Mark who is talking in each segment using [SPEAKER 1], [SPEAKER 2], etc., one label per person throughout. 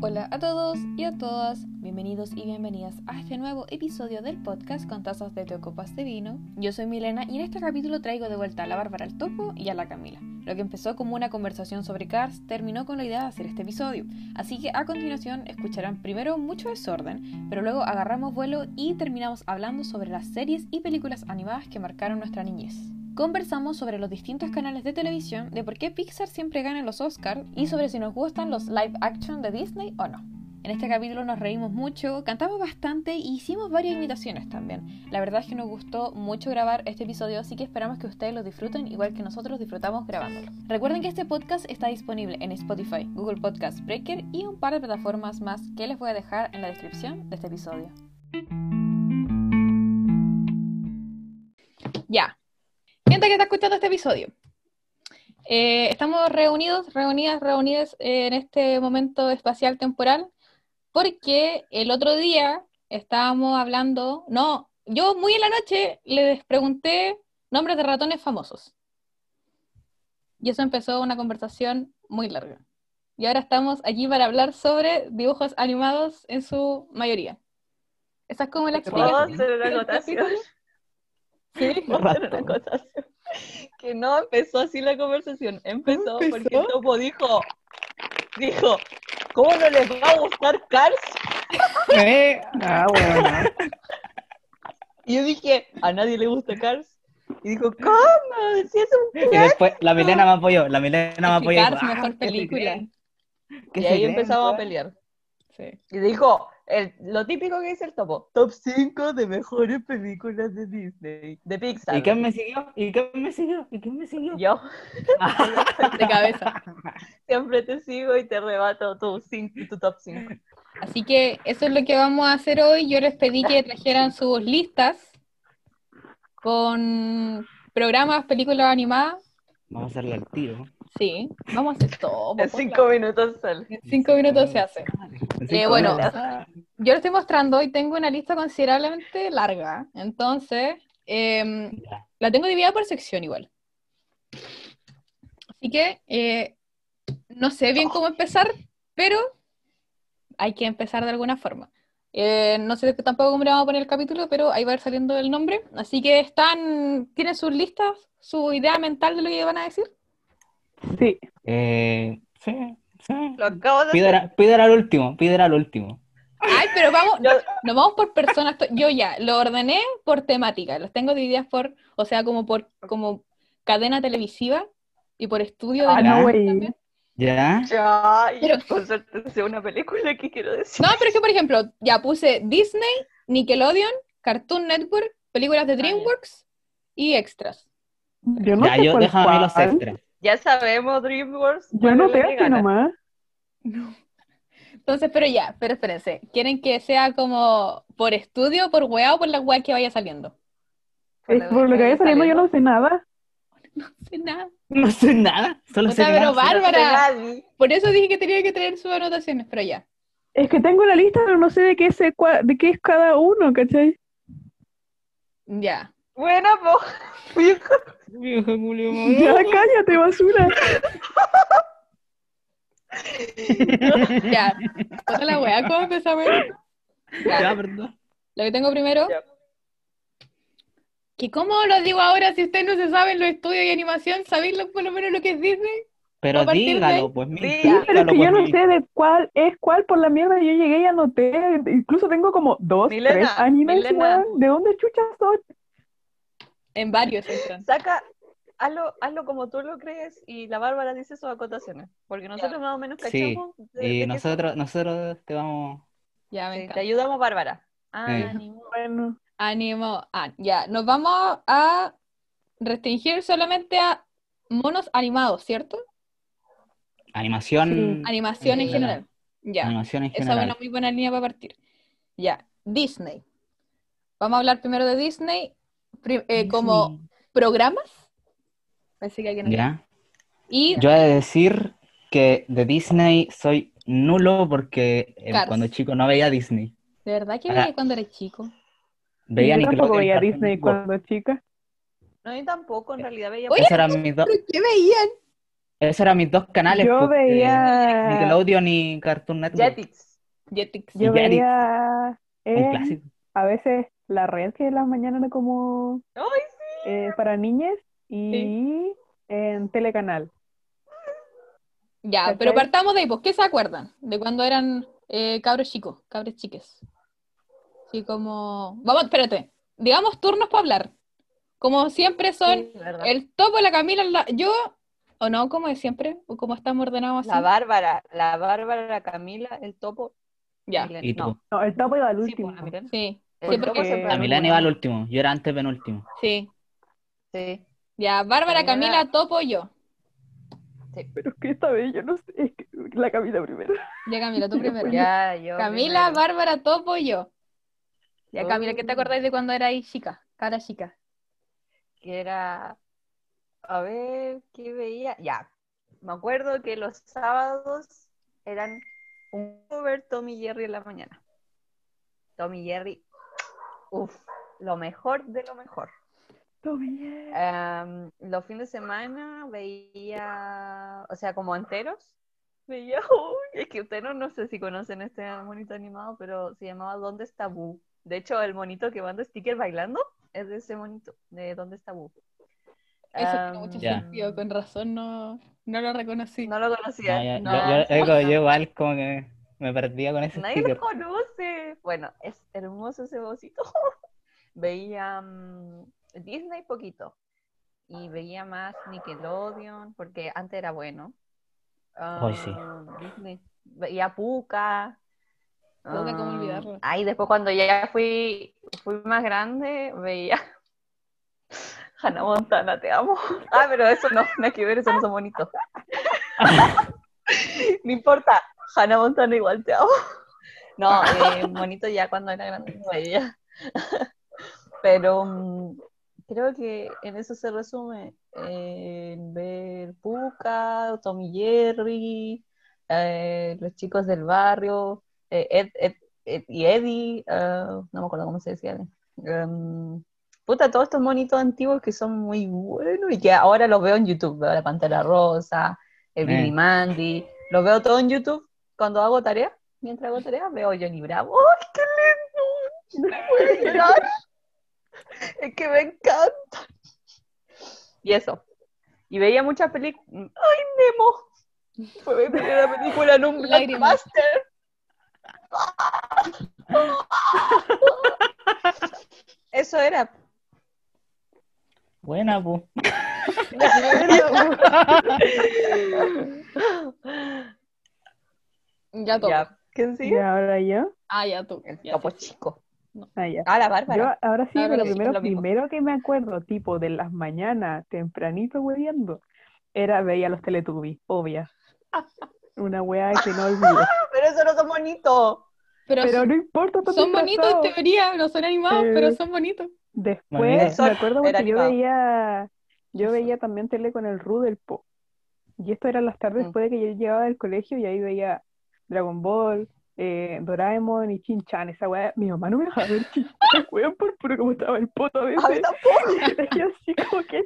[SPEAKER 1] Hola a todos y a todas, bienvenidos y bienvenidas a este nuevo episodio del podcast con tazas de té o copas de vino. Yo soy Milena y en este capítulo traigo de vuelta a la Bárbara al Topo y a la Camila. Lo que empezó como una conversación sobre Cars terminó con la idea de hacer este episodio, así que a continuación escucharán primero mucho desorden, pero luego agarramos vuelo y terminamos hablando sobre las series y películas animadas que marcaron nuestra niñez. Conversamos sobre los distintos canales de televisión, de por qué Pixar siempre gana en los Oscars y sobre si nos gustan los live action de Disney o no. En este capítulo nos reímos mucho, cantamos bastante e hicimos varias imitaciones también. La verdad es que nos gustó mucho grabar este episodio, así que esperamos que ustedes lo disfruten igual que nosotros disfrutamos grabándolo. Recuerden que este podcast está disponible en Spotify, Google Podcast Breaker y un par de plataformas más que les voy a dejar en la descripción de este episodio. Ya. Gente que está escuchando este episodio. Eh, estamos reunidos, reunidas, reunidas en este momento espacial temporal porque el otro día estábamos hablando, no, yo muy en la noche les pregunté nombres de ratones famosos. Y eso empezó una conversación muy larga. Y ahora estamos aquí para hablar sobre dibujos animados en su mayoría. Esa es como la
[SPEAKER 2] Puedo
[SPEAKER 1] explicación.
[SPEAKER 2] hacer una acotación.
[SPEAKER 1] Sí.
[SPEAKER 2] Puedo hacer una acotación. Que no empezó así la conversación. Empezó,
[SPEAKER 3] empezó?
[SPEAKER 2] porque el topo dijo, dijo, ¿cómo no les va a gustar Cars?
[SPEAKER 3] Eh, ah, bueno.
[SPEAKER 2] Y yo dije, a nadie le gusta Cars. Y dijo, ¿cómo? Si es un
[SPEAKER 4] Y después la Milena me apoyó, la Milena me apoyó. y
[SPEAKER 1] Explicar su
[SPEAKER 4] dijo, "Ah,
[SPEAKER 1] mejor
[SPEAKER 4] ¿qué se
[SPEAKER 1] película.
[SPEAKER 4] creen?
[SPEAKER 3] ¿Qué
[SPEAKER 2] Y
[SPEAKER 3] se
[SPEAKER 2] ahí
[SPEAKER 3] creen,
[SPEAKER 2] empezamos a
[SPEAKER 3] pues?
[SPEAKER 2] pelear.
[SPEAKER 1] Sí.
[SPEAKER 2] Y dijo, el- lo típico que dice el topo, top 5 de mejores películas de Disney. De Pixar.
[SPEAKER 4] ¿Y quién me siguió? ¿Y quién me siguió? ¿Y quién me siguió?
[SPEAKER 2] Yo
[SPEAKER 1] De cabeza.
[SPEAKER 2] siempre te sigo y te rebato tu, cin- tu top 5.
[SPEAKER 1] Así que eso es lo que vamos a hacer hoy. Yo les pedí que trajeran sus listas con programas, películas animadas.
[SPEAKER 4] Vamos a hacerle al tiro.
[SPEAKER 1] Sí, vamos a hacer todo.
[SPEAKER 2] En
[SPEAKER 1] po,
[SPEAKER 2] 5
[SPEAKER 1] por
[SPEAKER 2] minutos sale.
[SPEAKER 1] la- en cinco minutos se hace. Eh, bueno, yo les estoy mostrando y tengo una lista considerablemente larga. Entonces, em,
[SPEAKER 4] Ya.
[SPEAKER 1] la tengo dividida por sección igual. Así que eh, no sé bien cómo empezar, pero hay que empezar de alguna forma. Eh, no sé tampoco cómo le vamos a poner el capítulo, pero ahí va a ir saliendo el nombre. Así que están, tienen sus listas, su idea mental de lo que van a decir.
[SPEAKER 3] Sí,
[SPEAKER 4] Eh, sí, sí.
[SPEAKER 2] Lo acabo de
[SPEAKER 4] Pido
[SPEAKER 2] hacer.
[SPEAKER 4] era- pido era al último, pido era al último.
[SPEAKER 1] Ay, pero vamos,
[SPEAKER 2] Yo-
[SPEAKER 1] nos vamos por personas. to- Yo ya lo ordené por temática, los tengo divididas por, o sea, como por como cadena televisiva y por estudio de
[SPEAKER 3] ah,
[SPEAKER 4] Ya.
[SPEAKER 3] no,
[SPEAKER 1] niños
[SPEAKER 3] güey.
[SPEAKER 1] también.
[SPEAKER 4] ¿Ya?
[SPEAKER 2] Ya, y
[SPEAKER 1] Pero-
[SPEAKER 2] con suerte sé una película que quiero decir.
[SPEAKER 1] No, pero es que, por ejemplo, ya puse Disney, Nickelodeon, Cartoon Network, películas de
[SPEAKER 2] Ah, ya.
[SPEAKER 1] DreamWorks y extras.
[SPEAKER 3] Yo no
[SPEAKER 4] ya,
[SPEAKER 3] sé
[SPEAKER 4] yo
[SPEAKER 3] cuál
[SPEAKER 4] déjame ver los
[SPEAKER 3] cuál.
[SPEAKER 4] extras.
[SPEAKER 2] Ya sabemos, DreamWorks.
[SPEAKER 3] Yo no
[SPEAKER 2] ponle
[SPEAKER 3] te hace
[SPEAKER 2] ganas.
[SPEAKER 3] nomás.
[SPEAKER 1] Entonces, pero ya, pero espérense. ¿Quieren que sea como por estudio, por weá o por la weá que vaya saliendo?
[SPEAKER 2] Ponle
[SPEAKER 3] Es por lo que
[SPEAKER 2] ganas,
[SPEAKER 3] vaya saliendo, yo no sé nada.
[SPEAKER 1] No sé nada.
[SPEAKER 4] No sé nada, solo sé
[SPEAKER 1] Puta, pero
[SPEAKER 4] que-
[SPEAKER 2] sale.
[SPEAKER 1] Bárbara.
[SPEAKER 2] No sé nadie.
[SPEAKER 1] Por eso dije que tenía que traer sus anotaciones, pero ya.
[SPEAKER 3] Es que tengo la lista, pero no sé de qué, se cua- de qué es cada uno, ¿cachai?
[SPEAKER 1] Ya.
[SPEAKER 2] Buena, po. Viejo.
[SPEAKER 4] Viejo Julio
[SPEAKER 3] Ya cállate, basura.
[SPEAKER 1] Ya. Otra la weá, ¿cómo empezamos? Ya.
[SPEAKER 4] Ya, perdón.
[SPEAKER 1] Lo que tengo primero.
[SPEAKER 2] Ya.
[SPEAKER 1] Que cómo lo digo ahora si ustedes no se saben los estudios y animación, ¿sabéis lo- por lo menos lo que es Disney? A
[SPEAKER 4] Pero
[SPEAKER 1] partir de
[SPEAKER 4] dígalo,
[SPEAKER 1] ahí-
[SPEAKER 4] pues mira.
[SPEAKER 2] Sí,
[SPEAKER 3] Sí, pero
[SPEAKER 4] dígalo,
[SPEAKER 3] es que yo
[SPEAKER 4] pues,
[SPEAKER 3] no
[SPEAKER 4] mira.
[SPEAKER 3] sé de cuál es cuál por la mierda. Yo llegué y anoté. Incluso tengo como dos,
[SPEAKER 2] Milena,
[SPEAKER 3] tres animes,
[SPEAKER 2] Milena.
[SPEAKER 3] weón. ¿De dónde chuchas son?
[SPEAKER 1] En varios entran.
[SPEAKER 2] Saca, hazlo, hazlo como tú lo crees y la Bárbara dice sus acotaciones. Porque nosotros más o menos
[SPEAKER 4] Sí,
[SPEAKER 2] cachamos. de- de
[SPEAKER 4] Y
[SPEAKER 2] qué
[SPEAKER 4] nosotros, nosotros te vamos.
[SPEAKER 1] Ya,
[SPEAKER 2] son.
[SPEAKER 1] me
[SPEAKER 2] Sí,
[SPEAKER 1] encanta.
[SPEAKER 2] te ayudamos, Bárbara. Ah,
[SPEAKER 1] Ánimo.
[SPEAKER 3] Bueno,
[SPEAKER 1] Ánimo. Ah, ya, nos vamos a restringir solamente a monos animados, ¿cierto?
[SPEAKER 4] Animación.
[SPEAKER 1] Animación en
[SPEAKER 4] Sí.
[SPEAKER 1] general. Ya,
[SPEAKER 4] Animación en
[SPEAKER 1] esa es una
[SPEAKER 4] general.
[SPEAKER 1] muy buena línea para partir. Ya, Disney. Vamos a hablar primero de Disney pri- eh, como programas. Pensé que alguien-
[SPEAKER 4] Ya.
[SPEAKER 1] Y
[SPEAKER 4] Yo he de decir que de Disney soy nulo porque eh,
[SPEAKER 1] Cars.
[SPEAKER 4] cuando chico no veía Disney.
[SPEAKER 1] de verdad que
[SPEAKER 4] Ahora-
[SPEAKER 1] veía cuando eres chico.
[SPEAKER 4] Veía
[SPEAKER 3] yo
[SPEAKER 4] Nickelodeon,
[SPEAKER 3] tampoco veía
[SPEAKER 4] Cartoon
[SPEAKER 3] Disney
[SPEAKER 4] Network.
[SPEAKER 3] cuando chica.
[SPEAKER 2] No, yo tampoco, en realidad veía.
[SPEAKER 1] Oye,
[SPEAKER 4] Esos eran mis dos-
[SPEAKER 1] ¿Pero qué veían?
[SPEAKER 4] Esos eran mis dos canales.
[SPEAKER 3] Yo
[SPEAKER 4] porque
[SPEAKER 3] veía-
[SPEAKER 4] Nickelodeon y Cartoon Network.
[SPEAKER 2] Jetix.
[SPEAKER 5] Jetix.
[SPEAKER 3] Yo
[SPEAKER 4] Y Yanix.
[SPEAKER 3] veía
[SPEAKER 4] Un
[SPEAKER 3] eh,
[SPEAKER 4] clásico.
[SPEAKER 3] a veces la red que en las mañanas era como
[SPEAKER 2] ¡Ay,
[SPEAKER 3] eh, para niñas y en telecanal.
[SPEAKER 5] Ya,
[SPEAKER 3] ¿Cachai?
[SPEAKER 5] pero partamos de ahí, pues, ¿qué se acuerdan? De cuando eran eh, cabros chicos, cabros chiques. Así como. Vamos, espérate. Digamos turnos para hablar. Como siempre son
[SPEAKER 2] sí, verdad.
[SPEAKER 5] el topo, la Camila, la- yo. ¿O no? Como de siempre. ¿O como estamos ordenados
[SPEAKER 2] La
[SPEAKER 5] así?
[SPEAKER 2] Bárbara, la Bárbara, la Camila, el topo.
[SPEAKER 5] Ya.
[SPEAKER 2] Milena.
[SPEAKER 4] Y tú.
[SPEAKER 2] Eh, No,
[SPEAKER 3] No, el topo iba al
[SPEAKER 2] sí,
[SPEAKER 3] último.
[SPEAKER 2] pues, la Milena.
[SPEAKER 5] Sí.
[SPEAKER 2] El
[SPEAKER 5] Sí, porque-
[SPEAKER 2] topo siempre
[SPEAKER 4] La
[SPEAKER 3] Claro,
[SPEAKER 4] Milán
[SPEAKER 2] bueno.
[SPEAKER 4] iba al último. Yo era antes penúltimo.
[SPEAKER 5] Sí.
[SPEAKER 2] Sí.
[SPEAKER 5] Ya, Bárbara,
[SPEAKER 2] Camila.
[SPEAKER 5] Camila, topo y yo.
[SPEAKER 3] Pero es que esta vez yo no sé, es que la Camila primero.
[SPEAKER 5] Ya, Camila, tú primero.
[SPEAKER 2] Pues Ya, yo.
[SPEAKER 5] Camila,
[SPEAKER 2] primero.
[SPEAKER 5] Bárbara, Topo y yo. Oh. Ya, Camila, ¿qué te acordáis de cuando erais chica? Cara chica.
[SPEAKER 2] que era, a ver, ¿qué veía? Ya, me acuerdo que los sábados eran un Uber Tommy Jerry en la mañana. Tommy Jerry, uff, lo mejor de lo mejor. Em, los fines de semana veía, o sea, como enteros, veía, uy, es que ustedes no, no sé si conocen este monito animado, pero se llamaba ¿Dónde está Boo? De hecho, el monito que manda sticker bailando es de ese monito, de ¿Dónde está Boo?
[SPEAKER 5] Eso tiene
[SPEAKER 2] Em,
[SPEAKER 5] mucho
[SPEAKER 4] Ya.
[SPEAKER 5] sentido, con razón no, no lo reconocí.
[SPEAKER 2] No lo conocía.
[SPEAKER 4] No, yo-
[SPEAKER 2] no,
[SPEAKER 4] yo, yo-
[SPEAKER 2] no,
[SPEAKER 4] yo-
[SPEAKER 2] no.
[SPEAKER 4] yo igual como que me perdía con ese
[SPEAKER 2] Nadie
[SPEAKER 4] sticker.
[SPEAKER 2] lo conoce. Bueno, es hermoso ese vocito. veía mm, Disney poquito. Y veía más Nickelodeon, porque antes era bueno. Ah,
[SPEAKER 4] Ay, sí.
[SPEAKER 2] Disney. Veía
[SPEAKER 5] Pucca,
[SPEAKER 2] Puka. Ah,
[SPEAKER 5] cómo olvidarlo.
[SPEAKER 2] Ay, después cuando ya fui, fui más grande, veía Hannah Montana, te amo. Ah, pero eso no, no hay que ver, eso no son bonitos. no importa, Hannah Montana igual te amo. No, eh, bonito ya cuando era grande no veía. pero mm, creo que en eso se resume eh, en ver Puka, Tommy Jerry, eh, los chicos del barrio, eh, Ed, Ed- Ed y Eddie, ah, no me acuerdo cómo se decía. Em, Puta, todos estos monitos antiguos que son muy buenos y que ahora los veo en YouTube. Veo la Pantera Rosa, el
[SPEAKER 4] Eh.
[SPEAKER 2] Billy Mandy. Los veo todo en YouTube cuando hago tarea. Mientras hago tarea veo Johnny Bravo. ¡Ay, qué lindo! Voy a llorar. Es que me encanta. Y eso. Y veía muchas películas. ¡Ay, Nemo! Fue mi primera película en un
[SPEAKER 5] Lágrimas.
[SPEAKER 2] blockbuster. Eso era.
[SPEAKER 4] Buena, pues.
[SPEAKER 5] Ya topo.
[SPEAKER 2] Ya. ¿Quién sigue?
[SPEAKER 3] Y ahora yo.
[SPEAKER 5] Ah, ya tú.
[SPEAKER 2] El
[SPEAKER 5] ya
[SPEAKER 2] topo
[SPEAKER 5] tú.
[SPEAKER 2] chico.
[SPEAKER 3] Ah, ya.
[SPEAKER 2] Ah, la
[SPEAKER 3] Yo
[SPEAKER 2] Bárbara.
[SPEAKER 3] ahora sí,
[SPEAKER 5] Ahora
[SPEAKER 3] pero
[SPEAKER 5] sí, es
[SPEAKER 3] primero,
[SPEAKER 2] lo mismo.
[SPEAKER 3] primero que me acuerdo, tipo de las mañanas, tempranito hueveando, era veía los Teletubbies, obvia. Una wea que no olvido.
[SPEAKER 2] Ah, Pero eso no son bonitos.
[SPEAKER 5] Pero,
[SPEAKER 3] Pero
[SPEAKER 5] son-
[SPEAKER 3] no importa, están
[SPEAKER 5] son bonitos en
[SPEAKER 3] disfrazados.
[SPEAKER 5] teoría, no son animados,
[SPEAKER 3] Eh.
[SPEAKER 5] pero son bonitos.
[SPEAKER 4] Mañana.
[SPEAKER 3] Después,
[SPEAKER 2] Eso
[SPEAKER 3] me
[SPEAKER 2] era
[SPEAKER 3] acuerdo porque yo
[SPEAKER 2] animado.
[SPEAKER 3] veía, yo veía también tele con el Rudelpo. Y esto eran las tardes
[SPEAKER 2] Mm.
[SPEAKER 3] después de que yo llegaba del colegio y ahí veía Dragon Ball, eh, Doraemon y Chin-Chan. Esa wea, mi mamá no me dejaba ver Chin-Chan, weón, por- pero como estaba el poto a
[SPEAKER 2] A mí
[SPEAKER 3] veces.
[SPEAKER 2] tampoco.
[SPEAKER 3] Y así como que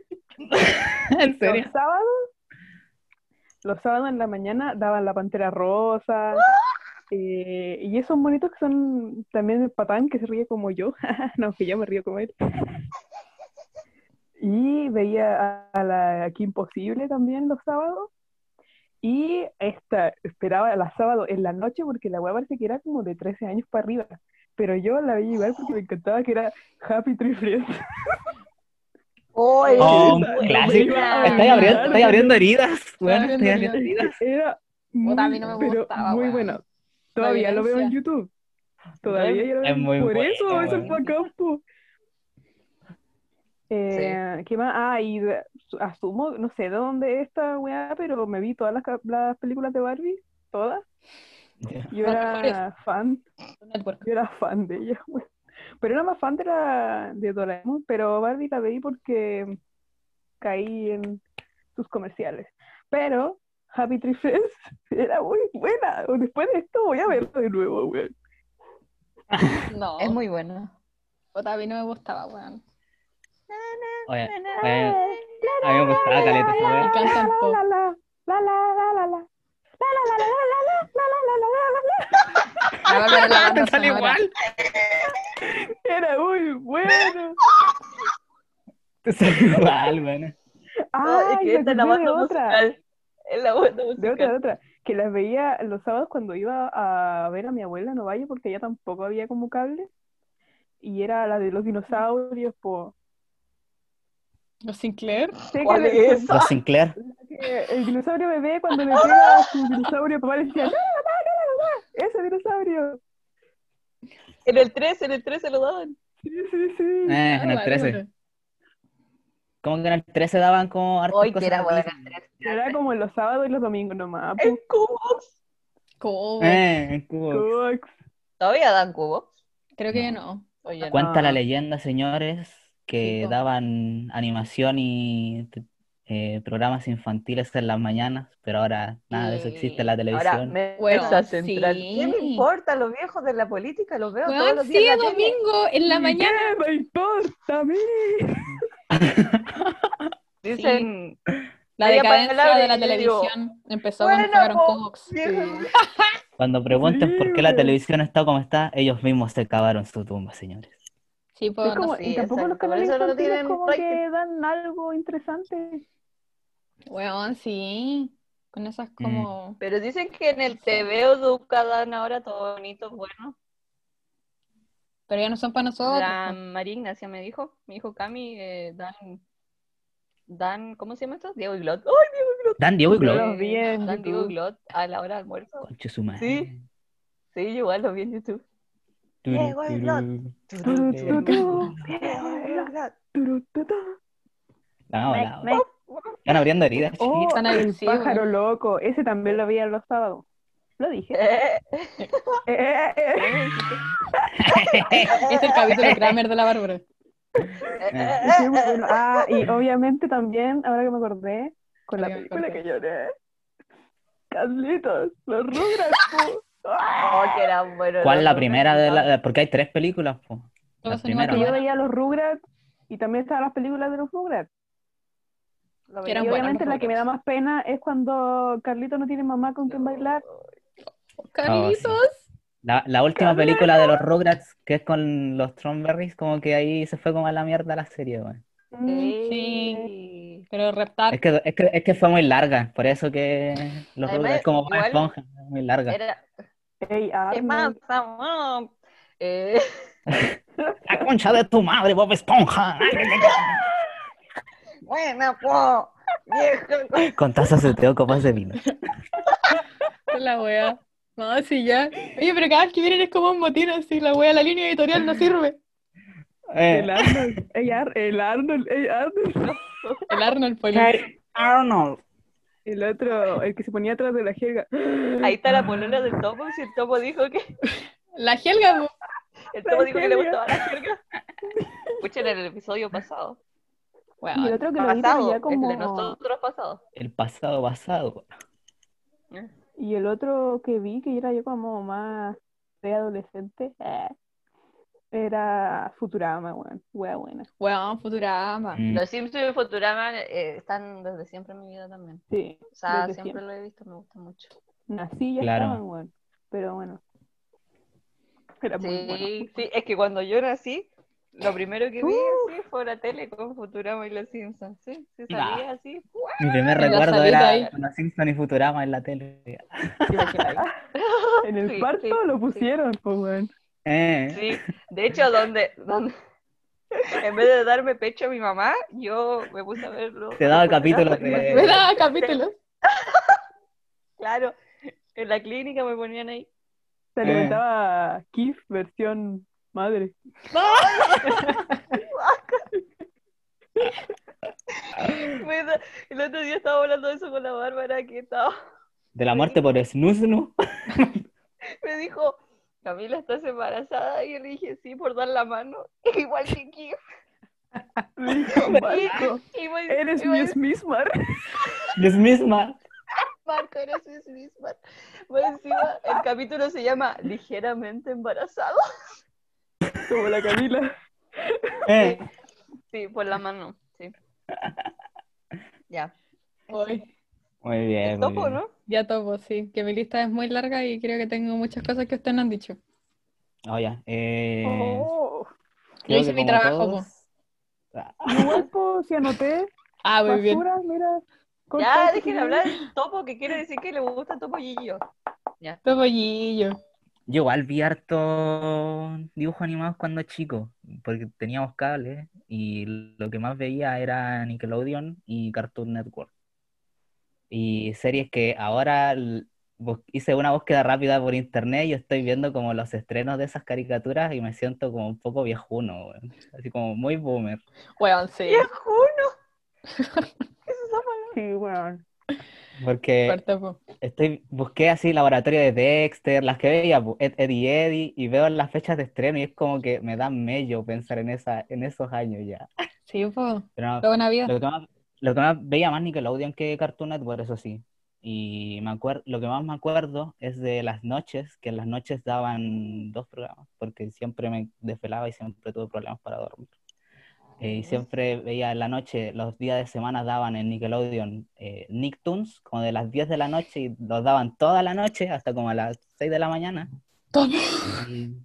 [SPEAKER 4] ¿En
[SPEAKER 3] Los sábados, los sábados en la mañana daban la pantera rosa. eh, y esos monitos que son también el patán que se ríe como yo. no, que yo me río como él. Y veía a, a la Aquí Imposible también los sábados. Y esta, esperaba la sábado en la noche porque la weá parece que era como de 13 años para arriba. Pero yo la veía igual porque me encantaba que era Happy Tree Friends.
[SPEAKER 4] Oh,
[SPEAKER 2] Oye,
[SPEAKER 4] un
[SPEAKER 2] buena.
[SPEAKER 4] clásico.
[SPEAKER 2] Buena.
[SPEAKER 4] Estáis abriendo, estáis abriendo heridas, weón.
[SPEAKER 5] abriendo
[SPEAKER 4] Estáis abriendo
[SPEAKER 5] heridas.
[SPEAKER 4] heridas.
[SPEAKER 3] Era
[SPEAKER 5] Puta, a mí
[SPEAKER 3] muy,
[SPEAKER 5] no me
[SPEAKER 3] pero
[SPEAKER 5] gustaba,
[SPEAKER 3] muy
[SPEAKER 5] weón.
[SPEAKER 3] bueno. Todavía lo veo en
[SPEAKER 5] violencia.
[SPEAKER 3] YouTube. Todavía yo lo veo.
[SPEAKER 4] Es muy
[SPEAKER 3] Por
[SPEAKER 4] bueno,
[SPEAKER 3] eso, eso es
[SPEAKER 4] weón.
[SPEAKER 3] para campo. Eh, ¿Qué más? Ah, y de- su- asumo, no sé de dónde es esta weá, pero me vi todas las, ca- las películas de Barbie, todas. Yo
[SPEAKER 5] Las
[SPEAKER 3] era
[SPEAKER 5] mejores.
[SPEAKER 3] fan,
[SPEAKER 5] Network.
[SPEAKER 3] yo era fan de ella, weón. Pero era más fan de, la, de Doraemon, pero Barbie la veí porque caí en sus comerciales. Pero Happy Tree Friends era muy buena. Después de esto voy a verlo de nuevo, weón.
[SPEAKER 5] No,
[SPEAKER 2] Es muy bueno.
[SPEAKER 5] puta, a mí no me gustaba, weón.
[SPEAKER 3] Eh,
[SPEAKER 4] Oye, oye, a mí me gustaba caleta esa
[SPEAKER 3] La,
[SPEAKER 4] weón.
[SPEAKER 5] encanta el pop.
[SPEAKER 3] la, la, la,
[SPEAKER 5] La Bárbara es la banda
[SPEAKER 1] Me sale
[SPEAKER 5] sonora.
[SPEAKER 1] igual.
[SPEAKER 3] Era muy bueno.
[SPEAKER 4] Te sale igual, bueno.
[SPEAKER 3] Ah,
[SPEAKER 2] es que esta es la banda
[SPEAKER 3] de otra.
[SPEAKER 2] musical. Es la banda
[SPEAKER 3] De
[SPEAKER 2] musical.
[SPEAKER 3] otra, de otra. Que las veía los sábados cuando iba a ver a mi abuela en Ovalle porque ya tampoco había como cable. Y era la de los dinosaurios, po.
[SPEAKER 1] ¿Los Sinclair?
[SPEAKER 3] Sé que
[SPEAKER 2] ¿Cuál
[SPEAKER 3] le-
[SPEAKER 2] es esa?
[SPEAKER 4] Los Sinclair.
[SPEAKER 3] que el dinosaurio bebé cuando le pega a su dinosaurio papá le decía, no, no, no, no, ese dinosaurio.
[SPEAKER 2] En el 3, en el 3 se lo daban.
[SPEAKER 3] Sí, sí, sí.
[SPEAKER 2] Ah.
[SPEAKER 4] Eh,
[SPEAKER 1] Ah,
[SPEAKER 4] en el 13. ¿Cómo que en el 13 daban como hartas
[SPEAKER 2] Hoy que
[SPEAKER 4] cosas
[SPEAKER 2] era
[SPEAKER 4] de
[SPEAKER 2] buena.
[SPEAKER 4] Disney?
[SPEAKER 3] Era como los sábados y los domingos nomás. po.
[SPEAKER 2] En cubos.
[SPEAKER 1] ¿Cómo?
[SPEAKER 4] Eh, en Cubo.
[SPEAKER 3] Cox.
[SPEAKER 2] ¿Todavía dan cubos?
[SPEAKER 1] Creo que ya no.
[SPEAKER 2] O ya no.
[SPEAKER 4] Cuenta la leyenda, señores, que
[SPEAKER 1] Sí, po.
[SPEAKER 4] daban animación y eh, programas infantiles en las mañanas, pero ahora nada de eso existe en la
[SPEAKER 2] Ahora,
[SPEAKER 4] televisión.
[SPEAKER 2] mesa
[SPEAKER 1] Bueno,
[SPEAKER 2] central.
[SPEAKER 1] sí.
[SPEAKER 2] ¿Qué me importa los viejos de la política? Los veo todos
[SPEAKER 1] Weón,
[SPEAKER 2] los días.
[SPEAKER 1] sí,
[SPEAKER 2] en la tele.
[SPEAKER 1] domingo, en la
[SPEAKER 3] ¿Y
[SPEAKER 1] mañana.
[SPEAKER 3] ¿Qué me importa a mí?
[SPEAKER 2] Dicen,
[SPEAKER 1] La
[SPEAKER 2] Media
[SPEAKER 1] decadencia
[SPEAKER 2] palabra
[SPEAKER 1] de
[SPEAKER 2] y
[SPEAKER 1] la
[SPEAKER 2] yo digo,
[SPEAKER 1] televisión empezó
[SPEAKER 2] bueno,
[SPEAKER 1] cuando sacaron
[SPEAKER 2] po,
[SPEAKER 1] Fox.
[SPEAKER 2] viejo.
[SPEAKER 4] Cuando pregunten por qué la
[SPEAKER 3] Sí.
[SPEAKER 4] televisión está como está, ellos mismos se cavaron su tumba, señores.
[SPEAKER 1] Sí,
[SPEAKER 3] Es
[SPEAKER 1] pues,
[SPEAKER 3] como-
[SPEAKER 2] sí,
[SPEAKER 3] y tampoco los
[SPEAKER 2] exacto, por
[SPEAKER 3] canales
[SPEAKER 2] eso no
[SPEAKER 3] infantiles
[SPEAKER 2] tienen
[SPEAKER 3] como
[SPEAKER 2] rating.
[SPEAKER 3] que dan algo interesante.
[SPEAKER 1] Weón, sí. Con esas como...
[SPEAKER 2] Pero dicen que en el TV Educa dan ahora todo bonito, bueno.
[SPEAKER 1] Pero ya no son para nosotros.
[SPEAKER 2] La María Ignacia me dijo, mi hijo Cami, eh, dan, dan, ¿cómo se llama esto? Diego y Glot. ¡Ay, Diego y Glot!
[SPEAKER 4] Dan Diego y
[SPEAKER 3] Yo
[SPEAKER 4] Globo.
[SPEAKER 3] los vi en
[SPEAKER 2] Dan Diego y
[SPEAKER 3] YouTube.
[SPEAKER 2] Glot a la hora de almuerzo.
[SPEAKER 4] Conche su madre.
[SPEAKER 2] Sí. Sí, yo igual lo vi en YouTube.
[SPEAKER 4] Turu,
[SPEAKER 2] Diego y Glot.
[SPEAKER 4] turu.
[SPEAKER 3] Turu, turu, turu.
[SPEAKER 2] Diego y Glot.
[SPEAKER 3] Turu, tu, tu.
[SPEAKER 4] No, la-
[SPEAKER 3] Mec, mec.
[SPEAKER 4] Están abriendo heridas.
[SPEAKER 3] Oh,
[SPEAKER 4] chiquillos.
[SPEAKER 1] están
[SPEAKER 3] el
[SPEAKER 1] agresivos.
[SPEAKER 3] pájaro loco. Ese también lo veía los sábados. Lo dije.
[SPEAKER 2] Eh,
[SPEAKER 1] Ah.
[SPEAKER 3] Eh, eh, eh.
[SPEAKER 1] po. Es el capítulo Kramer de la Bárbara.
[SPEAKER 2] eh,
[SPEAKER 3] Sí, muy bueno. Ah, y obviamente también, ahora que me acordé, con la
[SPEAKER 1] Ahora que me
[SPEAKER 3] película
[SPEAKER 1] acordé.
[SPEAKER 3] que lloré. Carlitos, los Rugrats. po. Ah,
[SPEAKER 2] Oh, que eran buenos
[SPEAKER 4] ¿Cuál
[SPEAKER 2] los
[SPEAKER 4] la
[SPEAKER 2] dos,
[SPEAKER 4] primera de
[SPEAKER 2] ¿no?
[SPEAKER 4] la.? eh, Porque hay tres películas, po. La
[SPEAKER 1] Todos son
[SPEAKER 4] primera,
[SPEAKER 1] igual
[SPEAKER 3] Que yo
[SPEAKER 1] que
[SPEAKER 3] veía los Rugrats y también estaban las películas de los Rugrats.
[SPEAKER 2] Lo
[SPEAKER 1] Que
[SPEAKER 3] Y
[SPEAKER 1] eran
[SPEAKER 2] veía.
[SPEAKER 1] buenos
[SPEAKER 3] obviamente
[SPEAKER 1] los
[SPEAKER 3] la que me da
[SPEAKER 1] Rugrats.
[SPEAKER 3] más pena es cuando Carlito no tiene mamá con quien bailar.
[SPEAKER 1] yo. Carlitos.
[SPEAKER 4] La, la última
[SPEAKER 3] Carlita.
[SPEAKER 4] película de los Rugrats, que es con los Thornberrys, como que ahí se fue como a la mierda la serie, weón.
[SPEAKER 2] Mm,
[SPEAKER 3] Mm,
[SPEAKER 2] Sí.
[SPEAKER 1] Pero
[SPEAKER 4] Es
[SPEAKER 1] reptar.
[SPEAKER 4] que, es que, es que fue muy larga, por eso que los
[SPEAKER 2] Además,
[SPEAKER 4] Rugrats es como Bob
[SPEAKER 2] igual-
[SPEAKER 4] Esponja, muy larga.
[SPEAKER 2] Era,
[SPEAKER 3] Ey,
[SPEAKER 2] ¿qué más?
[SPEAKER 3] Arnold.
[SPEAKER 2] Samuel? Eh,
[SPEAKER 4] ¡La concha de tu madre, Bob Esponja!
[SPEAKER 2] bueno, po, viejo.
[SPEAKER 4] Con tazas de teo, copas de vino.
[SPEAKER 1] Con la wea. No, sí, ya. Oye, pero cada vez que vienen es como un motín así. La wea, la línea editorial no sirve.
[SPEAKER 4] Eh,
[SPEAKER 3] El Arnold. Ey, Ar- el Arnold. Ey, Arnold.
[SPEAKER 1] El Arnold Poli.
[SPEAKER 4] Hey, Arnold.
[SPEAKER 3] El otro, el que se ponía atrás de la jerga.
[SPEAKER 2] Ahí está la polola del topo, si el topo dijo que,
[SPEAKER 1] La Helga, po.
[SPEAKER 2] el topo
[SPEAKER 3] La
[SPEAKER 2] dijo que le
[SPEAKER 3] jerga.
[SPEAKER 2] gustaba la jerga. Escuchen el episodio pasado.
[SPEAKER 3] Y el
[SPEAKER 1] Weón.
[SPEAKER 3] otro que lo vi
[SPEAKER 2] Pasado,
[SPEAKER 3] ya como...
[SPEAKER 2] el de nosotros pasado.
[SPEAKER 4] El pasado pasado.
[SPEAKER 3] Y el otro que vi, que era yo como más preadolescente, eh, era Futurama, weón. Wea buena.
[SPEAKER 1] Weón, Futurama.
[SPEAKER 4] Mm.
[SPEAKER 2] Los Simpsons y Futurama eh, están desde siempre en mi vida también.
[SPEAKER 3] Sí,
[SPEAKER 2] O sea,
[SPEAKER 3] desde
[SPEAKER 2] siempre
[SPEAKER 3] siempre.
[SPEAKER 2] lo he visto, me gusta mucho.
[SPEAKER 3] Nací y ya
[SPEAKER 4] Claro.
[SPEAKER 3] estaban, weón. Pero bueno. Era muy bueno.
[SPEAKER 2] Sí, sí, es que cuando yo nací, lo primero que vi
[SPEAKER 3] Uh.
[SPEAKER 2] así fue la tele con Futurama y los Simpsons. Sí, sí,
[SPEAKER 4] Nah.
[SPEAKER 2] salía así.
[SPEAKER 4] Mi primer
[SPEAKER 1] la
[SPEAKER 4] recuerdo
[SPEAKER 1] salida
[SPEAKER 4] era
[SPEAKER 1] ahí.
[SPEAKER 4] con los Simpsons y Futurama en la tele.
[SPEAKER 3] En el
[SPEAKER 2] Sí,
[SPEAKER 3] parto
[SPEAKER 2] sí,
[SPEAKER 3] lo
[SPEAKER 2] sí.
[SPEAKER 3] pusieron, pues, weón.
[SPEAKER 4] Eh,
[SPEAKER 2] Sí, de hecho, donde, donde en vez de darme pecho a mi mamá, yo me puse a verlo.
[SPEAKER 4] Te daba capítulos de-
[SPEAKER 1] Me da capítulos.
[SPEAKER 2] Claro, en la clínica me ponían ahí.
[SPEAKER 3] Se
[SPEAKER 4] Eh.
[SPEAKER 3] alimentaba Kif versión madre.
[SPEAKER 2] Me da- El otro día estaba hablando de eso con la Bárbara que estaba.
[SPEAKER 4] De la muerte por Snusnu.
[SPEAKER 2] Me dijo, Camila, ¿estás embarazada? Y yo le dije, sí, por dar la mano. Igual que Kim.
[SPEAKER 3] Le dijo, Marco,
[SPEAKER 2] Y me-
[SPEAKER 3] eres
[SPEAKER 2] y me
[SPEAKER 3] mi Smith
[SPEAKER 4] Dios misma.
[SPEAKER 2] Marco, eres Miss Bismarck. Por encima, el capítulo se llama Ligeramente embarazado.
[SPEAKER 3] como la Camila.
[SPEAKER 4] Eh,
[SPEAKER 2] Sí, por la mano, sí. Ya.
[SPEAKER 1] Uy.
[SPEAKER 4] Muy bien,
[SPEAKER 2] El
[SPEAKER 4] muy
[SPEAKER 2] topo,
[SPEAKER 4] bien.
[SPEAKER 2] ¿no?
[SPEAKER 1] Ya topo, sí. Que mi lista es muy larga y creo que tengo muchas cosas que ustedes no han dicho.
[SPEAKER 4] Oh, ya. Eh,
[SPEAKER 3] Oh,
[SPEAKER 4] creo
[SPEAKER 1] hice
[SPEAKER 4] que
[SPEAKER 1] mi
[SPEAKER 4] como
[SPEAKER 1] trabajo, po.
[SPEAKER 4] todos- Ah,
[SPEAKER 3] igual, pues, si anoté,
[SPEAKER 1] Ah, muy bien.
[SPEAKER 3] basura, mira.
[SPEAKER 2] Ya,
[SPEAKER 3] corta,
[SPEAKER 2] dejen
[SPEAKER 3] chiquillos.
[SPEAKER 2] hablar del topo, que quiere decir que le gusta topo Gillo.
[SPEAKER 1] Topollillo.
[SPEAKER 4] Yo igual vi harto dibujos animados cuando chico, porque teníamos cables y lo que más veía era Nickelodeon y Cartoon Network. Y series que ahora l- bus- hice una búsqueda rápida por internet y estoy viendo como los estrenos de esas caricaturas y me siento como un poco viejuno, weón. Así como muy boomer.
[SPEAKER 1] Weón, sí.
[SPEAKER 2] ¡Viejuno!
[SPEAKER 3] Sí, weón.
[SPEAKER 4] Porque
[SPEAKER 1] Fuerte, po.
[SPEAKER 4] Estoy, busqué así laboratorio de Dexter, las que veía, pu, Ed, Ed y Eddie, y veo las fechas de estreno y es como que me da mello pensar en esa, en esos años ya.
[SPEAKER 1] Sí, po.
[SPEAKER 4] Pero no,
[SPEAKER 1] La buena vida.
[SPEAKER 4] lo que más, lo que más veía más Nickelodeon que Cartoon Network, eso sí. Y me acuer- lo que más me acuerdo es de las noches, que en las noches daban dos programas, porque siempre me desvelaba y siempre tuve problemas para dormir. Eh, y siempre veía en la noche, los días de semana daban en Nickelodeon eh, Nicktoons, como de las 10 de la noche, y los daban toda la noche hasta como a las 6 de la mañana.
[SPEAKER 1] Topo.
[SPEAKER 4] Y-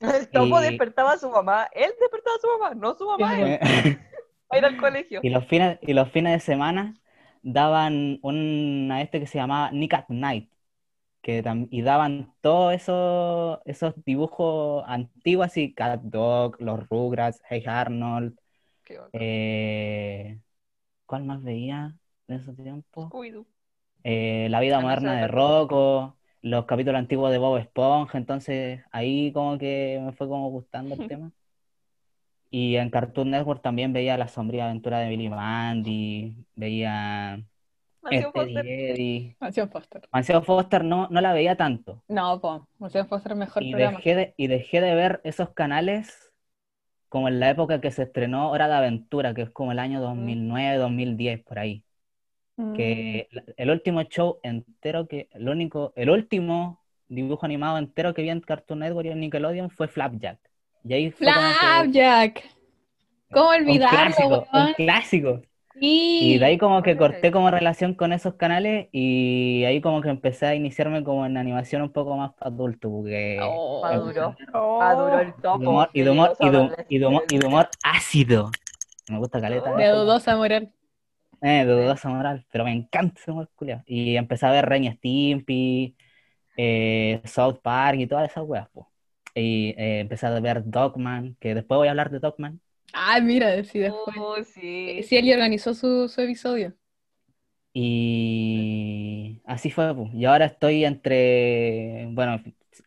[SPEAKER 2] El topo
[SPEAKER 4] Y-
[SPEAKER 2] despertaba a su mamá. Él despertaba a su mamá, no su mamá, él. Para ir al colegio.
[SPEAKER 4] Y los fines, y los fines de semana daban una este que se llamaba Nick at Night, que tam- y daban todos esos, esos dibujos antiguos, así Cat Dog, los Rugrats, Hey Arnold,
[SPEAKER 2] Qué bacán.
[SPEAKER 4] eh, ¿cuál más veía en ese tiempo?
[SPEAKER 2] Scooby-Doo.
[SPEAKER 4] Eh, La vida
[SPEAKER 2] Ah, no, eso
[SPEAKER 4] moderna
[SPEAKER 2] de
[SPEAKER 4] de Rocco, los capítulos antiguos de Bob Esponja, entonces ahí como que me fue como gustando el tema. Y en Cartoon Network también veía La sombría aventura de Billy Mandy, veía
[SPEAKER 2] Mansión
[SPEAKER 4] Ed, Ed y
[SPEAKER 2] Foster.
[SPEAKER 4] Eddie.
[SPEAKER 1] Mansión Foster.
[SPEAKER 4] Mansión Foster no, no la veía tanto.
[SPEAKER 1] No, po. Mansión Foster es mejor
[SPEAKER 4] Y
[SPEAKER 1] programa.
[SPEAKER 4] dejé, de, y dejé de ver esos canales como en la época que se estrenó Hora de Aventura, que es como el
[SPEAKER 2] Mm.
[SPEAKER 4] año 2009, 2010, por ahí.
[SPEAKER 3] Mm.
[SPEAKER 1] Mm.
[SPEAKER 4] que la- el último show entero que, el único, el último dibujo animado entero que vi en Cartoon Network y en Nickelodeon fue Flapjack. Y ahí fue como que
[SPEAKER 1] Flapjack. ¿Cómo
[SPEAKER 4] un
[SPEAKER 1] olvidarlo,
[SPEAKER 4] clásico, un
[SPEAKER 1] weón?
[SPEAKER 4] clásico.
[SPEAKER 1] Sí.
[SPEAKER 4] Y de ahí como que
[SPEAKER 2] Flapjack.
[SPEAKER 4] corté como relación con esos canales y ahí como que empecé a iniciarme como en animación un poco más para adulto, porque
[SPEAKER 1] Oh.
[SPEAKER 2] Maduro. Ah,
[SPEAKER 3] Oh,
[SPEAKER 2] Maduro el
[SPEAKER 4] y de humor,
[SPEAKER 2] topo.
[SPEAKER 4] Ah, y de humor, y de-
[SPEAKER 2] Peligroso
[SPEAKER 4] y de humor- y de humor ácido. Me gusta caleta.
[SPEAKER 1] De dudosa moral.
[SPEAKER 4] Eh, dudosa moral, pero me encanta ese humor culiao. Y empecé a ver Ren y Stimpy, eh, South Park y todas esas weas, po. Y eh, empecé a ver Dogman, que después voy a hablar de Dogman.
[SPEAKER 1] Ah, mira, sí, después.
[SPEAKER 2] adolescente. Oh, sí.
[SPEAKER 1] Sí, él ya organizó su, su episodio.
[SPEAKER 4] Y así fue, po. Y ahora estoy entre, bueno,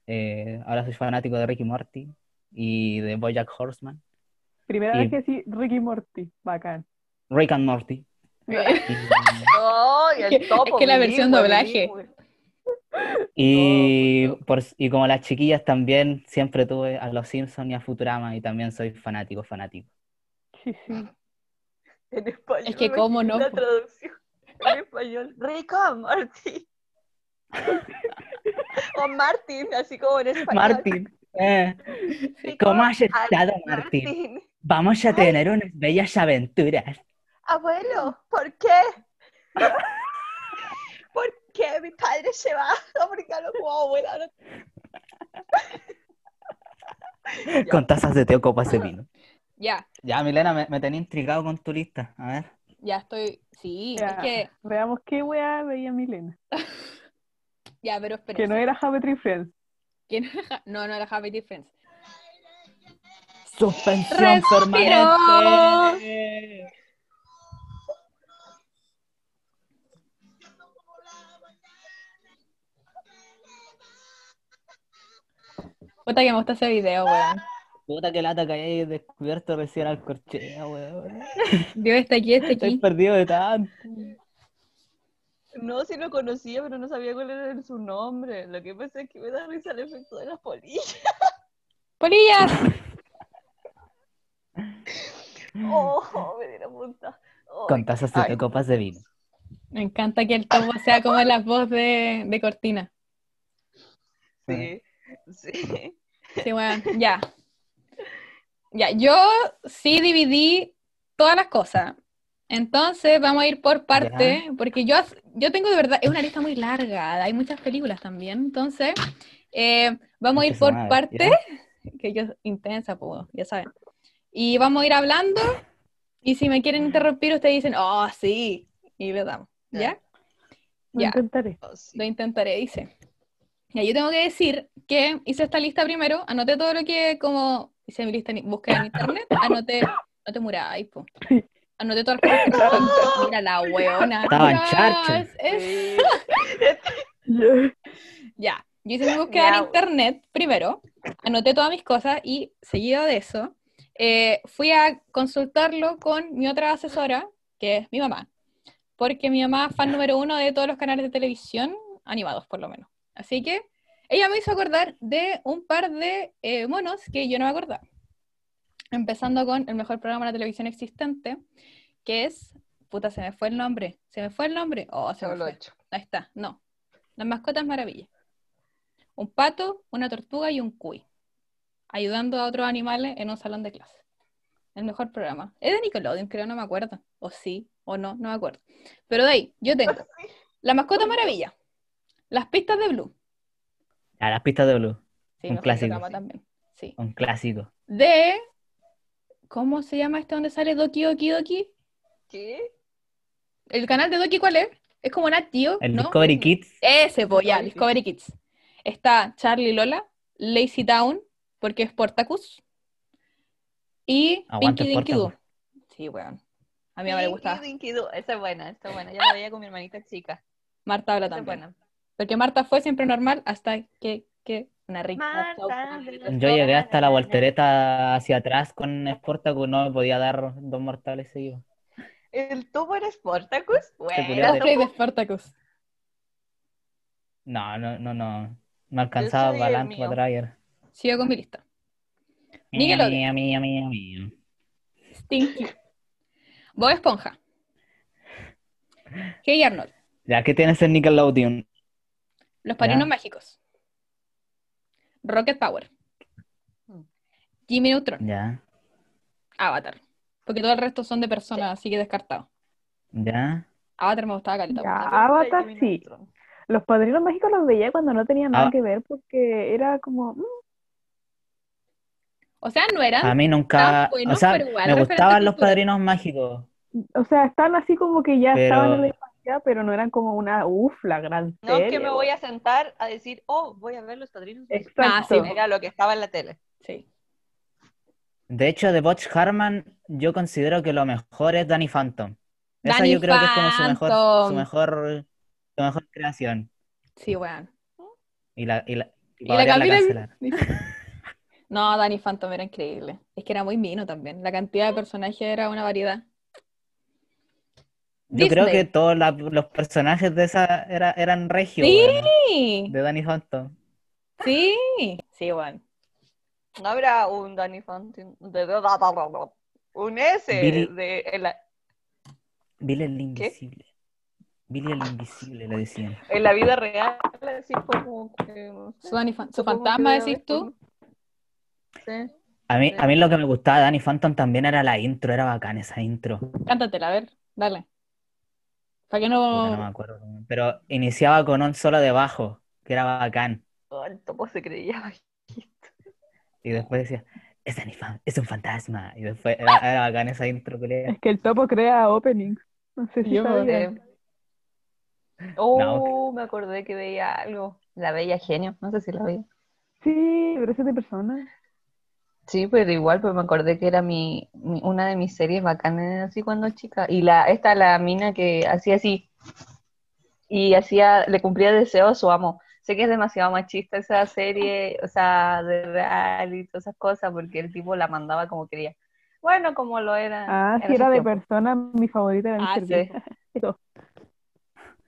[SPEAKER 4] eh, ahora soy fanático de Ricky Morty y de BoJack Horseman,
[SPEAKER 3] Primera
[SPEAKER 4] y-
[SPEAKER 3] vez que sí, Ricky Morty, bacán.
[SPEAKER 4] Rick and Morty. Y-
[SPEAKER 2] No, y el
[SPEAKER 1] Es que-
[SPEAKER 2] topo.
[SPEAKER 1] es que la
[SPEAKER 2] bilingüe,
[SPEAKER 1] versión doblaje.
[SPEAKER 2] bilingüe.
[SPEAKER 4] Y, por, y como las chiquillas también, siempre tuve a los Simpsons y a Futurama y también soy fanático, fanático.
[SPEAKER 3] Sí, sí.
[SPEAKER 2] En español.
[SPEAKER 1] Es que cómo no,
[SPEAKER 2] La
[SPEAKER 1] po.
[SPEAKER 2] traducción. En español. Rico Martín. o Martín, así como en español.
[SPEAKER 4] Martín, eh,
[SPEAKER 2] Rico
[SPEAKER 4] ¿cómo has estado,
[SPEAKER 2] al-
[SPEAKER 4] Martín? Vamos a tener unas bellas aventuras.
[SPEAKER 2] Abuelo, ¿por qué? ¿Por qué mi padre se va a África? No puedo, abuela. no-
[SPEAKER 4] Con tazas de teo, copas de vino.
[SPEAKER 1] Ya,
[SPEAKER 4] Ya, Milena, me, me tenía intrigado con tu lista. A ver.
[SPEAKER 1] ya estoy. Sí,
[SPEAKER 3] Ya.
[SPEAKER 1] es que.
[SPEAKER 3] Veamos qué weá veía Milena.
[SPEAKER 1] Ya, pero espera.
[SPEAKER 3] Que no era Happy Tree Friends.
[SPEAKER 1] ¿Quién era? No, no era Happy Difference.
[SPEAKER 4] Suspensión
[SPEAKER 1] permanente. Puta que me gusta ese video, weón.
[SPEAKER 4] Puta que lata que hayáis descubierto recién al corchea, weón.
[SPEAKER 1] Dios está aquí, está
[SPEAKER 4] Estoy
[SPEAKER 1] aquí.
[SPEAKER 4] perdido de tanto.
[SPEAKER 2] No, sí lo conocía, pero no sabía cuál era su nombre. Lo que pasa es que me da risa el efecto de las polillas.
[SPEAKER 1] ¡Polillas!
[SPEAKER 2] Oh, me dieron punta. Oh,
[SPEAKER 4] Con tazas de
[SPEAKER 2] Ay.
[SPEAKER 4] teo, copas de vino.
[SPEAKER 1] Me encanta que el topo sea como la voz de, de Cortina.
[SPEAKER 2] sí, sí.
[SPEAKER 1] Sí, weón. Ya. Ya, yo sí dividí todas las cosas Entonces vamos a ir por parte, porque yo, as- yo tengo de verdad, es una lista muy larga, hay muchas películas también, entonces eh, vamos a ir
[SPEAKER 4] Concha
[SPEAKER 1] por
[SPEAKER 4] su madre,
[SPEAKER 1] parte, que yo intensa, pues, ya saben. Y vamos a ir hablando, y si me quieren interrumpir, ustedes dicen, oh, sí, y le damos, ¿ya?
[SPEAKER 3] Lo
[SPEAKER 1] Ya.
[SPEAKER 3] intentaré.
[SPEAKER 2] Oh, sí.
[SPEAKER 1] Lo intentaré, dice. Ya, yo tengo que decir que hice esta lista primero, anoté todo lo que como hice mi lista en búsqueda en internet, anoté, no te muráis, po. Anoté todas las cosas que Mira la weona.
[SPEAKER 4] Estaba en
[SPEAKER 1] Ya,
[SPEAKER 4] Churchill.
[SPEAKER 1] es- es-
[SPEAKER 2] Sí. Este,
[SPEAKER 3] Ya.
[SPEAKER 1] Ya, yo hice mi búsqueda en
[SPEAKER 2] Ya.
[SPEAKER 1] internet primero, anoté todas mis cosas y seguido de eso, eh, fui a consultarlo con mi otra asesora, que es mi mamá, porque mi mamá es fan número uno de todos los canales de televisión animados, por lo menos. Así que ella me hizo acordar de un par de eh, monos que yo no me acordaba. Empezando con el mejor programa de la televisión existente, que es... Puta, se me fue el nombre. Se me fue el nombre. Oh, se me
[SPEAKER 2] Solo
[SPEAKER 1] fue.
[SPEAKER 2] ocho.
[SPEAKER 1] Ahí está, no. Las mascotas maravilla. Un pato, una tortuga y un cuy. Ayudando a otros animales en un salón de clase. El mejor programa. Es de Nickelodeon, creo, no me acuerdo. O sí, o no, no me acuerdo. Pero de ahí, yo tengo. La mascota maravilla. Las pistas de Blue.
[SPEAKER 4] A las pistas de Blue,
[SPEAKER 1] Sí,
[SPEAKER 4] Un
[SPEAKER 1] mejor
[SPEAKER 4] clásico. Oh.
[SPEAKER 1] programa también. Sí.
[SPEAKER 4] un clásico.
[SPEAKER 1] De. ¿Cómo se llama este donde sale Doki Doki Doki?
[SPEAKER 2] ¿Qué?
[SPEAKER 1] ¿El canal de Doki cuál es? Es como Nat Geo,
[SPEAKER 4] El
[SPEAKER 1] ¿no?
[SPEAKER 4] Discovery Kids,
[SPEAKER 1] Ese, pues ya,
[SPEAKER 2] Discovery
[SPEAKER 1] Discovery Kids. Está Charlie Lola, Lazy Town, porque es Portacus. Y
[SPEAKER 4] Aguante
[SPEAKER 1] Pinky Dinky Doo.
[SPEAKER 4] Portacus.
[SPEAKER 1] Sí, weón. A mi mamá le gusta
[SPEAKER 2] Dinky Doo. Esa es buena, esa es buena. Yo la veía con mi hermanita chica.
[SPEAKER 1] Marta habla
[SPEAKER 2] Esa es
[SPEAKER 1] también.
[SPEAKER 2] buena.
[SPEAKER 1] Porque Marta fue siempre normal hasta que, que una rica.
[SPEAKER 2] Marta habla.
[SPEAKER 4] yo llegué hasta la voltereta hacia atrás con Sportaco, no me podía dar dos mortales seguidos.
[SPEAKER 2] ¿El tubo era Sportacus?
[SPEAKER 4] culiao
[SPEAKER 2] Bueno,
[SPEAKER 4] de-
[SPEAKER 1] Cosplay de Portacus.
[SPEAKER 4] No, no, no, no. Me alcanzaba
[SPEAKER 2] soy
[SPEAKER 4] para
[SPEAKER 2] el
[SPEAKER 4] adelante
[SPEAKER 2] mío.
[SPEAKER 4] para traer.
[SPEAKER 1] Sigo con mi lista.
[SPEAKER 4] Mía,
[SPEAKER 1] Nickelodeon.
[SPEAKER 4] mía, mía, mía, mía.
[SPEAKER 1] Stinky. Bob Esponja. Hey Arnold.
[SPEAKER 4] Ya que tienes el Nickelodeon.
[SPEAKER 1] Los Padrinos
[SPEAKER 4] Ya.
[SPEAKER 1] Mágicos. Rocket Power.
[SPEAKER 2] Mm.
[SPEAKER 1] Jimmy Neutron.
[SPEAKER 4] Ya,
[SPEAKER 1] Avatar. Porque todo el resto son de personas, así que descartado.
[SPEAKER 4] ya.
[SPEAKER 1] Avatar me gustaba caleta.
[SPEAKER 3] Ya.
[SPEAKER 1] weón.
[SPEAKER 3] Avatar, sí. Los padrinos mágicos los veía cuando no tenía nada
[SPEAKER 4] Ah.
[SPEAKER 3] que ver porque era como. mm,
[SPEAKER 1] O sea, no eran.
[SPEAKER 4] A mí nunca.
[SPEAKER 1] tan buenos,
[SPEAKER 4] o sea,
[SPEAKER 1] Ah, pero igual
[SPEAKER 4] me
[SPEAKER 1] referente
[SPEAKER 4] gustaban los
[SPEAKER 1] cultural.
[SPEAKER 4] padrinos mágicos.
[SPEAKER 3] O sea, están así como que ya
[SPEAKER 4] Pero-
[SPEAKER 3] estaban en la infancia, pero no eran como una uff, la gran
[SPEAKER 2] No,
[SPEAKER 3] serie.
[SPEAKER 2] que me voy a sentar a decir, oh, voy a ver los padrinos. Mágicos.
[SPEAKER 1] Ah, sí,
[SPEAKER 3] Exacto.
[SPEAKER 2] Era lo que estaba en la tele.
[SPEAKER 1] Sí.
[SPEAKER 4] De hecho, de Butch Harman, yo considero que lo mejor es Danny Phantom. Esa
[SPEAKER 1] Danny
[SPEAKER 4] yo creo que es como su mejor,
[SPEAKER 1] Phantom.
[SPEAKER 4] su mejor, su mejor creación.
[SPEAKER 1] Sí, weón.
[SPEAKER 4] Y la, y la, y
[SPEAKER 1] Y
[SPEAKER 4] para
[SPEAKER 1] la
[SPEAKER 4] variar, la
[SPEAKER 1] Camila-
[SPEAKER 4] cancelaron.
[SPEAKER 1] No, Danny Phantom era increíble. Es que era muy mino también. La cantidad de personajes era una variedad.
[SPEAKER 4] Yo creo que
[SPEAKER 1] Disney.
[SPEAKER 4] todos la- los personajes de esa era, eran regios,
[SPEAKER 1] Sí.
[SPEAKER 4] bueno,
[SPEAKER 1] Sí,
[SPEAKER 4] de Danny Phantom.
[SPEAKER 1] sí, sí, weón.
[SPEAKER 2] No habrá un Danny Fountain. De, de- de- de- de- un S
[SPEAKER 4] Billy-
[SPEAKER 2] de el,
[SPEAKER 4] Billy el Invisible. Billy el Invisible le decían.
[SPEAKER 2] en la vida real, así fue como que. no sé,
[SPEAKER 1] Su, Danny Fan- su
[SPEAKER 2] supongo que
[SPEAKER 1] fantasma,
[SPEAKER 2] debe
[SPEAKER 1] decís
[SPEAKER 2] haber
[SPEAKER 1] tú.
[SPEAKER 2] como- Sí.
[SPEAKER 4] A mí, a mí lo que me gustaba de Danny Phantom también era la intro, era bacán esa intro.
[SPEAKER 1] Cántatela, a ver, dale. Para que
[SPEAKER 4] Puta, no me
[SPEAKER 1] no.
[SPEAKER 4] acuerdo. Pero iniciaba con un solo de bajo, que era bacán.
[SPEAKER 2] Oh, el topo se creía bajito.
[SPEAKER 4] Y después decía, es, Danny Phan- es un fantasma. Y después era, era bacán esa intro que le
[SPEAKER 3] Es que el topo crea openings. No sé si
[SPEAKER 1] Yo me
[SPEAKER 3] sabían.
[SPEAKER 2] Sí. Oh, me acordé que veía algo. La veía genio, no sé si la veía.
[SPEAKER 3] Sí, pero ese es de personas.
[SPEAKER 2] Sí, pero igual, pues me acordé que era mi, mi- una de mis series bacanas así cuando chica. Y la, esta la mina que hacía así y hacía, le cumplía deseos a su amo. Sé que es demasiado machista esa serie, o sea, de real y todas esas cosas, porque el tipo la mandaba como quería. Bueno, como lo era.
[SPEAKER 3] Ah,
[SPEAKER 2] en
[SPEAKER 3] sí, era
[SPEAKER 2] esos
[SPEAKER 3] de
[SPEAKER 2] tiempos.
[SPEAKER 3] personas, mi favorita era
[SPEAKER 1] Ah,
[SPEAKER 3] Mr.
[SPEAKER 1] sí.
[SPEAKER 3] Bean. Eso.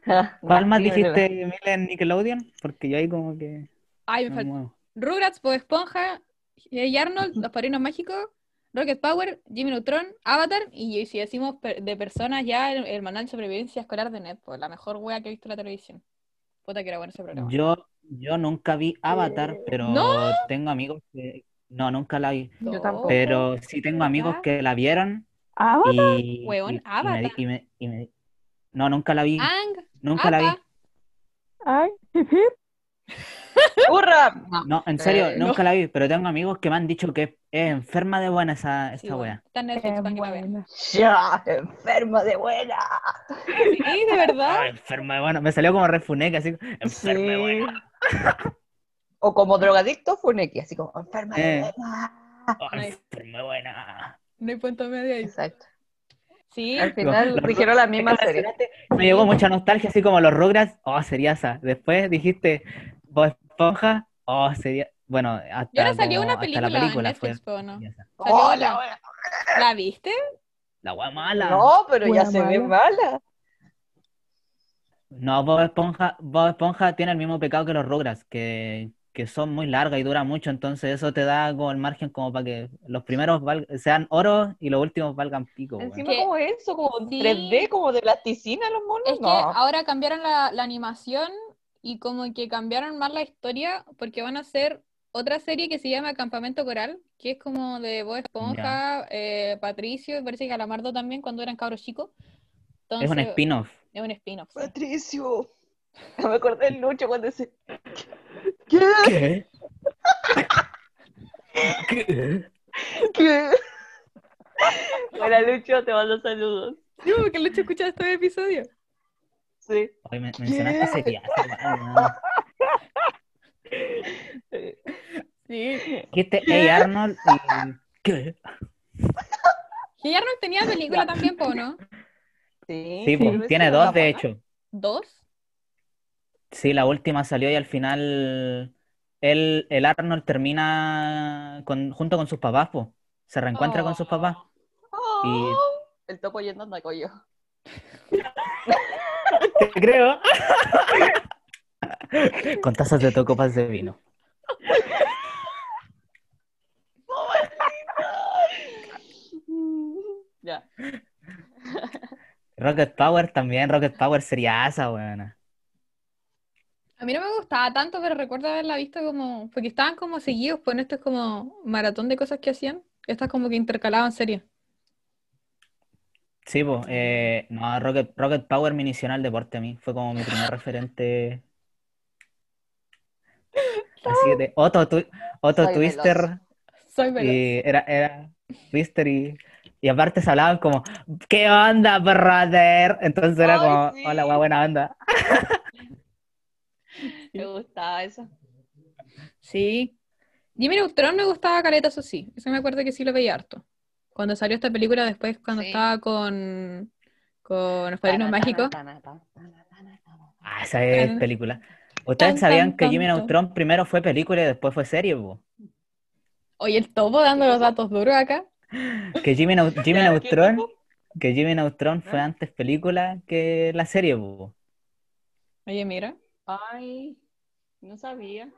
[SPEAKER 4] ¿Cuál más
[SPEAKER 2] Sí,
[SPEAKER 4] dijiste,
[SPEAKER 2] verdad.
[SPEAKER 4] Mila, en Nickelodeon? Porque yo ahí como que...
[SPEAKER 1] Ay, me
[SPEAKER 4] no me
[SPEAKER 1] faltó.
[SPEAKER 4] muevo.
[SPEAKER 1] Rugrats, Bob Esponja, Hey Arnold, Los Padrinos Mágicos, Rocket Power, Jimmy Neutron, Avatar y si decimos per- de personas ya el, el manual de sobrevivencia escolar de Netflix, la mejor wea que he visto en la televisión. Puta que era bueno ese programa.
[SPEAKER 4] Yo, yo nunca vi Avatar, pero
[SPEAKER 1] ¿No?
[SPEAKER 4] tengo amigos que... No, nunca la vi.
[SPEAKER 2] Yo tampoco.
[SPEAKER 4] Pero sí tengo amigos
[SPEAKER 1] Oh. ¿verdad?
[SPEAKER 4] que la vieron
[SPEAKER 3] Ah,
[SPEAKER 4] Y,
[SPEAKER 1] Hueón,
[SPEAKER 4] y- y me
[SPEAKER 1] Avatar. Ah,
[SPEAKER 4] di- y me- y me di- No, nunca la vi.
[SPEAKER 1] Ang,
[SPEAKER 4] nunca la vi.
[SPEAKER 1] apa.
[SPEAKER 3] ay, hip, hip.
[SPEAKER 2] ¡Hurra!
[SPEAKER 4] No, en serio,
[SPEAKER 2] Eh,
[SPEAKER 1] no.
[SPEAKER 4] nunca la vi, pero tengo amigos que me han dicho que es, es enferma de buena esa,
[SPEAKER 1] Sí,
[SPEAKER 4] esta
[SPEAKER 1] bueno,
[SPEAKER 4] wea.
[SPEAKER 1] Está en Netflix
[SPEAKER 3] Eh,
[SPEAKER 1] para que la vean.
[SPEAKER 3] buena.
[SPEAKER 2] ¡Ya! ¡Enferma de buena!
[SPEAKER 1] Sí, de
[SPEAKER 4] Ah,
[SPEAKER 1] verdad.
[SPEAKER 4] enferma de buena. Me salió como refuneca, así, enferma de buena.
[SPEAKER 2] O como drogadicto, Funeki, así como, enferma de
[SPEAKER 4] Eh.
[SPEAKER 2] buena.
[SPEAKER 4] Ah,
[SPEAKER 1] Ay.
[SPEAKER 4] enferma de buena.
[SPEAKER 1] No hay punto medio ahí.
[SPEAKER 2] Exacto.
[SPEAKER 1] Sí,
[SPEAKER 2] Al final
[SPEAKER 4] Los-
[SPEAKER 2] dijeron la misma
[SPEAKER 4] Es que
[SPEAKER 2] serie.
[SPEAKER 4] impresionante, Me llegó mucha nostalgia, así como los Rugrats, oh, Seriasa. Después dijiste Bob Esponja, oh, sería. Bueno, hasta.
[SPEAKER 1] y ahora salió
[SPEAKER 4] como-
[SPEAKER 1] una
[SPEAKER 4] hasta
[SPEAKER 1] película,
[SPEAKER 4] la película
[SPEAKER 1] en Netflix,
[SPEAKER 4] fue.
[SPEAKER 1] ¿o no?
[SPEAKER 4] Seriasa.
[SPEAKER 1] Salió
[SPEAKER 2] ¡Oh,
[SPEAKER 1] la-
[SPEAKER 2] la wea!
[SPEAKER 1] ¿La viste?
[SPEAKER 4] La wea mala.
[SPEAKER 2] No, pero ya
[SPEAKER 3] Buena
[SPEAKER 2] se ve mala.
[SPEAKER 4] No, Bob Esponja, Bob Esponja tiene el mismo pecado que los Rugrats, que, que son muy largas y duran mucho, entonces eso te da como el margen como para que los primeros val- sean oro y los últimos valgan pico, weón.
[SPEAKER 2] Encima
[SPEAKER 1] Que-
[SPEAKER 2] como eso, como
[SPEAKER 1] Sí.
[SPEAKER 2] 3D, como de elasticina los monos.
[SPEAKER 1] Es que
[SPEAKER 2] no.
[SPEAKER 1] ahora cambiaron la, la animación y como que cambiaron más la historia porque van a hacer otra serie que se llama Campamento Coral, que es como de Bob Esponja, eh, Patricio y parece que Calamardo también cuando eran cabros chicos.
[SPEAKER 4] Es un
[SPEAKER 1] Entonces,
[SPEAKER 4] spin-off.
[SPEAKER 1] Es un spin-off. sí.
[SPEAKER 2] Patricio. No me acordé del Lucho cuando dice. ¿Qué?
[SPEAKER 4] ¿Qué? ¿Qué?
[SPEAKER 2] ¿Qué? Hola Lucho, te mando saludos.
[SPEAKER 1] No, porque Lucho escucha este episodio.
[SPEAKER 2] Sí.
[SPEAKER 4] Hoy me, mencionaste Seriasa, weón.
[SPEAKER 1] Sí.
[SPEAKER 4] Dijiste, hey Arnold, y- ¿qué?
[SPEAKER 1] Y Arnold tenía película también, ¿po, ¿no?
[SPEAKER 2] Sí,
[SPEAKER 4] Sí, pues,
[SPEAKER 2] pero
[SPEAKER 4] tiene
[SPEAKER 2] esa era
[SPEAKER 4] dos, de
[SPEAKER 2] la
[SPEAKER 4] hecho.
[SPEAKER 1] ¿Dos?
[SPEAKER 4] Sí, la última salió y al final él, el Arnold termina con, junto con sus papás, po. Se reencuentra con sus papás.
[SPEAKER 2] buena.
[SPEAKER 4] Y-
[SPEAKER 2] ¡Oh! El topo yendo anda coyo.
[SPEAKER 4] Te creo. Con tazas de tocopas de vino.
[SPEAKER 2] Ya.
[SPEAKER 4] Rocket Power también, Rocket Power sería asa, weón.
[SPEAKER 1] A mí no me gustaba tanto, pero recuerdo haberla visto como... Porque estaban como seguidos, pues en esto es como maratón de cosas que hacían. Estas como que intercalaban series.
[SPEAKER 4] Sí, po. eh, no, Rocket, Rocket Power me inició en el deporte a mí. Fue como mi primer referente. Así que te- Otto, Twi- Otto
[SPEAKER 2] Soy veloz.
[SPEAKER 4] Twister.
[SPEAKER 1] Soy veloz.
[SPEAKER 4] Y era, era Twister y, y aparte se hablaban como, ¿qué onda, brother? Entonces era
[SPEAKER 2] Ay,
[SPEAKER 4] como,
[SPEAKER 2] sí.
[SPEAKER 4] hola, guau, buena onda.
[SPEAKER 2] Me gustaba eso.
[SPEAKER 1] Sí. Jimmy Neutron me gustaba Caleta, eso sí. Eso me acuerdo que sí lo veía harto. Cuando salió esta película después, cuando
[SPEAKER 2] Sí.
[SPEAKER 1] estaba con, con Los Padrinos Mágicos.
[SPEAKER 4] Ah, esa es
[SPEAKER 1] Tan.
[SPEAKER 4] película. ¿Ustedes
[SPEAKER 1] Tan,
[SPEAKER 4] sabían
[SPEAKER 1] tan,
[SPEAKER 4] que
[SPEAKER 1] tan,
[SPEAKER 4] Jimmy
[SPEAKER 1] tan.
[SPEAKER 4] Neutron primero fue película y después fue serie? po?
[SPEAKER 1] Oye, el topo dando los datos duros acá.
[SPEAKER 4] Que Jimmy, Neu- Jimmy
[SPEAKER 2] Ya, ¿qué
[SPEAKER 4] Neutron,
[SPEAKER 2] tipo?
[SPEAKER 4] que Jimmy Neutron fue antes película que la serie. po.
[SPEAKER 1] Oye, mira.
[SPEAKER 2] Ay, no sabía.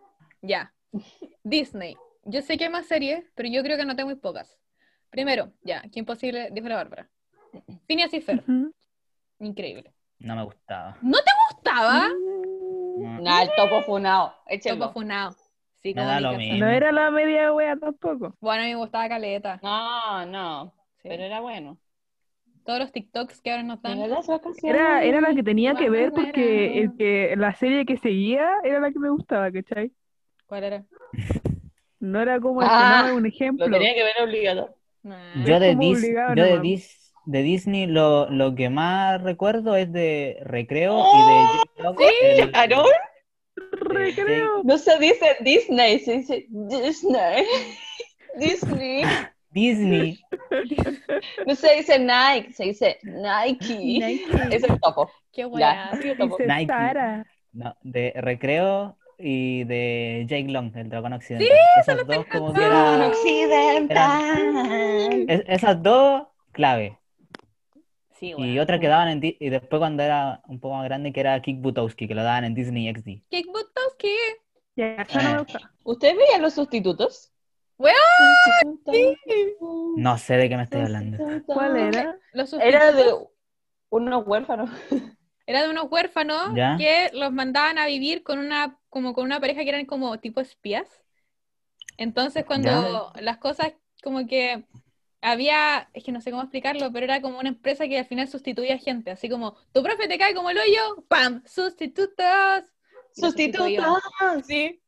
[SPEAKER 1] Ya. Disney. Yo sé que hay más series, pero yo creo que anoté muy pocas. Primero, ya, que imposible, dijo la Bárbara. Phineas y Ferb.
[SPEAKER 3] Ujú.
[SPEAKER 1] Increíble.
[SPEAKER 4] No me gustaba.
[SPEAKER 2] Mm,
[SPEAKER 1] ¿Gustaba?
[SPEAKER 3] Mm,
[SPEAKER 4] No,
[SPEAKER 2] Nah, el topo funao. Échenlo.
[SPEAKER 1] Topo funao. Sí,
[SPEAKER 4] Me
[SPEAKER 1] como
[SPEAKER 4] da lo
[SPEAKER 1] Nicholson.
[SPEAKER 4] mismo.
[SPEAKER 3] No era la media wea tampoco.
[SPEAKER 1] Bueno, a mí me gustaba Caleta.
[SPEAKER 2] No, no.
[SPEAKER 1] Sí.
[SPEAKER 2] Pero era bueno.
[SPEAKER 1] Todos los TikToks que ahora nos dan.
[SPEAKER 2] Era las vacaciones.
[SPEAKER 3] Era, era la que tenía que ver
[SPEAKER 1] Guau,
[SPEAKER 3] porque
[SPEAKER 1] guau.
[SPEAKER 3] el que, la serie que seguía era la que me gustaba, ¿cachai?
[SPEAKER 1] ¿Cuál era?
[SPEAKER 3] No era como
[SPEAKER 2] Ah,
[SPEAKER 3] el un ejemplo.
[SPEAKER 2] Lo tenía que ver obligado.
[SPEAKER 1] Nah.
[SPEAKER 4] Yo de,
[SPEAKER 3] como
[SPEAKER 4] Dis-
[SPEAKER 3] obligado
[SPEAKER 4] yo de,
[SPEAKER 3] nomás.
[SPEAKER 4] Dis- de Disney lo, lo que más recuerdo es de Recreo y de Jake Dog, el-
[SPEAKER 2] ¿Claro?
[SPEAKER 4] de Jake-
[SPEAKER 3] Recreo.
[SPEAKER 2] No se dice Disney, se dice Disney. Disney.
[SPEAKER 4] Disney.
[SPEAKER 2] No se dice Nike, se dice Nike. Es el topo.
[SPEAKER 1] Qué
[SPEAKER 2] Ya.
[SPEAKER 1] buena.
[SPEAKER 2] el topo.
[SPEAKER 3] Dice
[SPEAKER 4] Nike.
[SPEAKER 3] Sara.
[SPEAKER 4] No, de Recreo y de Jake Long, el dragón occidental. esas dos como que
[SPEAKER 1] pensando.
[SPEAKER 4] era-
[SPEAKER 2] Occidental.
[SPEAKER 4] es- esas dos clave.
[SPEAKER 1] Sí,
[SPEAKER 4] Y otra que daban en Di- y después cuando era un poco más grande que era Kick Butowski, que lo daban en Disney XD.
[SPEAKER 1] Kick Butowski.
[SPEAKER 3] Ya, esa no me gustaba.
[SPEAKER 2] ¿Ustedes veían los sustitutos?
[SPEAKER 1] ¡Weón!
[SPEAKER 4] No sé de qué me estoy hablando.
[SPEAKER 3] ¿Cuál era?
[SPEAKER 1] Los
[SPEAKER 2] Era de
[SPEAKER 1] sustitutos.
[SPEAKER 2] unos huérfanos.
[SPEAKER 1] Era de unos huérfanos
[SPEAKER 4] Ya.
[SPEAKER 1] que los mandaban a vivir con una, como con una pareja que eran como tipo espías. Entonces, cuando las cosas como que había, es que no sé cómo explicarlo, pero era como una empresa que al final sustituía gente, así como, tu profe te cae como el hoyo, ¡pam! ¡Sustitutos! Y lo sustituían.
[SPEAKER 2] Sustitutas.
[SPEAKER 1] Sí.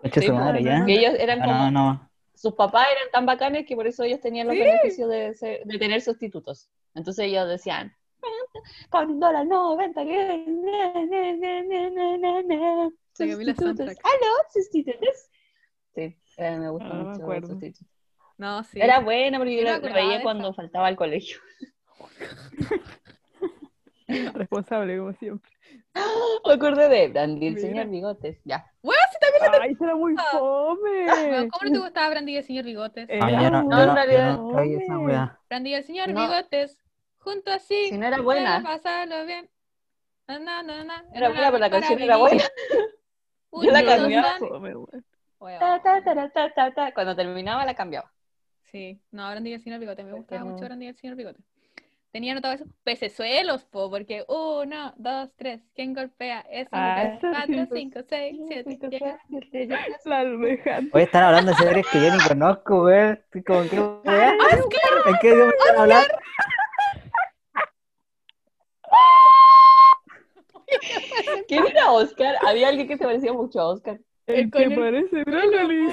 [SPEAKER 4] Concha
[SPEAKER 2] Sí,
[SPEAKER 4] su
[SPEAKER 2] no,
[SPEAKER 4] madre,
[SPEAKER 2] no,
[SPEAKER 4] ¿ya?
[SPEAKER 2] no, que ellos eran
[SPEAKER 4] Ah,
[SPEAKER 2] como,
[SPEAKER 4] No, no.
[SPEAKER 2] sus papás eran tan bacanes que por eso ellos tenían los
[SPEAKER 1] Sí.
[SPEAKER 2] beneficios de, ser- de tener sustitutos. Entonces ellos decían, con un dólar no, venta que... na, na, na, na, na, na, na".
[SPEAKER 1] La Camila
[SPEAKER 2] Sustitutos.
[SPEAKER 1] soundtrack.
[SPEAKER 2] ¿Aló? ¿Sustitutos? Sí, eh, me gusta
[SPEAKER 3] Ah, no me
[SPEAKER 2] mucho
[SPEAKER 3] acuerdo.
[SPEAKER 2] sustitutos.
[SPEAKER 1] No, sí.
[SPEAKER 2] Era buena porque yo
[SPEAKER 1] Yo me
[SPEAKER 2] la la
[SPEAKER 1] acordaba de
[SPEAKER 2] veía
[SPEAKER 1] esa.
[SPEAKER 2] cuando faltaba al colegio.
[SPEAKER 3] Responsable, como siempre.
[SPEAKER 2] Me acordé de Brandy, el
[SPEAKER 3] Mira.
[SPEAKER 2] señor Bigotes, ya.
[SPEAKER 3] ¡Ay, será muy
[SPEAKER 1] Weón,
[SPEAKER 3] fome!
[SPEAKER 1] ¿Cómo no te gustaba Brandy y el señor Bigotes?
[SPEAKER 3] Eh,
[SPEAKER 4] No, yo Ah, no,
[SPEAKER 2] No,
[SPEAKER 4] yo no,
[SPEAKER 2] en
[SPEAKER 4] yo
[SPEAKER 2] realidad,
[SPEAKER 4] no caí esa
[SPEAKER 3] hombre.
[SPEAKER 4] wea.
[SPEAKER 1] Brandy y el señor
[SPEAKER 2] No.
[SPEAKER 1] Bigotes, junto así,
[SPEAKER 2] Si no era buena.
[SPEAKER 1] pasarlo bien. Na, na, na, na,
[SPEAKER 2] Era
[SPEAKER 1] na,
[SPEAKER 2] buena, pero
[SPEAKER 1] para
[SPEAKER 2] la canción era
[SPEAKER 1] vivir.
[SPEAKER 2] buena.
[SPEAKER 1] Un
[SPEAKER 2] Yo la
[SPEAKER 1] día dos
[SPEAKER 2] cambiaba.
[SPEAKER 1] van-
[SPEAKER 3] Fome, weón.
[SPEAKER 1] Weón.
[SPEAKER 2] Ta, ta, ta, ta, ta, ta. Cuando terminaba la cambiaba.
[SPEAKER 1] Sí, no, Brandy y el señor Bigote, me
[SPEAKER 2] Porque
[SPEAKER 1] gustaba mucho
[SPEAKER 2] no.
[SPEAKER 1] Brandy y el señor Bigote. Tenía anotado eso, pecesuelos, po, porque uno, dos, tres, ¿quién golpea? Es un
[SPEAKER 3] Ah,
[SPEAKER 1] tres,
[SPEAKER 3] eso
[SPEAKER 1] cuatro,
[SPEAKER 3] sí, pues,
[SPEAKER 1] cinco, seis, siete, llega.
[SPEAKER 3] La almeja.
[SPEAKER 4] Hoy están hablando de series que yo ni conozco, wey. Estoy como, ¿qué
[SPEAKER 2] Ah,
[SPEAKER 4] wea? ¿En qué idioma están hablando?
[SPEAKER 2] ¿Quién era Oscar? Había alguien que se parecía mucho a Oscar.
[SPEAKER 3] El,
[SPEAKER 1] El
[SPEAKER 3] que
[SPEAKER 1] color-
[SPEAKER 3] parece brócoli.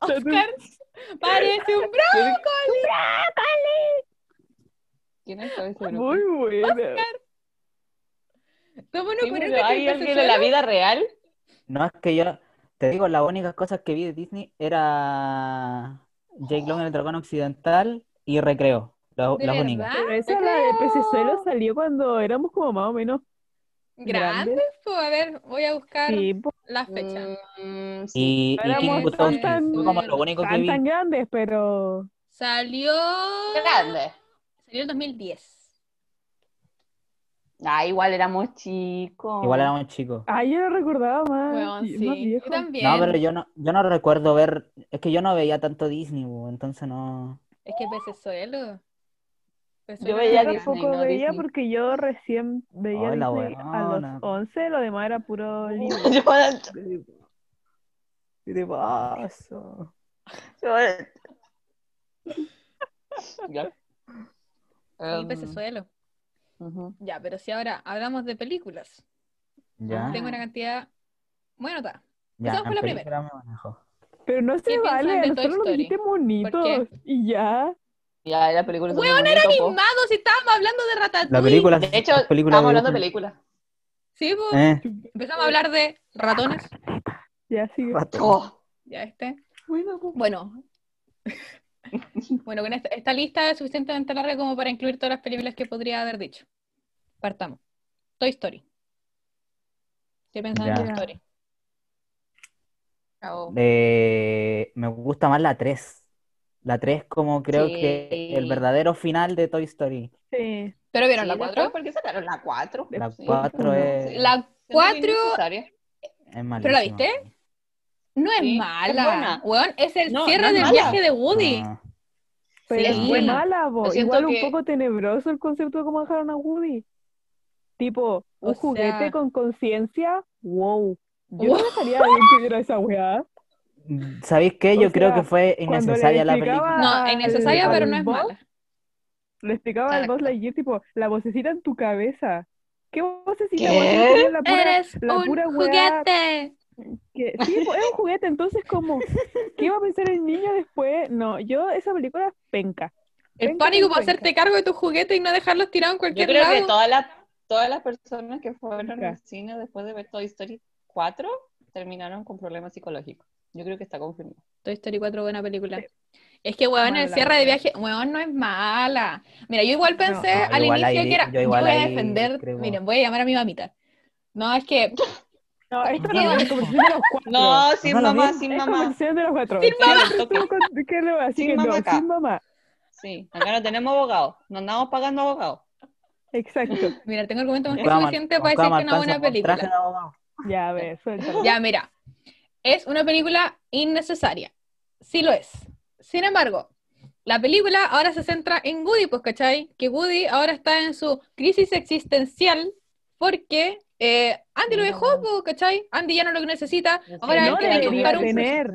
[SPEAKER 1] Oscar parece un bro.
[SPEAKER 2] ¿Quién- ¿Quién es ese grupo?
[SPEAKER 3] Muy buena.
[SPEAKER 1] ¿Cómo no
[SPEAKER 2] Sí,
[SPEAKER 1] ocurrió
[SPEAKER 2] pero
[SPEAKER 1] que
[SPEAKER 2] ¿Hay
[SPEAKER 1] el
[SPEAKER 2] alguien en la
[SPEAKER 1] pecesuelo?
[SPEAKER 2] vida real?
[SPEAKER 4] No, es que yo, te digo, las únicas cosas que vi de Disney era Jake Long en el Dragón Occidental y Recreo, lo-
[SPEAKER 1] ¿De
[SPEAKER 4] las únicas.
[SPEAKER 1] verdad?
[SPEAKER 3] Pero esa la de
[SPEAKER 1] creo.
[SPEAKER 3] Pecesuelo salió cuando éramos como más o menos
[SPEAKER 1] Grandes, po, a ver, voy a buscar
[SPEAKER 3] tipo,
[SPEAKER 1] la fecha.
[SPEAKER 2] Mm, sí.
[SPEAKER 4] Y, y
[SPEAKER 3] Éramos
[SPEAKER 4] King Butowski,
[SPEAKER 3] tan-
[SPEAKER 4] fue como lo único que
[SPEAKER 3] tan
[SPEAKER 4] vi.
[SPEAKER 3] tan grandes, pero
[SPEAKER 1] Salió.
[SPEAKER 2] Grande.
[SPEAKER 1] Salió el 2010.
[SPEAKER 2] Ah, igual éramos chicos.
[SPEAKER 4] Igual éramos chicos.
[SPEAKER 3] ay, yo lo recordaba más,
[SPEAKER 1] Weón,
[SPEAKER 3] y- más
[SPEAKER 1] sí.
[SPEAKER 3] viejo.
[SPEAKER 1] Yo también.
[SPEAKER 4] No, pero yo no, yo no recuerdo ver, es que yo no veía tanto Disney, bu, entonces no.
[SPEAKER 1] Es que pecesuelo. Pecesuelo
[SPEAKER 2] Yo
[SPEAKER 1] es
[SPEAKER 2] veía
[SPEAKER 1] una
[SPEAKER 2] Disney,
[SPEAKER 1] gana.
[SPEAKER 3] tampoco
[SPEAKER 2] no
[SPEAKER 3] veía
[SPEAKER 2] Disney.
[SPEAKER 3] porque yo recién veía
[SPEAKER 4] Ay, la
[SPEAKER 3] Disney a
[SPEAKER 4] weona.
[SPEAKER 3] los 11, lo demás era puro libro.
[SPEAKER 2] Yo,
[SPEAKER 4] ¿Qué te pasa?
[SPEAKER 2] yo- Ya.
[SPEAKER 1] Sí,
[SPEAKER 2] Um,
[SPEAKER 1] pecesuelo.
[SPEAKER 2] ujú.
[SPEAKER 1] Ya, pero si ahora hablamos de películas,
[SPEAKER 4] Ya,
[SPEAKER 1] tengo una cantidad muy anotada.
[SPEAKER 4] ya,
[SPEAKER 1] esa fue
[SPEAKER 4] en
[SPEAKER 1] la
[SPEAKER 4] película me manejo.
[SPEAKER 3] Pero no se
[SPEAKER 1] ¿Qué piensan
[SPEAKER 3] vale,
[SPEAKER 1] de
[SPEAKER 3] a
[SPEAKER 1] Toy
[SPEAKER 3] nosotros nos
[SPEAKER 1] Story?
[SPEAKER 3] dijiste
[SPEAKER 1] ¿Por
[SPEAKER 3] monitos y ya.
[SPEAKER 2] Ya, la película es
[SPEAKER 1] ¡Weón,
[SPEAKER 2] muy
[SPEAKER 1] era
[SPEAKER 2] bonito, po.
[SPEAKER 1] animado! Si estábamos hablando de
[SPEAKER 4] La
[SPEAKER 1] Ratatouille.
[SPEAKER 4] película,
[SPEAKER 2] De hecho,
[SPEAKER 4] la película,
[SPEAKER 2] estamos hablando de
[SPEAKER 4] película.
[SPEAKER 2] películas.
[SPEAKER 1] Sí, pues,
[SPEAKER 4] Eh,
[SPEAKER 1] empezamos a hablar de ratones.
[SPEAKER 3] Ya sigue.
[SPEAKER 4] rato.
[SPEAKER 2] Oh,
[SPEAKER 1] Ya este.
[SPEAKER 2] bueno, po.
[SPEAKER 1] Bueno. bueno, con esta, esta lista es suficientemente larga como para incluir todas las películas que podría haber dicho. Partamos. Toy Story. ¿Qué pensaban de
[SPEAKER 4] Ya.
[SPEAKER 1] Toy Story?
[SPEAKER 2] Chao.
[SPEAKER 4] Eh, me gusta más la 3. La 3 como creo
[SPEAKER 2] Sí.
[SPEAKER 4] que el verdadero final de Toy Story.
[SPEAKER 3] Sí.
[SPEAKER 1] ¿Pero vieron
[SPEAKER 2] Sí,
[SPEAKER 1] la
[SPEAKER 2] después,
[SPEAKER 1] 4?
[SPEAKER 2] ¿Por qué sacaron la 4?
[SPEAKER 4] La
[SPEAKER 3] Sí,
[SPEAKER 4] 4
[SPEAKER 3] no.
[SPEAKER 4] es,
[SPEAKER 1] La 4
[SPEAKER 4] es malísima.
[SPEAKER 1] ¿Pero la viste? no es
[SPEAKER 2] Sí, es
[SPEAKER 1] mala.
[SPEAKER 2] buena.
[SPEAKER 1] weón, es el
[SPEAKER 2] No,
[SPEAKER 1] cierre
[SPEAKER 2] no es
[SPEAKER 1] del
[SPEAKER 2] mala.
[SPEAKER 1] viaje de Woody.
[SPEAKER 4] No.
[SPEAKER 3] Pero
[SPEAKER 1] Sí, Pues
[SPEAKER 3] es
[SPEAKER 1] es
[SPEAKER 3] muy
[SPEAKER 1] buena.
[SPEAKER 3] mala, bo.
[SPEAKER 2] Yo siento
[SPEAKER 3] Igual
[SPEAKER 2] que-
[SPEAKER 3] un poco tenebroso el concepto de cómo dejaron a Woody. Tipo, un
[SPEAKER 1] O
[SPEAKER 3] juguete
[SPEAKER 1] sea-
[SPEAKER 3] con conciencia, wow. Yo
[SPEAKER 1] Wow.
[SPEAKER 3] no dejaría bien que viera esa weá.
[SPEAKER 4] mm, ¿Sabéis qué? Yo
[SPEAKER 3] O
[SPEAKER 4] creo
[SPEAKER 3] sea,
[SPEAKER 4] que fue
[SPEAKER 3] cuando le
[SPEAKER 4] innecesaria la
[SPEAKER 3] explicaba-
[SPEAKER 4] película.
[SPEAKER 1] No, es innecesaria,
[SPEAKER 4] al-
[SPEAKER 1] pero no es
[SPEAKER 3] ¿Vos?
[SPEAKER 1] mala.
[SPEAKER 3] Le explicaba al Buzz
[SPEAKER 1] Exacto.
[SPEAKER 3] Lightyear, tipo, la vocecita en tu cabeza. ¿Qué vocecita?
[SPEAKER 2] ¿Qué?
[SPEAKER 3] Bueno, tenía La pura,
[SPEAKER 1] Eres
[SPEAKER 3] la
[SPEAKER 1] un
[SPEAKER 3] pura weá
[SPEAKER 1] juguete.
[SPEAKER 3] que... Sí, bo, es un juguete, entonces como, ¿qué iba a pensar el niño después? No, yo esa película penca.
[SPEAKER 1] El
[SPEAKER 3] Penca,
[SPEAKER 1] pánico
[SPEAKER 3] penca,
[SPEAKER 1] por hacerte cargo de tus juguetes y no dejarlos tirados en
[SPEAKER 2] Yo
[SPEAKER 1] cualquier
[SPEAKER 2] creo que
[SPEAKER 1] lado.
[SPEAKER 2] todas las todas las personas que fueron
[SPEAKER 3] Ya.
[SPEAKER 2] al cine después de ver Toy Story 4 terminaron con problemas psicológicos. Yo creo que está confirmado.
[SPEAKER 1] Toy Story 4, buena película. Es que, weón, el
[SPEAKER 3] Mala.
[SPEAKER 1] cierre de viaje, weón, no es mala. Mira, yo igual pensé
[SPEAKER 4] No,
[SPEAKER 1] al
[SPEAKER 4] igual
[SPEAKER 1] inicio
[SPEAKER 4] ahí-
[SPEAKER 1] que era,
[SPEAKER 4] yo
[SPEAKER 1] yo
[SPEAKER 4] igual
[SPEAKER 1] voy a
[SPEAKER 4] ahí
[SPEAKER 1] defender,
[SPEAKER 4] creo.
[SPEAKER 1] miren, voy a llamar a mi mamita. No, es que,
[SPEAKER 3] penca. No, esto
[SPEAKER 1] Sí,
[SPEAKER 3] no es conversación de los cuatro.
[SPEAKER 2] No, sin
[SPEAKER 4] No lo
[SPEAKER 2] mamá,
[SPEAKER 4] vi.
[SPEAKER 2] sin
[SPEAKER 3] es
[SPEAKER 2] mamá.
[SPEAKER 3] conversación de los cuatro.
[SPEAKER 1] Sin
[SPEAKER 3] Sí,
[SPEAKER 2] mamá.
[SPEAKER 3] estamos con- ¿qué le va? Así
[SPEAKER 2] Sin
[SPEAKER 3] que no,
[SPEAKER 2] mamá acá.
[SPEAKER 3] sin mamá.
[SPEAKER 2] Sí, acá no tenemos abogados. No andamos pagando abogados.
[SPEAKER 3] Exacto.
[SPEAKER 1] mira, tengo argumentos más que
[SPEAKER 4] Buscaba-
[SPEAKER 1] suficientes para decir
[SPEAKER 4] buscaba
[SPEAKER 1] que no es una
[SPEAKER 4] alcanza con
[SPEAKER 1] película.
[SPEAKER 4] traje de abogado.
[SPEAKER 3] Ya, a ver, suéltalo.
[SPEAKER 1] Ya, mira, es una película innecesaria. Sí lo es. Sin embargo, la película ahora se centra en Woody, pues, ¿cachai? Que Woody ahora está en su crisis existencial porque eh, Andy lo dejó, pues, ¿cachai? Andy ya no lo necesita. Ahora
[SPEAKER 3] no
[SPEAKER 1] él tiene que
[SPEAKER 3] debería
[SPEAKER 1] buscar un...
[SPEAKER 3] tener.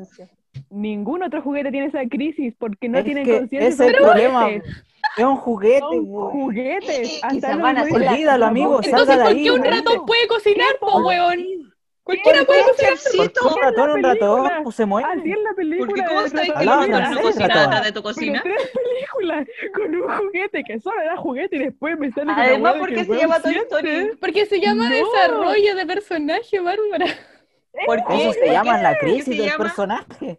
[SPEAKER 3] Ningún otro juguete tiene esa crisis porque no
[SPEAKER 4] Es
[SPEAKER 3] tienen
[SPEAKER 4] que
[SPEAKER 3] conciencia.
[SPEAKER 4] ese es el
[SPEAKER 3] son
[SPEAKER 4] problema.
[SPEAKER 3] juguetes,
[SPEAKER 4] Es un juguete,
[SPEAKER 3] Son
[SPEAKER 4] güey.
[SPEAKER 3] juguetes.
[SPEAKER 2] Y se
[SPEAKER 3] los
[SPEAKER 2] van a hacer
[SPEAKER 3] juguetes.
[SPEAKER 4] Olvídalo, amigo,
[SPEAKER 1] Entonces,
[SPEAKER 4] Salga de
[SPEAKER 1] ¿por
[SPEAKER 4] ahí,
[SPEAKER 1] qué un
[SPEAKER 4] güey.
[SPEAKER 1] ratón puede cocinar, po,
[SPEAKER 4] ¿Por
[SPEAKER 1] Oh, weón? Cualquiera puede
[SPEAKER 2] ¿Por qué
[SPEAKER 1] cocinar.
[SPEAKER 2] Charcito?
[SPEAKER 4] Un ratón, un ratón,
[SPEAKER 3] película.
[SPEAKER 4] pues se mueve.
[SPEAKER 3] Así es la película.
[SPEAKER 6] Porque ¿cómo
[SPEAKER 3] de
[SPEAKER 6] estáis que
[SPEAKER 3] Ratón
[SPEAKER 6] los
[SPEAKER 4] Ratón,
[SPEAKER 6] ratones no
[SPEAKER 4] ratón.
[SPEAKER 6] cocinan
[SPEAKER 4] Ratón.
[SPEAKER 6] nada de tu cocina?
[SPEAKER 3] Pero tres películas con un juguete que solo era juguete y después me sale con la
[SPEAKER 2] Además,
[SPEAKER 3] hueá de
[SPEAKER 2] ¿por
[SPEAKER 3] que
[SPEAKER 2] qué
[SPEAKER 3] el
[SPEAKER 2] se
[SPEAKER 3] weón
[SPEAKER 2] llama Toy
[SPEAKER 3] siente.
[SPEAKER 2] Story?
[SPEAKER 1] Porque se llama
[SPEAKER 3] No.
[SPEAKER 1] desarrollo de personaje, Bárbara.
[SPEAKER 2] ¿Por qué?
[SPEAKER 4] Eso se llama la crisis
[SPEAKER 6] se
[SPEAKER 4] del
[SPEAKER 6] llama?
[SPEAKER 4] personaje.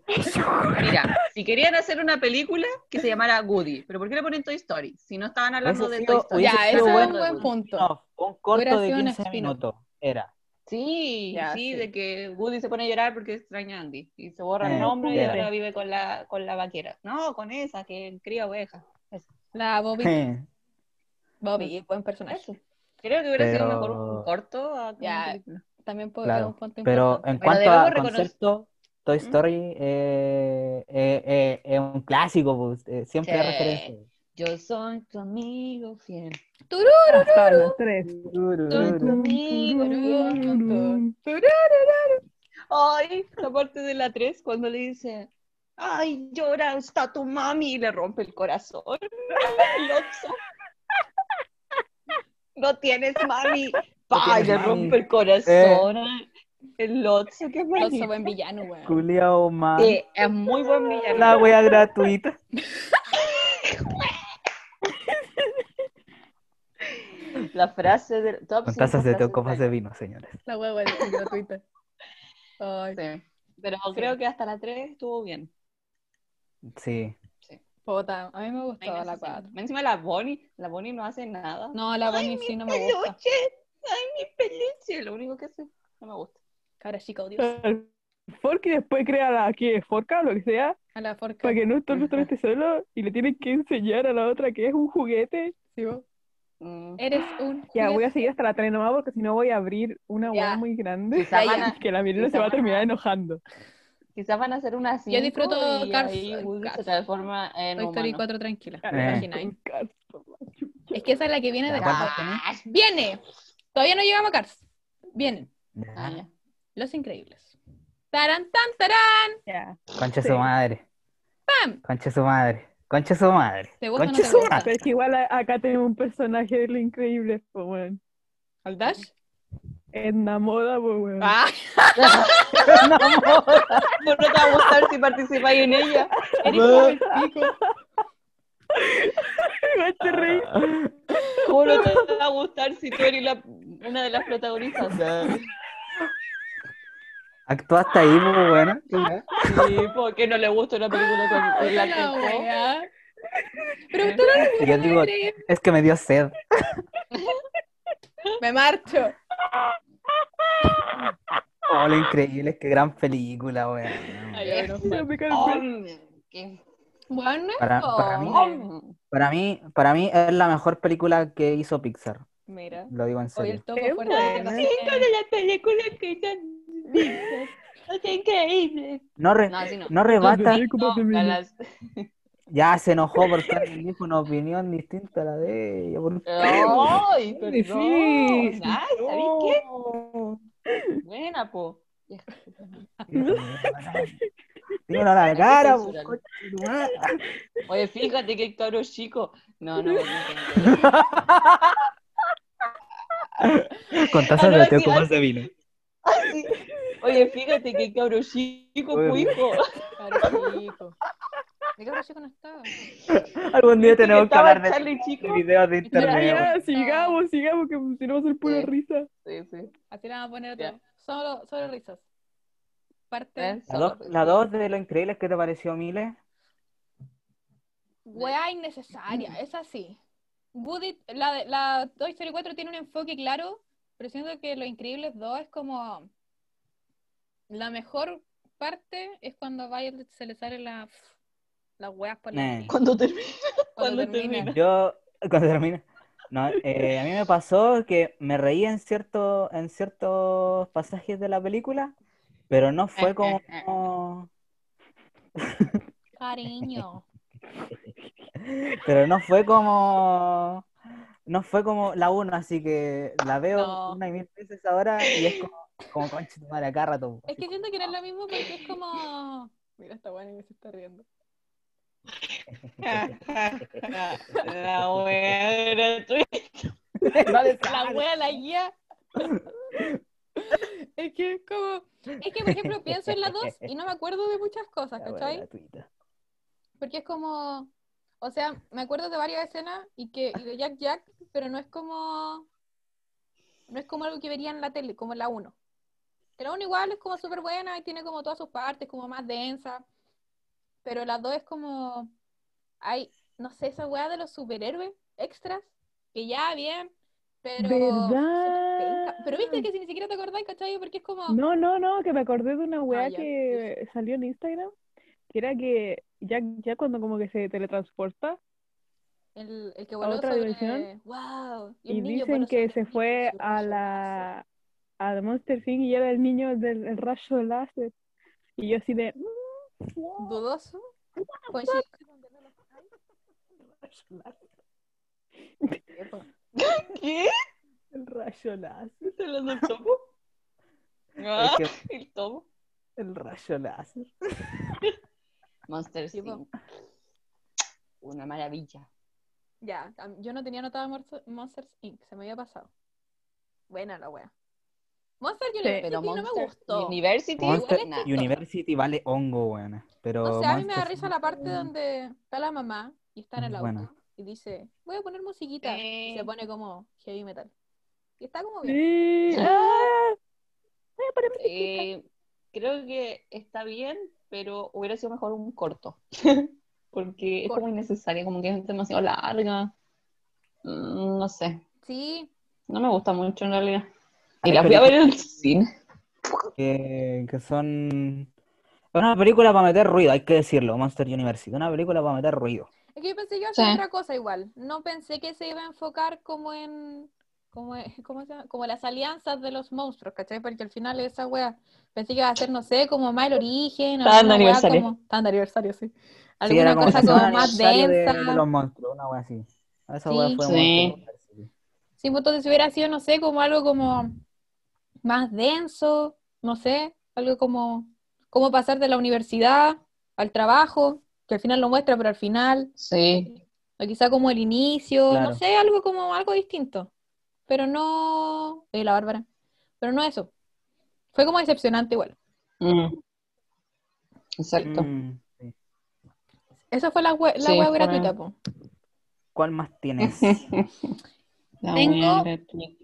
[SPEAKER 6] Mira, si querían hacer una película que se llamara Woody, pero ¿por qué le ponen Toy Story? Si no estaban hablando
[SPEAKER 4] Hubiese
[SPEAKER 6] de
[SPEAKER 4] sido-
[SPEAKER 6] Toy Story.
[SPEAKER 4] hubiese
[SPEAKER 1] Ya,
[SPEAKER 4] sido
[SPEAKER 1] eso es un
[SPEAKER 4] bueno,
[SPEAKER 1] buen punto.
[SPEAKER 4] No, un corto de
[SPEAKER 1] sido un
[SPEAKER 4] 15
[SPEAKER 1] spin-off.
[SPEAKER 4] minutos era.
[SPEAKER 6] Sí,
[SPEAKER 1] Ya,
[SPEAKER 6] sí,
[SPEAKER 1] sí.
[SPEAKER 6] de que Woody se pone a llorar porque extraña a Andy y se borra
[SPEAKER 4] Eh,
[SPEAKER 6] el nombre y
[SPEAKER 4] ya.
[SPEAKER 6] ahora vive con la, con la vaquera. No, con esa que cría ovejas.
[SPEAKER 1] La Bobby. Bobby, buen personaje.
[SPEAKER 6] Eso. Creo que hubiera sido
[SPEAKER 4] Pero-
[SPEAKER 6] mejor un corto. a que una
[SPEAKER 1] Ya.
[SPEAKER 6] película.
[SPEAKER 1] También puede
[SPEAKER 4] Claro,
[SPEAKER 1] es un punto
[SPEAKER 4] Pero
[SPEAKER 1] importante.
[SPEAKER 4] en
[SPEAKER 6] Pero
[SPEAKER 4] cuanto
[SPEAKER 6] debemos
[SPEAKER 4] a
[SPEAKER 6] reconocer-
[SPEAKER 4] concepto, Toy Story eh, eh, eh, es un clásico, pues, eh, siempre hay
[SPEAKER 6] Sí.
[SPEAKER 4] referencias.
[SPEAKER 6] Yo soy tu amigo fiel.
[SPEAKER 3] Hasta las tres.
[SPEAKER 6] Soy tu amigo fiel. Ay, la parte de la 3 cuando le dice, ay, llora, está tu mami y le rompe el corazón. El Oxxo. No tienes mami. Eh. Pa,
[SPEAKER 4] tienes
[SPEAKER 6] le
[SPEAKER 4] mami.
[SPEAKER 6] rompe el corazón. El Oxxo, qué
[SPEAKER 1] Oso
[SPEAKER 6] maldito.
[SPEAKER 1] buen villano, weón.
[SPEAKER 4] Culiao, man.
[SPEAKER 6] Sí, es muy buen villano.
[SPEAKER 4] La wea gratuita.
[SPEAKER 2] La frase de. Top
[SPEAKER 4] Con
[SPEAKER 2] cinco
[SPEAKER 4] tazas de
[SPEAKER 2] frases
[SPEAKER 4] copas de vino, señores.
[SPEAKER 1] La hueá es gratuita. Ay,
[SPEAKER 6] Sí. Pero creo que hasta la 3 estuvo bien.
[SPEAKER 4] Sí.
[SPEAKER 1] puta. A mí me
[SPEAKER 6] Ahí no
[SPEAKER 1] gustó la
[SPEAKER 6] se siente.
[SPEAKER 1] 4.
[SPEAKER 6] Encima la Bonnie, la Bonnie no hace nada.
[SPEAKER 1] No, la Bonnie sí no me gusta.
[SPEAKER 6] peluche, ay, mi peluche, lo único que hace, no me gusta.
[SPEAKER 1] Cara chica, odio.
[SPEAKER 3] El Fork y después crea la que es Forca o lo que sea,
[SPEAKER 1] A la forca.
[SPEAKER 3] para que no estorbe solamente solo y le tienen que enseñar a la otra que es un juguete.
[SPEAKER 1] Sí, vos.
[SPEAKER 6] Mm.
[SPEAKER 1] Eres un
[SPEAKER 3] Ya, voy a
[SPEAKER 1] juguete.
[SPEAKER 3] seguir hasta la tres nomás porque si no voy a abrir una
[SPEAKER 1] Ya.
[SPEAKER 3] hueá muy grande
[SPEAKER 1] Ya, ya.
[SPEAKER 3] que la Mirela se va a terminar enojando.
[SPEAKER 2] Quizás van a hacer una
[SPEAKER 1] Yo disfruto
[SPEAKER 2] y
[SPEAKER 1] Cars.
[SPEAKER 2] ahí Woody
[SPEAKER 1] Cars.
[SPEAKER 2] se transforma en
[SPEAKER 1] Toy Story
[SPEAKER 2] humano.
[SPEAKER 1] 4 tranquila.
[SPEAKER 3] Ya,
[SPEAKER 4] Eh.
[SPEAKER 1] imagináis.
[SPEAKER 3] con Carson, la chucha.
[SPEAKER 1] Es que esa es la que viene de
[SPEAKER 4] Ya, ¿cuál
[SPEAKER 1] Cars. ¡Viene! Todavía no llegamos a Cars. Vienen.
[SPEAKER 4] Ya,
[SPEAKER 2] Ah, ya.
[SPEAKER 1] Los increíbles. Tarán, tan, tarán.
[SPEAKER 3] Ya.
[SPEAKER 4] Concha
[SPEAKER 3] Sí.
[SPEAKER 4] su madre.
[SPEAKER 1] ¡Pam!
[SPEAKER 4] Concha su madre. Concha su madre.
[SPEAKER 1] ¿Te gusta o no
[SPEAKER 4] Concha
[SPEAKER 1] te
[SPEAKER 4] su
[SPEAKER 1] gusta?
[SPEAKER 4] madre.
[SPEAKER 3] Pero es que igual a- acá tenemos un personaje de lo increíble, pues, weón.
[SPEAKER 1] ¿Al Dash?
[SPEAKER 3] En la moda, pues, weón.
[SPEAKER 1] ¡Ah!
[SPEAKER 2] No, no te va a gustar si participáis en ella.
[SPEAKER 1] Eres como el pico.
[SPEAKER 3] Me hace reír.
[SPEAKER 2] Juro, te va a gustar si tú eres la- una de las protagonistas.
[SPEAKER 4] Actúa hasta ahí, pues, bueno.
[SPEAKER 2] Sí, porque no le gusta una película con con la
[SPEAKER 1] La
[SPEAKER 2] que
[SPEAKER 1] wea. Pero ustedes
[SPEAKER 4] Y yo digo,
[SPEAKER 1] creen.
[SPEAKER 4] es que me dio sed.
[SPEAKER 1] me marcho.
[SPEAKER 4] Oh, lo increíble es que gran película, weón.
[SPEAKER 1] Ay, bueno.
[SPEAKER 3] Me pica el pelo.
[SPEAKER 1] Bueno,
[SPEAKER 4] Para-
[SPEAKER 1] no.
[SPEAKER 4] para mí- Para mí, para mí es la mejor película que hizo Pixar.
[SPEAKER 1] Mira.
[SPEAKER 4] Lo digo en
[SPEAKER 1] Hoy
[SPEAKER 4] serio.
[SPEAKER 1] el topo
[SPEAKER 3] Qué
[SPEAKER 1] fuerte.
[SPEAKER 3] bueno.
[SPEAKER 1] de
[SPEAKER 2] de la película que son es increíble.
[SPEAKER 4] No, re-
[SPEAKER 6] No, así no.
[SPEAKER 4] no rebata.
[SPEAKER 3] Entonces, ocupas de mí.
[SPEAKER 6] a las-
[SPEAKER 4] Ya se enojó porque alguien dijo una opinión distinta a la de ella. ¿Por qué?
[SPEAKER 2] Ay,
[SPEAKER 3] Qué
[SPEAKER 2] perdón. Ay,
[SPEAKER 3] difícil.
[SPEAKER 2] ¿sabes Oh, qué? Buena, po.
[SPEAKER 4] Dímelo a la cara,
[SPEAKER 2] Censuralo.
[SPEAKER 4] pues, concha de tu madre.
[SPEAKER 2] Oye, fíjate que cabro chico. No, no, no.
[SPEAKER 4] Con
[SPEAKER 2] Ah,
[SPEAKER 4] tazas
[SPEAKER 2] no,
[SPEAKER 4] de
[SPEAKER 2] sí,
[SPEAKER 4] té,
[SPEAKER 2] ah,
[SPEAKER 4] copas de vino.
[SPEAKER 2] Así. Oye, fíjate que cabro chico,
[SPEAKER 4] Oye.
[SPEAKER 2] tu hijo.
[SPEAKER 1] Cabro chico. ¿De qué hora chico no estaba?
[SPEAKER 4] Algún día tenemos que
[SPEAKER 2] Estaba
[SPEAKER 4] hablar de
[SPEAKER 2] Charlie chico.
[SPEAKER 4] videos de
[SPEAKER 3] Ya,
[SPEAKER 4] internet.
[SPEAKER 3] ya, sigamos, sigamos, que si no va a ser pura risa.
[SPEAKER 2] Sí, sí.
[SPEAKER 1] Así la vamos a poner
[SPEAKER 2] Ya.
[SPEAKER 1] todo. Solo, solo risas.
[SPEAKER 2] ¿Eh?
[SPEAKER 1] Parte.
[SPEAKER 4] La dos- La dos de lo increíble que te pareció, Miles.
[SPEAKER 1] Wea innecesaria, es así. Woody, la, de- la Toy Story 4 tiene un enfoque claro, pero siento que Lo Increíbles 2 es como. La mejor parte es cuando vaya se le sale la, las weas por la
[SPEAKER 4] Eh.
[SPEAKER 1] nariz,
[SPEAKER 2] Cuando termina.
[SPEAKER 1] cuando
[SPEAKER 2] cuando termina.
[SPEAKER 4] Yo, cuando termina. No, eh, a mí me pasó que me reí en, cierto, en ciertos pasajes de la película, pero no
[SPEAKER 1] Eh,
[SPEAKER 4] fue como.
[SPEAKER 1] Cariño. eh,
[SPEAKER 4] Pero no fue como. No fue como la 1, así que la veo
[SPEAKER 1] No.
[SPEAKER 4] una y mil veces ahora y es como, como concha de tu madre, acá rato.
[SPEAKER 1] Es que siento que no es lo mismo porque es como. Mira, está bueno y se está riendo.
[SPEAKER 6] La wea era Twitch.
[SPEAKER 1] La wea, la guía. es que es como. Es que, por ejemplo, pienso en la 2 y no me acuerdo de muchas cosas,
[SPEAKER 4] La wea
[SPEAKER 1] ¿cachai?
[SPEAKER 4] gratuita.
[SPEAKER 1] Porque es como, o sea, me acuerdo de varias escenas y que y de Jack Jack, pero no es como, no es como algo que vería en la tele, como en la 1. Que la 1 igual es como súper buena y tiene como todas sus partes, como más densa, pero la 2 es como, hay, no sé, esa weá de los superhéroes extras, que ya bien, pero...
[SPEAKER 3] ¿Verdad?
[SPEAKER 1] penca. Pero viste que si ni siquiera te acordás, ¿cachai? Porque es como...
[SPEAKER 3] No, no, no, que me acordé de una weá
[SPEAKER 1] Ah, ya,
[SPEAKER 3] que salió en Instagram, que era que ya, ya cuando como que se teletransporta
[SPEAKER 1] El, el que voló
[SPEAKER 3] otra
[SPEAKER 1] sobre-
[SPEAKER 3] dimensión?
[SPEAKER 1] ¡Wow!
[SPEAKER 3] y dicen que se fue a la a Monster Thing y era el niño del el rayo láser. Y yo así de "Mm, wow".
[SPEAKER 1] dudoso. Con
[SPEAKER 6] ¿Qué?
[SPEAKER 3] el rayo láser,
[SPEAKER 6] ¿Se los del topo? Ah,
[SPEAKER 4] Es
[SPEAKER 6] el topo.
[SPEAKER 4] El rayo láser.
[SPEAKER 2] Monster
[SPEAKER 1] Sí, po.
[SPEAKER 2] Inc. Una maravilla.
[SPEAKER 1] Ya, am- yo no tenía anotado Monster- Monsters Inc. Se me había pasado. Buena la wea. Monster University
[SPEAKER 2] Pero
[SPEAKER 1] no
[SPEAKER 2] Monster
[SPEAKER 1] me gustó.
[SPEAKER 2] University,
[SPEAKER 4] Monster
[SPEAKER 2] nah.
[SPEAKER 4] University vale hongo, buena. Pero
[SPEAKER 1] O sea, a mí me
[SPEAKER 4] Monsters
[SPEAKER 1] da risa la parte donde está la mamá y está en
[SPEAKER 4] Es
[SPEAKER 1] el auto
[SPEAKER 4] buena.
[SPEAKER 1] y dice, voy a poner musiquita. Y se
[SPEAKER 6] Sí.
[SPEAKER 1] pone como heavy metal. Y está como bien.
[SPEAKER 3] Sí, ah, ay, para mí sí,
[SPEAKER 6] Eh, creo que está bien, pero hubiera sido mejor un corto. Porque es como innecesario, como que es demasiado larga. Mm, No sé,
[SPEAKER 1] Sí,
[SPEAKER 6] no me gusta mucho en realidad. Y
[SPEAKER 4] Ay,
[SPEAKER 6] la fui a
[SPEAKER 4] pero-
[SPEAKER 6] ver en el cine.
[SPEAKER 4] que, que son... Es una película para meter ruido, hay que decirlo, Monster University. Una película para meter ruido.
[SPEAKER 1] Es que yo pensé que iba a
[SPEAKER 6] Sí.
[SPEAKER 1] ser otra cosa igual. No pensé que se iba a enfocar como en. Como, en- ¿cómo se llama? como las alianzas de los monstruos, ¿cachai? Porque al final esa wea. Pensé que iba a ser, no sé, como más el origen.
[SPEAKER 6] Tan
[SPEAKER 1] alguna wea
[SPEAKER 6] aniversario.
[SPEAKER 1] Como, tan de aniversario, sí.
[SPEAKER 4] Sí,
[SPEAKER 1] Alguna
[SPEAKER 4] era como
[SPEAKER 1] cosa
[SPEAKER 4] si
[SPEAKER 1] como
[SPEAKER 4] fuera
[SPEAKER 1] más
[SPEAKER 4] aniversario de-
[SPEAKER 1] densa.
[SPEAKER 4] De, los monstruos, una wea así. Esa
[SPEAKER 1] Sí.
[SPEAKER 4] wea fue
[SPEAKER 6] Sí.
[SPEAKER 4] Monster University.
[SPEAKER 1] Sí, pues entonces hubiera sido, no sé, como algo como más denso, no sé, algo como, como pasar de la universidad al trabajo, que al final lo muestra, pero al final.
[SPEAKER 6] Sí.
[SPEAKER 1] O quizá como el inicio, no
[SPEAKER 4] Claro.
[SPEAKER 1] sé, algo como algo distinto. Pero no. Oye, la Bárbara. Pero no eso. Fue como decepcionante igual.
[SPEAKER 6] Mm. Exacto.
[SPEAKER 4] Mm, sí.
[SPEAKER 1] Esa fue la web, la
[SPEAKER 6] Sí,
[SPEAKER 1] web
[SPEAKER 6] fue-
[SPEAKER 1] gratuita, po.
[SPEAKER 4] ¿Cuál más tienes?
[SPEAKER 6] La
[SPEAKER 1] Tengo-
[SPEAKER 6] wea gratuita.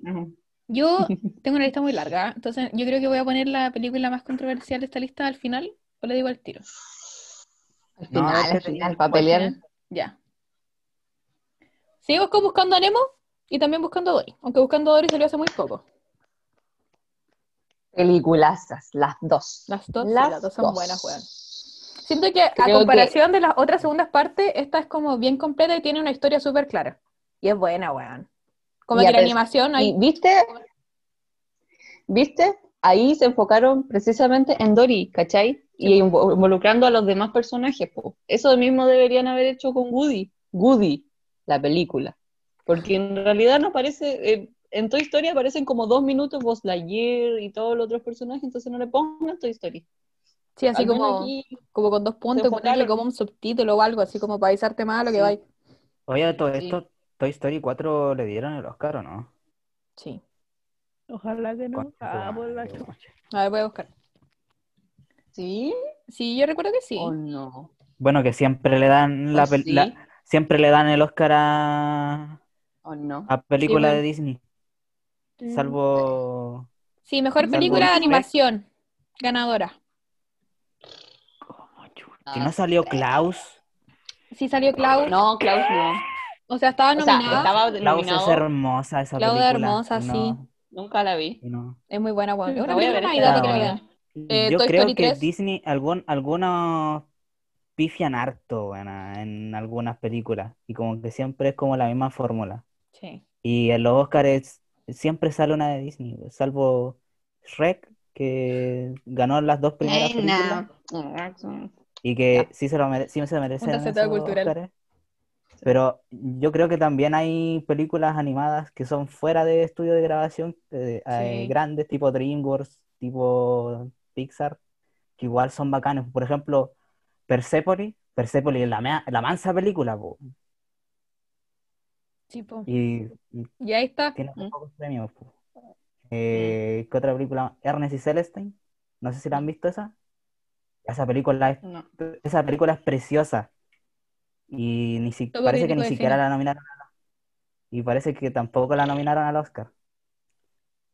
[SPEAKER 1] Yo tengo una lista muy larga, entonces yo creo que voy a poner la película más controversial de esta lista al final, o le digo al tiro.
[SPEAKER 6] Al
[SPEAKER 4] No,
[SPEAKER 6] final,
[SPEAKER 4] a ver,
[SPEAKER 6] al
[SPEAKER 4] ¿qué
[SPEAKER 6] final,
[SPEAKER 4] te-
[SPEAKER 6] para pelear.
[SPEAKER 1] Ya. Sigo con buscando a Nemo y también buscando a Dory, aunque buscando a Dory salió hace muy poco.
[SPEAKER 2] Peliculazas, las dos.
[SPEAKER 1] Las dos, sí,
[SPEAKER 2] Las
[SPEAKER 1] las dos son
[SPEAKER 2] dos.
[SPEAKER 1] buenas, weón. Siento que
[SPEAKER 6] Creo
[SPEAKER 1] a comparación de las otras segundas partes, esta es como bien completa y tiene una historia súper clara. Y es buena, weón. Como
[SPEAKER 2] Y
[SPEAKER 1] que
[SPEAKER 2] a
[SPEAKER 1] la
[SPEAKER 2] pes-
[SPEAKER 1] animación
[SPEAKER 2] Y
[SPEAKER 1] ahí.
[SPEAKER 2] viste, viste, ahí se enfocaron precisamente en Dory, ¿cachai? Y invo- involucrando a los demás personajes. po. Eso mismo deberían haber hecho con Woody, Woody, la película. Porque en realidad no parece, eh, en Toy Story aparecen como dos minutos Buzz Lightyear y todos los otros personajes, entonces no le pongan Toy Story.
[SPEAKER 1] Sí, así
[SPEAKER 6] Al menos
[SPEAKER 1] como,
[SPEAKER 6] aquí-
[SPEAKER 1] como con dos puntos,
[SPEAKER 6] enfocaron.
[SPEAKER 1] ponerle como un subtítulo o algo, así como para avisarte más a lo que
[SPEAKER 6] Sí.
[SPEAKER 1] va.
[SPEAKER 4] Oye, a todo
[SPEAKER 6] Sí.
[SPEAKER 4] esto, Toy Story 4 le dieron el Oscar, ¿o no?
[SPEAKER 1] Sí.
[SPEAKER 3] Ojalá que no.
[SPEAKER 4] Concha tu
[SPEAKER 3] Ah, por la
[SPEAKER 4] madre, weón.
[SPEAKER 3] chucha.
[SPEAKER 1] A ver, voy a buscar.
[SPEAKER 2] Sí,
[SPEAKER 1] Sí, yo recuerdo que sí.
[SPEAKER 2] o no.
[SPEAKER 4] Bueno, que siempre le dan la,
[SPEAKER 2] ¿O
[SPEAKER 6] Pues
[SPEAKER 4] pel-
[SPEAKER 2] sí?
[SPEAKER 4] la- siempre le dan el Oscar a,
[SPEAKER 2] o no.
[SPEAKER 4] a película
[SPEAKER 1] bueno.
[SPEAKER 4] de Disney,
[SPEAKER 3] Mm.
[SPEAKER 4] salvo
[SPEAKER 1] Sí, mejor
[SPEAKER 4] Salvo
[SPEAKER 1] película de
[SPEAKER 4] Shrek.
[SPEAKER 1] animación. Ganadora.
[SPEAKER 6] Ah,
[SPEAKER 4] que no salió
[SPEAKER 6] pues.
[SPEAKER 4] Klaus.
[SPEAKER 1] Sí salió Klaus.
[SPEAKER 2] No, Klaus no.
[SPEAKER 1] O sea, estaba
[SPEAKER 2] O sea,
[SPEAKER 1] nominada.
[SPEAKER 2] estaba
[SPEAKER 4] Klaus es
[SPEAKER 2] nominado,
[SPEAKER 4] hermosa esa
[SPEAKER 1] Klaus es
[SPEAKER 4] película.
[SPEAKER 1] hermosa,
[SPEAKER 4] y no-
[SPEAKER 1] sí.
[SPEAKER 2] nunca la vi.
[SPEAKER 4] y no.
[SPEAKER 1] Es muy buena, weón. Es
[SPEAKER 2] La
[SPEAKER 1] una
[SPEAKER 2] voy a
[SPEAKER 1] película de
[SPEAKER 2] ver esta
[SPEAKER 1] Navidad,
[SPEAKER 4] Navidad.
[SPEAKER 1] creo. Eh,
[SPEAKER 4] Yo
[SPEAKER 1] Toy
[SPEAKER 4] creo
[SPEAKER 1] Story
[SPEAKER 4] que
[SPEAKER 1] 3.
[SPEAKER 4] Disney algún, algunos pifian harto buena, en algunas películas y como que siempre es como la misma fórmula.
[SPEAKER 1] Sí.
[SPEAKER 4] Y en los Oscars siempre sale una de Disney, salvo Shrek, que ganó las dos primeras películas y que sí se, lo mere- sí se merecen
[SPEAKER 1] Un facetado
[SPEAKER 4] esos
[SPEAKER 1] cultural.
[SPEAKER 4] Óscares. Pero yo creo que también hay películas animadas que son fuera de estudio de grabación, eh, eh,
[SPEAKER 1] Sí.
[SPEAKER 4] grandes, tipo DreamWorks, tipo Pixar, que igual son bacanes. Por ejemplo, Persepolis, Persepolis es la, mea- la mansa película, po.
[SPEAKER 1] Tipo.
[SPEAKER 4] Y
[SPEAKER 1] Y ahí está.
[SPEAKER 4] tiene
[SPEAKER 2] Mm.
[SPEAKER 4] pocos premios, po.
[SPEAKER 1] Mm.
[SPEAKER 4] Eh, ¿qué otra película? Ernest y Celestine. No sé si la han visto esa. Esa película es,
[SPEAKER 2] No.
[SPEAKER 4] esa película es preciosa. Y ni si-
[SPEAKER 1] Todo
[SPEAKER 4] parece que
[SPEAKER 1] crítico
[SPEAKER 4] ni
[SPEAKER 1] de
[SPEAKER 4] siquiera
[SPEAKER 1] cine.
[SPEAKER 4] la nominaron. a la- Y parece que tampoco la nominaron al Oscar.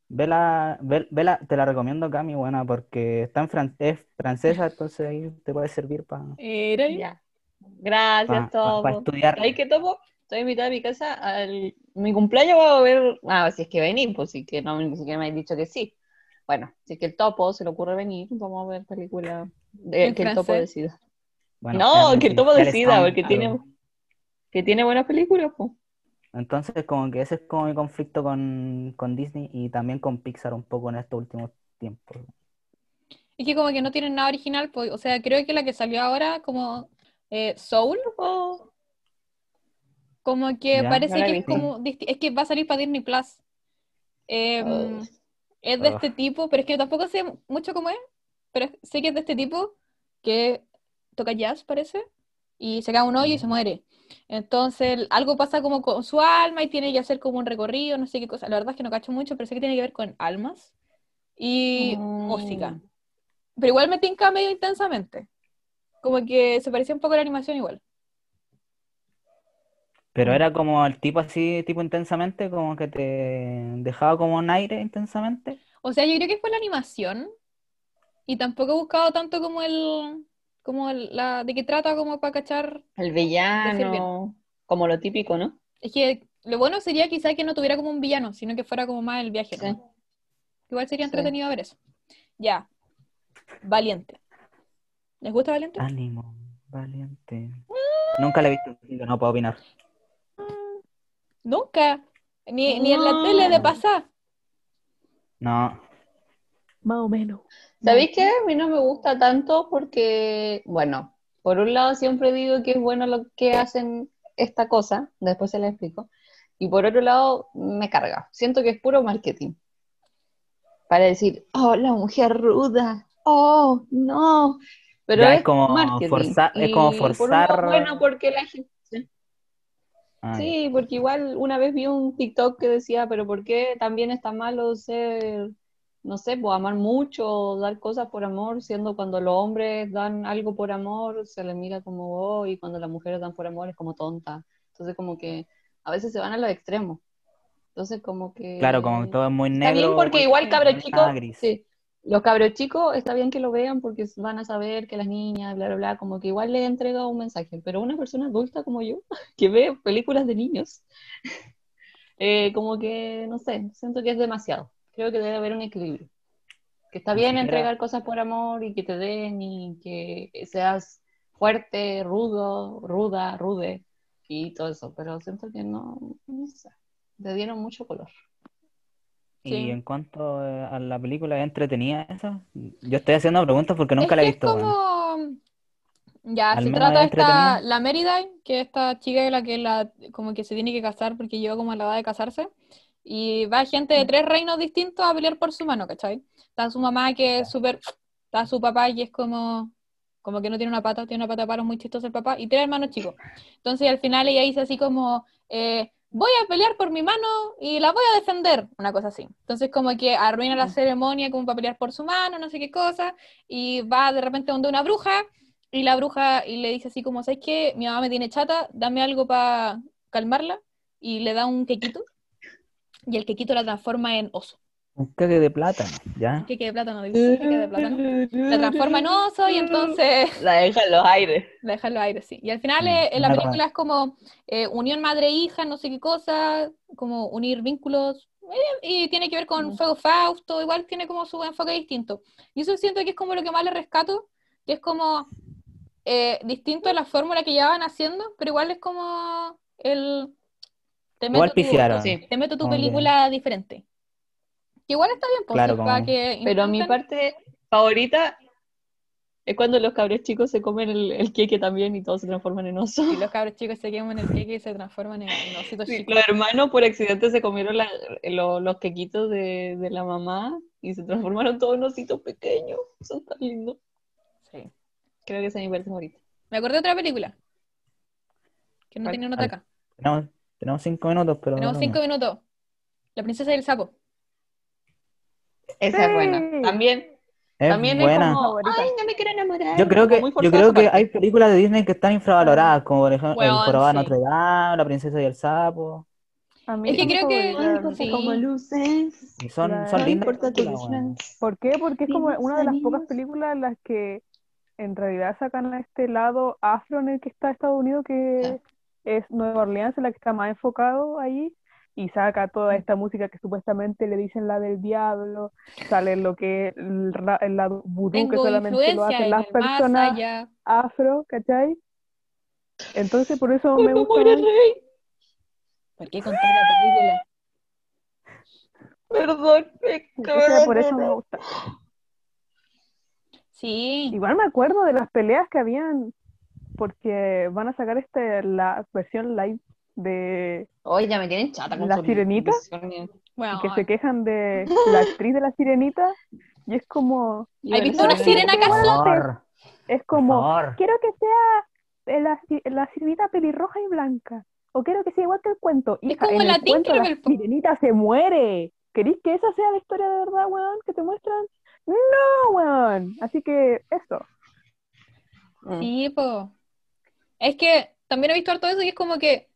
[SPEAKER 4] Vela, ve- vela, te la recomiendo, Cami, buena, porque está en fran- es francesa, entonces ahí te puede servir para
[SPEAKER 1] Era ahí.
[SPEAKER 2] Ya.
[SPEAKER 4] Ah,
[SPEAKER 2] Gracias, Topo.
[SPEAKER 4] estudiar.
[SPEAKER 2] ¿Sabes qué, Topo? Estoy invitada a mi casa. Al... Mi cumpleaños va a haber. Ah, si es que venís, pues si que no, ni siquiera me han dicho que sí. Bueno, si es que el Topo se le ocurre venir, vamos a ver película. de-
[SPEAKER 1] En
[SPEAKER 2] que el Topo
[SPEAKER 1] francés.
[SPEAKER 2] decida.
[SPEAKER 4] Bueno,
[SPEAKER 2] no,
[SPEAKER 4] Ernest
[SPEAKER 2] que el
[SPEAKER 4] y
[SPEAKER 2] Topo
[SPEAKER 4] Celestine,
[SPEAKER 2] decida, porque tiene,
[SPEAKER 4] algo.
[SPEAKER 2] que tiene buenas películas, pues.
[SPEAKER 4] Entonces, como que ese es como mi conflicto con, con Disney y también con Pixar un poco en estos últimos tiempos.
[SPEAKER 1] Es que como que no tienen nada original, pues, o sea, creo que la que salió ahora, como eh, Soul, o- como que
[SPEAKER 4] Ya,
[SPEAKER 1] parece
[SPEAKER 2] no la he
[SPEAKER 1] que es
[SPEAKER 2] visto.
[SPEAKER 1] como, disti- es que va a salir para Disney Plus. Em,
[SPEAKER 2] Oh.
[SPEAKER 1] es de
[SPEAKER 4] Ah.
[SPEAKER 1] este tipo, pero es que tampoco sé mucho cómo es, pero sé que es de este tipo que toca jazz, parece, y se cae un hoyo y
[SPEAKER 2] Mm.
[SPEAKER 1] se muere. Entonces, algo pasa como con su alma y tiene que hacer como un recorrido, no sé qué cosa. La verdad es que no cacho mucho, pero sé que tiene que ver con almas
[SPEAKER 2] Mm.
[SPEAKER 1] y
[SPEAKER 2] Oh.
[SPEAKER 1] música. Pero igual me tinca medio intensamente. Como que se parecía un poco a la animación igual.
[SPEAKER 4] Pero era como el tipo así, tipo intensamente, como que te dejaba como en aire intensamente.
[SPEAKER 1] O sea, yo creo que fue la animación. Y tampoco he buscado tanto como el. como el- la. de qué trata como para cachar.
[SPEAKER 2] El villano. Como lo típico, ¿no?
[SPEAKER 1] Es que lo bueno sería quizá que no tuviera como un villano, sino que fuera como más el viaje.
[SPEAKER 2] Sí.
[SPEAKER 1] Igual sería
[SPEAKER 2] Sí.
[SPEAKER 1] entretenido ver eso. Ya. Valiente. ¿Les gusta Valiente?
[SPEAKER 4] Ah. Ánimo, valiente. Nunca la he visto, así que no puedo opinar.
[SPEAKER 1] Nunca. Ni, ni en la
[SPEAKER 2] No.
[SPEAKER 1] tele de pasar.
[SPEAKER 4] No,
[SPEAKER 3] Más o menos.
[SPEAKER 2] ¿Sabéis qué? A mí no me gusta tanto porque, bueno, por un lado siempre digo que es bueno lo que hacen esta cosa, después se la explico, y por otro lado me carga. Siento que es puro marketing. Para decir, oh, la mujer ruda, oh, no. Pero
[SPEAKER 4] Ya,
[SPEAKER 2] es,
[SPEAKER 4] es como
[SPEAKER 2] marketing.
[SPEAKER 4] forzar- es como
[SPEAKER 2] y por un
[SPEAKER 4] forzar-
[SPEAKER 2] lado, bueno, porque la gente.
[SPEAKER 4] Ah,
[SPEAKER 2] Sí, porque igual una vez vi un TikTok que decía, pero ¿por qué también está malo ser, no sé, pues amar mucho, o dar cosas por amor, siendo cuando los hombres dan algo por amor, se les mira como, oh, y cuando las mujeres dan por amor es como tonta. Entonces como que a veces se van a los extremos. Entonces como que...
[SPEAKER 4] claro, como que todo es muy
[SPEAKER 2] Está bien
[SPEAKER 4] negro,
[SPEAKER 2] porque
[SPEAKER 4] muy-
[SPEAKER 2] igual cabros
[SPEAKER 4] nada
[SPEAKER 2] chicos,
[SPEAKER 4] gris.
[SPEAKER 2] sí, los cabros chicos está bien que lo vean porque van a saber que las niñas, bla, bla, bla, como que igual le entrega un mensaje, pero una persona adulta como yo, que ve películas de niños, eh, como que, no sé, siento que es demasiado. Creo que debe haber un equilibrio. Que está
[SPEAKER 4] Ni
[SPEAKER 2] bien
[SPEAKER 4] siquiera-
[SPEAKER 2] entregar cosas por amor y que te den y que seas fuerte, rudo, ruda, rude y todo eso, pero siento que no, no sé, le dieron mucho color.
[SPEAKER 4] Y
[SPEAKER 1] Sí.
[SPEAKER 4] en cuanto eh, a la película, ¿es entretenida esa? Yo estoy haciendo preguntas porque
[SPEAKER 1] es
[SPEAKER 4] nunca la he
[SPEAKER 1] que
[SPEAKER 4] visto,
[SPEAKER 1] Es
[SPEAKER 4] weón.
[SPEAKER 1] como. Ya,
[SPEAKER 4] Al
[SPEAKER 1] se
[SPEAKER 4] menos
[SPEAKER 1] trata esta,
[SPEAKER 4] es entretenida.
[SPEAKER 1] la Merida, que es esta chica que la que la, como que se tiene que casar porque llegó como a la edad de casarse. Y va gente
[SPEAKER 4] Mm.
[SPEAKER 1] de tres reinos distintos a pelear por su mano, ¿cachai? Está su mamá que es súper, está su papá y es como, como que no tiene una pata, tiene una pata de palos muy chistosa el papá, y tres hermanos chicos. Entonces al final ella dice así como, eh, voy a pelear por mi mano y la voy a defender, una cosa así. Entonces como que arruina
[SPEAKER 4] Mm.
[SPEAKER 1] la ceremonia como para pelear por su mano, no sé qué cosa, y va de repente donde una bruja, y la bruja y le dice así como, ¿sabes qué? Mi mamá me tiene chata, dame algo para calmarla, y le da un quequito, y el quequito la transforma en oso.
[SPEAKER 4] Un cague de plátano, ¿ya?
[SPEAKER 1] Queque de plátano, digo, queque de plátano. La transforma en oso y entonces
[SPEAKER 2] La deja en los aires.
[SPEAKER 1] la deja en los aires, sí. Y al final
[SPEAKER 4] Mm,
[SPEAKER 1] eh, en la
[SPEAKER 4] una
[SPEAKER 1] película es como eh, unión madre-hija, no sé qué cosa, como unir vínculos, eh, y tiene que ver con
[SPEAKER 2] Mm.
[SPEAKER 1] Fuego Fausto, igual tiene como su enfoque distinto. Y eso siento que es como lo que más le rescato, que es como eh, distinto a la fórmula que ya van haciendo, pero igual es como el... Te
[SPEAKER 4] Igual
[SPEAKER 1] meto tu-
[SPEAKER 4] pifiaron.
[SPEAKER 2] sí.
[SPEAKER 1] te meto tu
[SPEAKER 4] Como que-
[SPEAKER 1] película diferente. Que igual está bien, pues,
[SPEAKER 4] Claro,
[SPEAKER 1] si es para
[SPEAKER 4] como-
[SPEAKER 1] que
[SPEAKER 2] Pero mi
[SPEAKER 1] intenten-
[SPEAKER 2] parte favorita es cuando los cabros chicos se comen el, el queque también y todos se transforman en oso.
[SPEAKER 1] Y los cabros chicos se queman en el queque y se transforman en, en ositos
[SPEAKER 2] Sí,
[SPEAKER 1] chicos.
[SPEAKER 2] los hermanos por accidente se comieron la- lo- los quequitos de, de la mamá y se transformaron todos en ositos pequeños. Son tan lindos.
[SPEAKER 1] Sí.
[SPEAKER 2] Creo que esa es mi parte favorita.
[SPEAKER 1] Me acordé de otra película. Que no tenía nota
[SPEAKER 4] Al-
[SPEAKER 1] acá.
[SPEAKER 4] Tenemos, tenemos cinco minutos, pero.
[SPEAKER 1] Tenemos
[SPEAKER 4] no,
[SPEAKER 1] cinco minutos. La princesa y el sapo.
[SPEAKER 6] Esa es
[SPEAKER 3] Sí.
[SPEAKER 6] buena. También,
[SPEAKER 4] Es
[SPEAKER 6] también
[SPEAKER 4] buena.
[SPEAKER 6] es como,
[SPEAKER 3] Favorita.
[SPEAKER 6] ay, no me quiero enamorar.
[SPEAKER 4] Yo creo
[SPEAKER 6] como
[SPEAKER 4] que,
[SPEAKER 6] muy
[SPEAKER 4] yo
[SPEAKER 6] forzada
[SPEAKER 4] creo
[SPEAKER 6] esa
[SPEAKER 4] que
[SPEAKER 6] parte.
[SPEAKER 4] hay películas de Disney que están infravaloradas, como por ejemplo El
[SPEAKER 1] Weón,
[SPEAKER 4] Jorobado de
[SPEAKER 1] sí.
[SPEAKER 4] Notre Dame, La Princesa y el Sapo.
[SPEAKER 3] A mí
[SPEAKER 1] Es que
[SPEAKER 3] son
[SPEAKER 1] creo que-
[SPEAKER 3] favoritas,
[SPEAKER 1] Ay, Sí.
[SPEAKER 6] Como luces.
[SPEAKER 4] Y son,
[SPEAKER 3] Claro.
[SPEAKER 4] son
[SPEAKER 6] No
[SPEAKER 4] lindas.
[SPEAKER 6] importa tus
[SPEAKER 4] películas, weón.
[SPEAKER 6] luces.
[SPEAKER 3] ¿Por qué? Porque es como
[SPEAKER 6] Amigos,
[SPEAKER 3] una de las pocas
[SPEAKER 6] amigos.
[SPEAKER 3] películas en las que en realidad sacan a este lado afro en el que está Estados Unidos, que es Nueva Orleans, en la que está más enfocado ahí, y saca
[SPEAKER 1] Mm.
[SPEAKER 3] toda esta música que supuestamente le dicen la del diablo, sale lo que es el, ra- el lado vudú que
[SPEAKER 1] Tengo
[SPEAKER 3] solamente lo
[SPEAKER 1] influencia
[SPEAKER 3] hacen
[SPEAKER 1] en
[SPEAKER 3] las
[SPEAKER 1] el más
[SPEAKER 3] personas
[SPEAKER 1] allá.
[SPEAKER 3] afro, ¿cachai? Entonces por eso me
[SPEAKER 6] Cuando
[SPEAKER 3] gusta
[SPEAKER 6] muere
[SPEAKER 3] más-
[SPEAKER 6] rey.
[SPEAKER 5] ¿Por qué contar la película?
[SPEAKER 6] Perdón, es que
[SPEAKER 3] o sea, por eso me gusta.
[SPEAKER 1] Sí.
[SPEAKER 3] Igual me acuerdo de las peleas que habían, porque van a sacar este, la versión live de
[SPEAKER 6] Oye, ya me tienen chata con
[SPEAKER 3] ¿La
[SPEAKER 6] sus
[SPEAKER 3] sirenita?
[SPEAKER 6] visiones.
[SPEAKER 1] Ah, Bueno,
[SPEAKER 3] que se quejan de la actriz de la sirenita y es como
[SPEAKER 6] Y
[SPEAKER 1] ¿Has
[SPEAKER 6] bueno,
[SPEAKER 1] visto una
[SPEAKER 6] sí,
[SPEAKER 1] sirena
[SPEAKER 6] sí.
[SPEAKER 1] acá?
[SPEAKER 4] Por favor,
[SPEAKER 3] es
[SPEAKER 4] por
[SPEAKER 3] como
[SPEAKER 4] favor.
[SPEAKER 3] quiero que sea eh, la, si- la sirenita pelirroja y blanca o quiero que sea igual que el cuento y
[SPEAKER 1] como
[SPEAKER 3] en
[SPEAKER 1] la
[SPEAKER 3] el cuento la
[SPEAKER 1] Tinkerbell, po.
[SPEAKER 3] sirenita se muere ¿queréis que esa sea la historia de verdad weón que te muestran? no weón así que eso
[SPEAKER 6] Mm.
[SPEAKER 1] Sí, po. Es que también he visto harto eso y es como que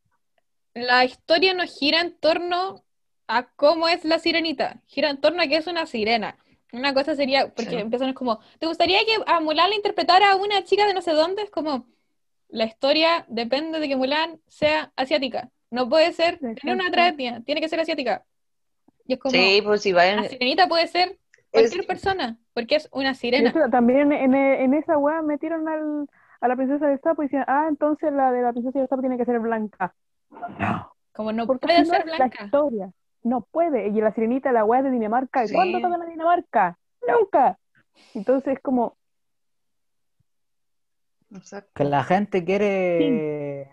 [SPEAKER 1] la historia no gira en torno a cómo es la sirenita, gira en torno a que es una sirena. Una cosa sería, porque
[SPEAKER 6] Sí.
[SPEAKER 1] empiezan es como, ¿te gustaría que a Mulan le interpretara a una chica de no sé dónde? Es como, la historia depende de que Mulan sea asiática. No puede ser, tiene una otra etnia, tiene que ser asiática. Y es como,
[SPEAKER 6] Sí, pues si vayan.
[SPEAKER 1] la
[SPEAKER 3] eh,
[SPEAKER 1] sirenita puede ser cualquier persona, porque es una
[SPEAKER 3] De
[SPEAKER 1] sirena.
[SPEAKER 3] hecho, también en, e, en esa weá metieron al, a la princesa del sapo y decían ah entonces la de la princesa del sapo tiene que ser blanca
[SPEAKER 1] Como no
[SPEAKER 3] Porque
[SPEAKER 1] puede
[SPEAKER 3] así no
[SPEAKER 1] ser
[SPEAKER 3] es la
[SPEAKER 1] blanca.
[SPEAKER 3] historia. No puede. Y la sirenita, la weá es de Dinamarca. ¿Y
[SPEAKER 6] Sí.
[SPEAKER 3] cuándo tocan a Dinamarca? Nunca. Entonces es como,
[SPEAKER 6] Exacto.
[SPEAKER 4] Que la gente quiere.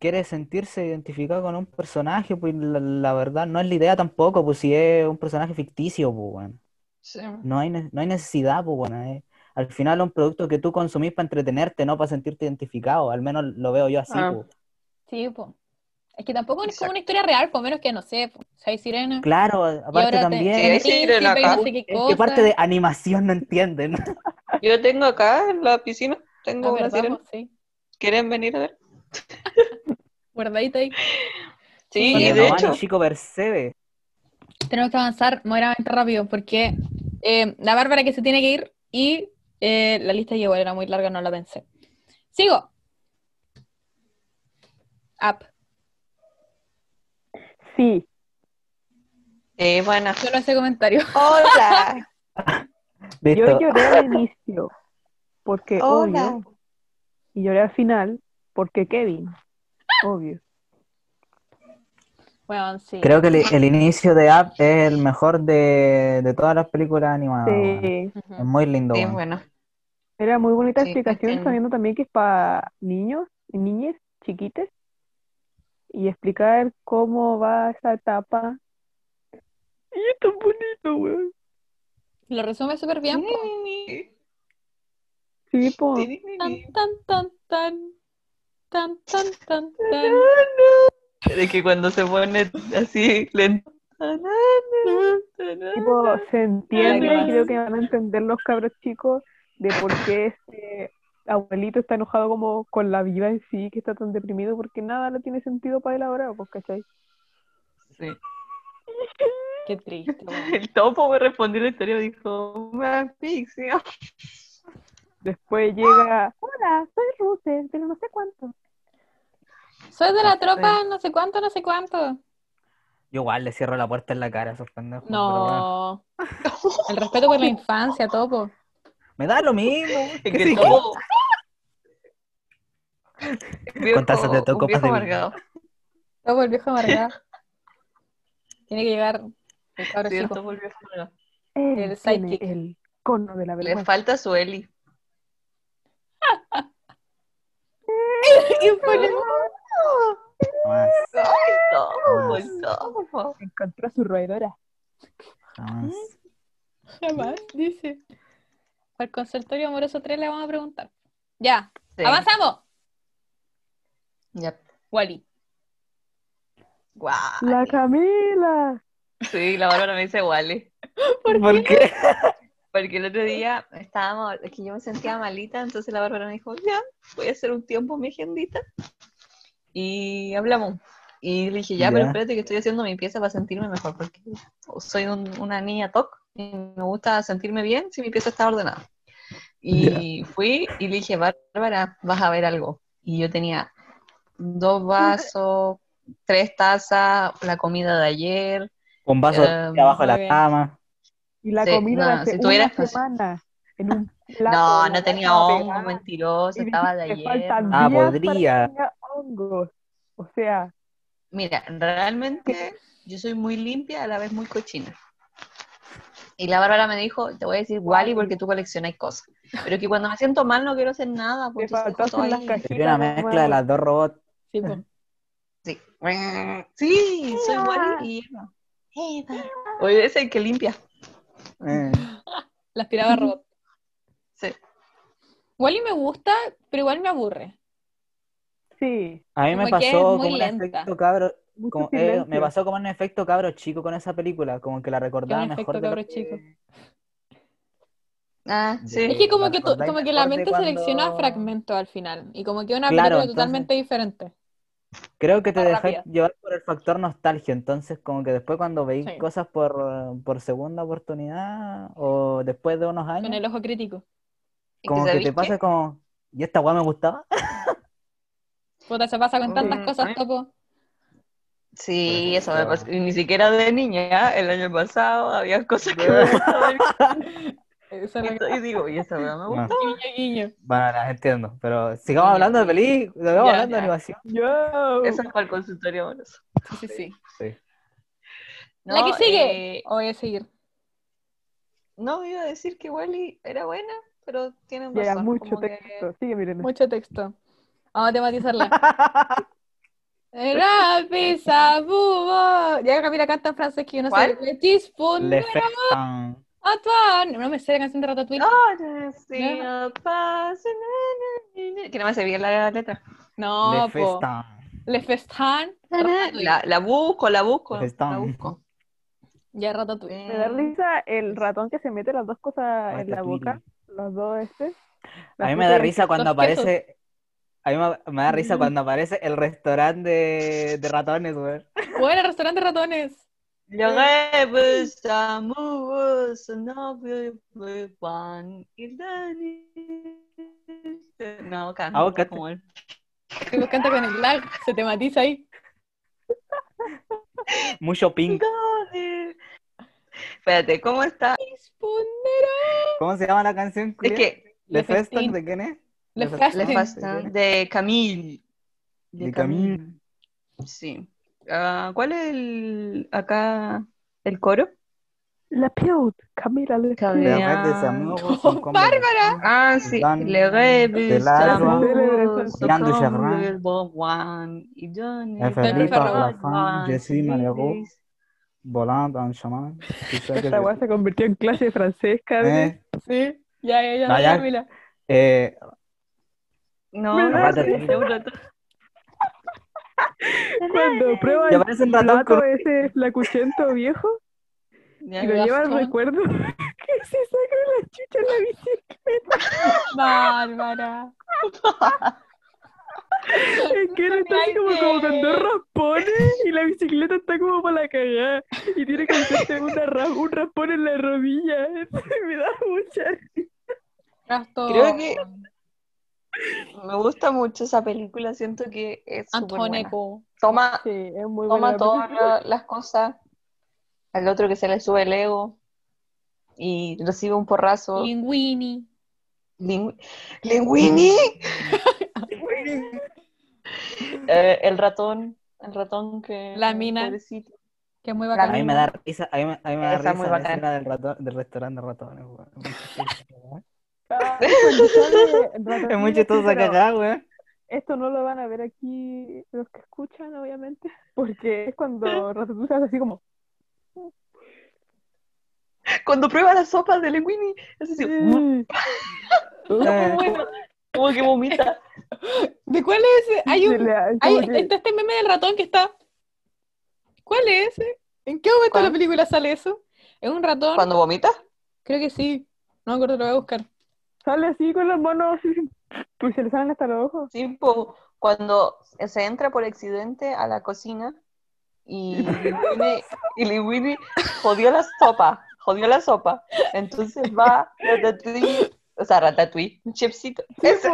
[SPEAKER 4] Quiere sentirse identificado con un personaje, pues la, la verdad no es la idea tampoco, pues si es un personaje ficticio, pues bueno.
[SPEAKER 6] Sí.
[SPEAKER 4] No hay, ne- no hay necesidad, pues bueno. eh. Al final es un producto que tú consumís para entretenerte, no para sentirte identificado. Al menos lo veo yo así,
[SPEAKER 6] Ah.
[SPEAKER 4] pues.
[SPEAKER 1] Sí, po. Es que tampoco es como una historia real, por menos que no sé, po. O sea, hay sirena.
[SPEAKER 4] Claro,
[SPEAKER 1] Y
[SPEAKER 4] aparte
[SPEAKER 1] ahora
[SPEAKER 4] también.
[SPEAKER 1] te...
[SPEAKER 6] Sí, sirena
[SPEAKER 1] príncipe y no
[SPEAKER 6] acá.
[SPEAKER 1] sé qué
[SPEAKER 4] Es que
[SPEAKER 1] cosa.
[SPEAKER 4] parte de animación no entienden.
[SPEAKER 6] Yo tengo acá en la piscina, tengo
[SPEAKER 1] Ah,
[SPEAKER 6] una
[SPEAKER 1] verdad,
[SPEAKER 6] sirena.
[SPEAKER 1] po, sí.
[SPEAKER 6] ¿Quieren venir a ver?
[SPEAKER 1] Guardadita ahí.
[SPEAKER 6] Sí,
[SPEAKER 1] Porque
[SPEAKER 6] y
[SPEAKER 4] Cuando
[SPEAKER 6] de
[SPEAKER 4] Giovanni
[SPEAKER 6] hecho.
[SPEAKER 4] Chico percebe.
[SPEAKER 1] Tenemos que avanzar moderadamente rápido porque eh, la Bárbara que se tiene que ir y eh, la lista igual era muy larga, no la pensé. Sigo. Up.
[SPEAKER 3] sí.
[SPEAKER 6] Sí, Eh, bueno.
[SPEAKER 1] Solo ese comentario.
[SPEAKER 6] Hola.
[SPEAKER 3] Yo
[SPEAKER 4] Listo.
[SPEAKER 3] lloré al inicio porque
[SPEAKER 6] Hola.
[SPEAKER 3] obvio. Y lloré al final porque Kevin. Obvio.
[SPEAKER 1] Bueno, sí.
[SPEAKER 4] Creo que el, el inicio de App es el mejor de, de todas las películas animadas. weón.
[SPEAKER 3] Sí.
[SPEAKER 1] Ujú.
[SPEAKER 4] Es muy lindo.
[SPEAKER 6] Sí,
[SPEAKER 4] weón.
[SPEAKER 6] bueno.
[SPEAKER 3] Era muy bonita
[SPEAKER 6] Sí,
[SPEAKER 3] explicación,
[SPEAKER 6] entiendo.
[SPEAKER 3] sabiendo también que es para niños y niñas chiquites. Y explicar cómo va esa etapa. Y es tan bonito, weón.
[SPEAKER 1] Lo resume súper bien. po.
[SPEAKER 3] Sí, po.
[SPEAKER 1] Tan, tan, tan, tan. Tan, tan, tan, tan.
[SPEAKER 6] De que cuando se pone así lento.
[SPEAKER 3] tipo, se entiende,
[SPEAKER 6] Ay,
[SPEAKER 3] creo que van a entender los cabros chicos de por qué este abuelito está enojado como con la vida en sí, que está tan deprimido, porque nada le tiene sentido para él ahora, pues, ¿cachai?
[SPEAKER 6] Sí.
[SPEAKER 5] Qué triste, weón.
[SPEAKER 6] El topo me respondió la historia y dijo, una asfixia.
[SPEAKER 3] Después llega, Ah, hola, soy Ruse, pero no sé cuánto.
[SPEAKER 1] Soy de
[SPEAKER 4] Este.
[SPEAKER 1] la tropa, no sé cuánto, no sé cuánto.
[SPEAKER 4] Yo igual le cierro la puerta en la cara a esos pendejos. pero weón.
[SPEAKER 1] No. El respeto por la infancia, topo.
[SPEAKER 4] Me da lo mismo. weón.
[SPEAKER 6] Es
[SPEAKER 4] ¿Qué
[SPEAKER 6] que
[SPEAKER 4] sé
[SPEAKER 6] el
[SPEAKER 4] yo?
[SPEAKER 6] topo.
[SPEAKER 4] Con tazas de
[SPEAKER 6] Viejo-
[SPEAKER 4] toco,
[SPEAKER 6] un viejo
[SPEAKER 4] copas de vino.
[SPEAKER 6] amargado.
[SPEAKER 1] Topo, el viejo amargado. Tiene que llegar el cabro
[SPEAKER 6] Sí, el
[SPEAKER 1] chico.
[SPEAKER 6] topo, el viejo amargado.
[SPEAKER 3] Él
[SPEAKER 1] El
[SPEAKER 3] tiene
[SPEAKER 1] sidekick.
[SPEAKER 3] Eh, el cono de la
[SPEAKER 6] Le
[SPEAKER 3] vergüenza.
[SPEAKER 6] falta su Eli.
[SPEAKER 4] Jamás,
[SPEAKER 6] Topo, el
[SPEAKER 4] Ah.
[SPEAKER 6] topo.
[SPEAKER 3] Encontró su roedora.
[SPEAKER 4] jamás.
[SPEAKER 1] Jamás, dice. Al consultorio amoroso 3 le vamos a preguntar. Ya,
[SPEAKER 2] Sí.
[SPEAKER 1] avanzamos.
[SPEAKER 2] Ya.
[SPEAKER 1] Wally.
[SPEAKER 2] Guau.
[SPEAKER 3] La Camila.
[SPEAKER 2] Sí, la Bárbara me dice Wally.
[SPEAKER 4] ¿Por qué?
[SPEAKER 2] Porque el otro día estábamos, es que yo me sentía malita, entonces la Bárbara me dijo, ya, voy a hacer un tiempo en mi agendita. Y hablamos. Y le dije, ya, pero
[SPEAKER 4] Ya.
[SPEAKER 2] espérate que estoy haciendo mi pieza para sentirme mejor, porque soy un- una niña TOC y me gusta sentirme bien si mi pieza está ordenada. Y fui y le dije, Bárbara, vas a ver algo. Y yo tenía dos vasos, tres tazas, la comida de ayer,
[SPEAKER 4] Con vaso
[SPEAKER 2] Eh,
[SPEAKER 4] de abajo
[SPEAKER 1] muy
[SPEAKER 4] de la
[SPEAKER 1] bien.
[SPEAKER 4] cama.
[SPEAKER 3] Y la
[SPEAKER 2] Sí,
[SPEAKER 3] comida
[SPEAKER 2] no,
[SPEAKER 3] de hace
[SPEAKER 2] si tuviera
[SPEAKER 3] una
[SPEAKER 2] espacio.
[SPEAKER 3] semana en un plato,
[SPEAKER 2] No,
[SPEAKER 3] la
[SPEAKER 2] no tenía
[SPEAKER 3] dejaba
[SPEAKER 2] hongo,
[SPEAKER 3] pegada.
[SPEAKER 2] mentiroso,
[SPEAKER 3] Y
[SPEAKER 2] estaba de
[SPEAKER 3] dijiste,
[SPEAKER 2] ayer.
[SPEAKER 3] faltan
[SPEAKER 2] no.
[SPEAKER 4] Ah,
[SPEAKER 3] días para que
[SPEAKER 4] podría.
[SPEAKER 3] tenga hongos. O sea,
[SPEAKER 2] Mira, realmente yo soy muy limpia, a la vez muy cochina. Y la Bárbara me dijo, te voy a decir Wally porque tú coleccionas cosas. Pero que cuando me siento mal no quiero hacer nada,
[SPEAKER 3] te
[SPEAKER 2] pues entonces dejo todo
[SPEAKER 3] faltaron las
[SPEAKER 2] ahí.
[SPEAKER 3] cajitas.
[SPEAKER 4] Sería una mezcla de las dos robots.
[SPEAKER 1] Sí, po.
[SPEAKER 2] Sí, sí soy Wally y Eva. Eva. Oye, es el que limpia.
[SPEAKER 4] Eh,
[SPEAKER 1] La aspiraba robot.
[SPEAKER 2] Sí.
[SPEAKER 1] Wally me gusta, pero igual me aburre.
[SPEAKER 3] Sí.
[SPEAKER 4] A mí
[SPEAKER 1] Como
[SPEAKER 4] me
[SPEAKER 1] que
[SPEAKER 4] pasó
[SPEAKER 1] es muy
[SPEAKER 4] como un
[SPEAKER 1] lenta.
[SPEAKER 4] efecto cabro.
[SPEAKER 3] mucho
[SPEAKER 4] como- eh, me
[SPEAKER 3] silencio.
[SPEAKER 4] pasó como un efecto cabro chico con esa película, como que la
[SPEAKER 1] Que
[SPEAKER 4] recordaba
[SPEAKER 1] un
[SPEAKER 4] mejor
[SPEAKER 1] efecto
[SPEAKER 4] de lo
[SPEAKER 1] cabro chico.
[SPEAKER 2] Ah, sí.
[SPEAKER 1] Es que como
[SPEAKER 4] la
[SPEAKER 1] que, to-
[SPEAKER 4] recordáis
[SPEAKER 1] como que la
[SPEAKER 4] mejor de
[SPEAKER 1] mente
[SPEAKER 4] cuando-
[SPEAKER 1] selecciona fragmentos al final. Y como que una
[SPEAKER 4] Claro,
[SPEAKER 1] película
[SPEAKER 4] entonces-
[SPEAKER 1] totalmente diferente.
[SPEAKER 4] Creo que te
[SPEAKER 1] Más
[SPEAKER 4] dejáis
[SPEAKER 1] rápida.
[SPEAKER 4] llevar por el factor nostalgia, entonces como que después cuando veis
[SPEAKER 1] Sí.
[SPEAKER 4] cosas por, por segunda oportunidad o después de unos años,
[SPEAKER 1] Con el ojo crítico.
[SPEAKER 2] ¿Y
[SPEAKER 4] como que
[SPEAKER 2] sabéis
[SPEAKER 4] te
[SPEAKER 2] qué?
[SPEAKER 4] pasa como, ¿y esta weá me gustaba?
[SPEAKER 1] Puta, se pasa con tantas
[SPEAKER 2] Mm,
[SPEAKER 1] cosas,
[SPEAKER 2] ¿eh?
[SPEAKER 1] topo.
[SPEAKER 2] Sí, eso me
[SPEAKER 4] Pero-
[SPEAKER 2] pasó. Y ni siquiera de niña, el año pasado había cosas que me gustaban.
[SPEAKER 1] Eso es lo que...
[SPEAKER 2] Y digo, y esa verdad me gusta.
[SPEAKER 1] Guiño, guiño.
[SPEAKER 4] Bueno, las entiendo, pero sigamos hablando de películas, sigamos
[SPEAKER 1] Ya,
[SPEAKER 4] hablando de
[SPEAKER 1] ya.
[SPEAKER 4] animación.
[SPEAKER 3] Yo.
[SPEAKER 2] Eso es para el consultorio amoroso.
[SPEAKER 1] Sí, sí, sí.
[SPEAKER 4] Sí.
[SPEAKER 1] la que
[SPEAKER 2] No,
[SPEAKER 1] sigue.
[SPEAKER 2] eh,
[SPEAKER 1] O voy a seguir.
[SPEAKER 2] no, iba a decir que Wally era buena, pero tienen
[SPEAKER 3] Ya,
[SPEAKER 2] razón.
[SPEAKER 3] mucho
[SPEAKER 2] como que-
[SPEAKER 3] texto. Sigue, Milena.
[SPEAKER 1] Mucho texto. Vamos a tematizarla. Rapi, sabubo. Ya Camila canta en francés que yo no
[SPEAKER 2] ¿Cuál?
[SPEAKER 1] sé. Petit pun-
[SPEAKER 4] Le Festin.
[SPEAKER 1] Antoine. No me sé la canción de Ratatouille.
[SPEAKER 2] Ah, no, sí, no pasa na, na, na, na. Que no me sé bien la letra.
[SPEAKER 1] No,
[SPEAKER 4] Le
[SPEAKER 1] po.
[SPEAKER 4] Festin.
[SPEAKER 1] Le festan. Ratatouille.
[SPEAKER 2] La, la busco, la busco.
[SPEAKER 4] Pues está.
[SPEAKER 2] La busco.
[SPEAKER 1] Ya Ratatouille.
[SPEAKER 3] Me da risa el ratón que se mete las dos cosas en la
[SPEAKER 4] Ratatouille.
[SPEAKER 3] boca. Los dos este.
[SPEAKER 4] A
[SPEAKER 3] La
[SPEAKER 4] mí me
[SPEAKER 3] fruta
[SPEAKER 4] da
[SPEAKER 3] y el-
[SPEAKER 4] risa cuando
[SPEAKER 1] los quesos.
[SPEAKER 4] aparece, a mí me, me da risa cuando aparece el restaurante de, de ratones, weón.
[SPEAKER 1] Bueno, el restaurante de ratones.
[SPEAKER 2] Llegué, pues, a mubos, no, pues, pues, Juan y Dani. No,
[SPEAKER 4] Ah,
[SPEAKER 2] canta
[SPEAKER 4] vos canta.
[SPEAKER 2] como él.
[SPEAKER 1] Que vos canta con el lag. Se tematiza ahí.
[SPEAKER 4] Mucho pink.
[SPEAKER 2] Dani. Espérate, ¿cómo está?
[SPEAKER 4] ¿Cómo se llama la canción?
[SPEAKER 2] Es
[SPEAKER 4] culia?
[SPEAKER 2] que
[SPEAKER 4] ¿Le
[SPEAKER 1] Le Festin.
[SPEAKER 4] Festin de quién es?
[SPEAKER 1] Le
[SPEAKER 4] Festin.
[SPEAKER 1] Festin.
[SPEAKER 2] Le Fastin de Camille.
[SPEAKER 4] De Camille.
[SPEAKER 2] Sí. Ah, ¿cuál es el acá el coro?
[SPEAKER 3] La piot. Camila, la
[SPEAKER 2] Camila.
[SPEAKER 3] Camila.
[SPEAKER 4] La red de Samuel,
[SPEAKER 1] No,
[SPEAKER 4] son como-
[SPEAKER 1] Bárbara.
[SPEAKER 2] Ah, sí.
[SPEAKER 4] Dan-
[SPEAKER 2] Le
[SPEAKER 4] de
[SPEAKER 2] rêve
[SPEAKER 4] largo.
[SPEAKER 2] s'amoureux,
[SPEAKER 4] Mirando
[SPEAKER 2] comme
[SPEAKER 4] Chevron.
[SPEAKER 2] le bon wine, et donne
[SPEAKER 4] La
[SPEAKER 2] par
[SPEAKER 1] Felipe
[SPEAKER 2] la
[SPEAKER 1] Arrabal.
[SPEAKER 2] bonne
[SPEAKER 4] Jessie Malherbe.
[SPEAKER 2] feliz.
[SPEAKER 4] Volando, un chamán. Tú sabes que-
[SPEAKER 3] Esta weá se convirtió en clase de francés, cabrón.
[SPEAKER 4] Eh,
[SPEAKER 1] Sí. Ya, ya, ya.
[SPEAKER 4] No, ya.
[SPEAKER 1] Camila.
[SPEAKER 4] eh,
[SPEAKER 2] No,
[SPEAKER 3] Me
[SPEAKER 2] no,
[SPEAKER 3] da
[SPEAKER 4] risa.
[SPEAKER 2] sí, seguro tú.
[SPEAKER 3] Cuando prueba
[SPEAKER 4] y aparece un
[SPEAKER 3] el
[SPEAKER 4] ratón
[SPEAKER 3] plato
[SPEAKER 4] con
[SPEAKER 3] ese flacuchento viejo
[SPEAKER 2] Ya.
[SPEAKER 3] y lo lleva al
[SPEAKER 1] Gastón.
[SPEAKER 3] recuerdo que se saca la chucha en la bicicleta.
[SPEAKER 1] Bárbara.
[SPEAKER 3] Es que él está así como, como con dos raspones y la bicicleta está como para la cagada y tiene que hacerse una ra- un raspón en la rodilla. Me da mucha
[SPEAKER 1] Gastón.
[SPEAKER 2] Creo que me gusta mucho esa película, siento que es súper buena.
[SPEAKER 1] Antoneco.
[SPEAKER 2] Toma,
[SPEAKER 3] Sí, es muy
[SPEAKER 2] toma
[SPEAKER 3] buena.
[SPEAKER 2] todas la- las cosas, al otro que se le sube el ego y recibe un porrazo.
[SPEAKER 1] Linguini.
[SPEAKER 2] Lin- Linguini, Eh, el ratón, el ratón que
[SPEAKER 1] La mina.
[SPEAKER 2] pobrecito.
[SPEAKER 1] Que es muy
[SPEAKER 4] A
[SPEAKER 1] bacana.
[SPEAKER 4] mí me da risa, a mí, me- a mí me da
[SPEAKER 2] Está
[SPEAKER 4] risa
[SPEAKER 2] muy
[SPEAKER 4] la
[SPEAKER 2] bacán.
[SPEAKER 4] escena del, ratón, del restaurante de ratones, weón.
[SPEAKER 3] Ah,
[SPEAKER 4] Es muy chistosa cagada, weón.
[SPEAKER 3] Esto no lo van a ver aquí los que escuchan, obviamente, porque es cuando Ratatouille se hace así como
[SPEAKER 2] Cuando prueba la sopa de Linguini, es así,
[SPEAKER 3] "Mm".
[SPEAKER 1] Muy bueno.
[SPEAKER 2] Como que vomita.
[SPEAKER 1] ¿De cuál es ese? Hay
[SPEAKER 3] Se
[SPEAKER 1] un.
[SPEAKER 3] le ha-
[SPEAKER 1] hay-
[SPEAKER 3] como que-
[SPEAKER 1] está este meme del ratón que está. ¿Cuál es ese? ¿En qué momento de la
[SPEAKER 2] ¿Cuál?
[SPEAKER 1] película sale eso? Es un ratón.
[SPEAKER 2] ¿Cuando vomita?
[SPEAKER 1] Creo que sí. No me acuerdo, lo voy a buscar.
[SPEAKER 3] Sale así con las manos. Pues se le salen hasta los ojos.
[SPEAKER 2] Sí, po, cuando se entra por accidente a la cocina y Linguini, y Linguini jodió la sopa, jodió la sopa. Entonces va Ratatouille, o sea, Ratatouille, un chipsito. Ese-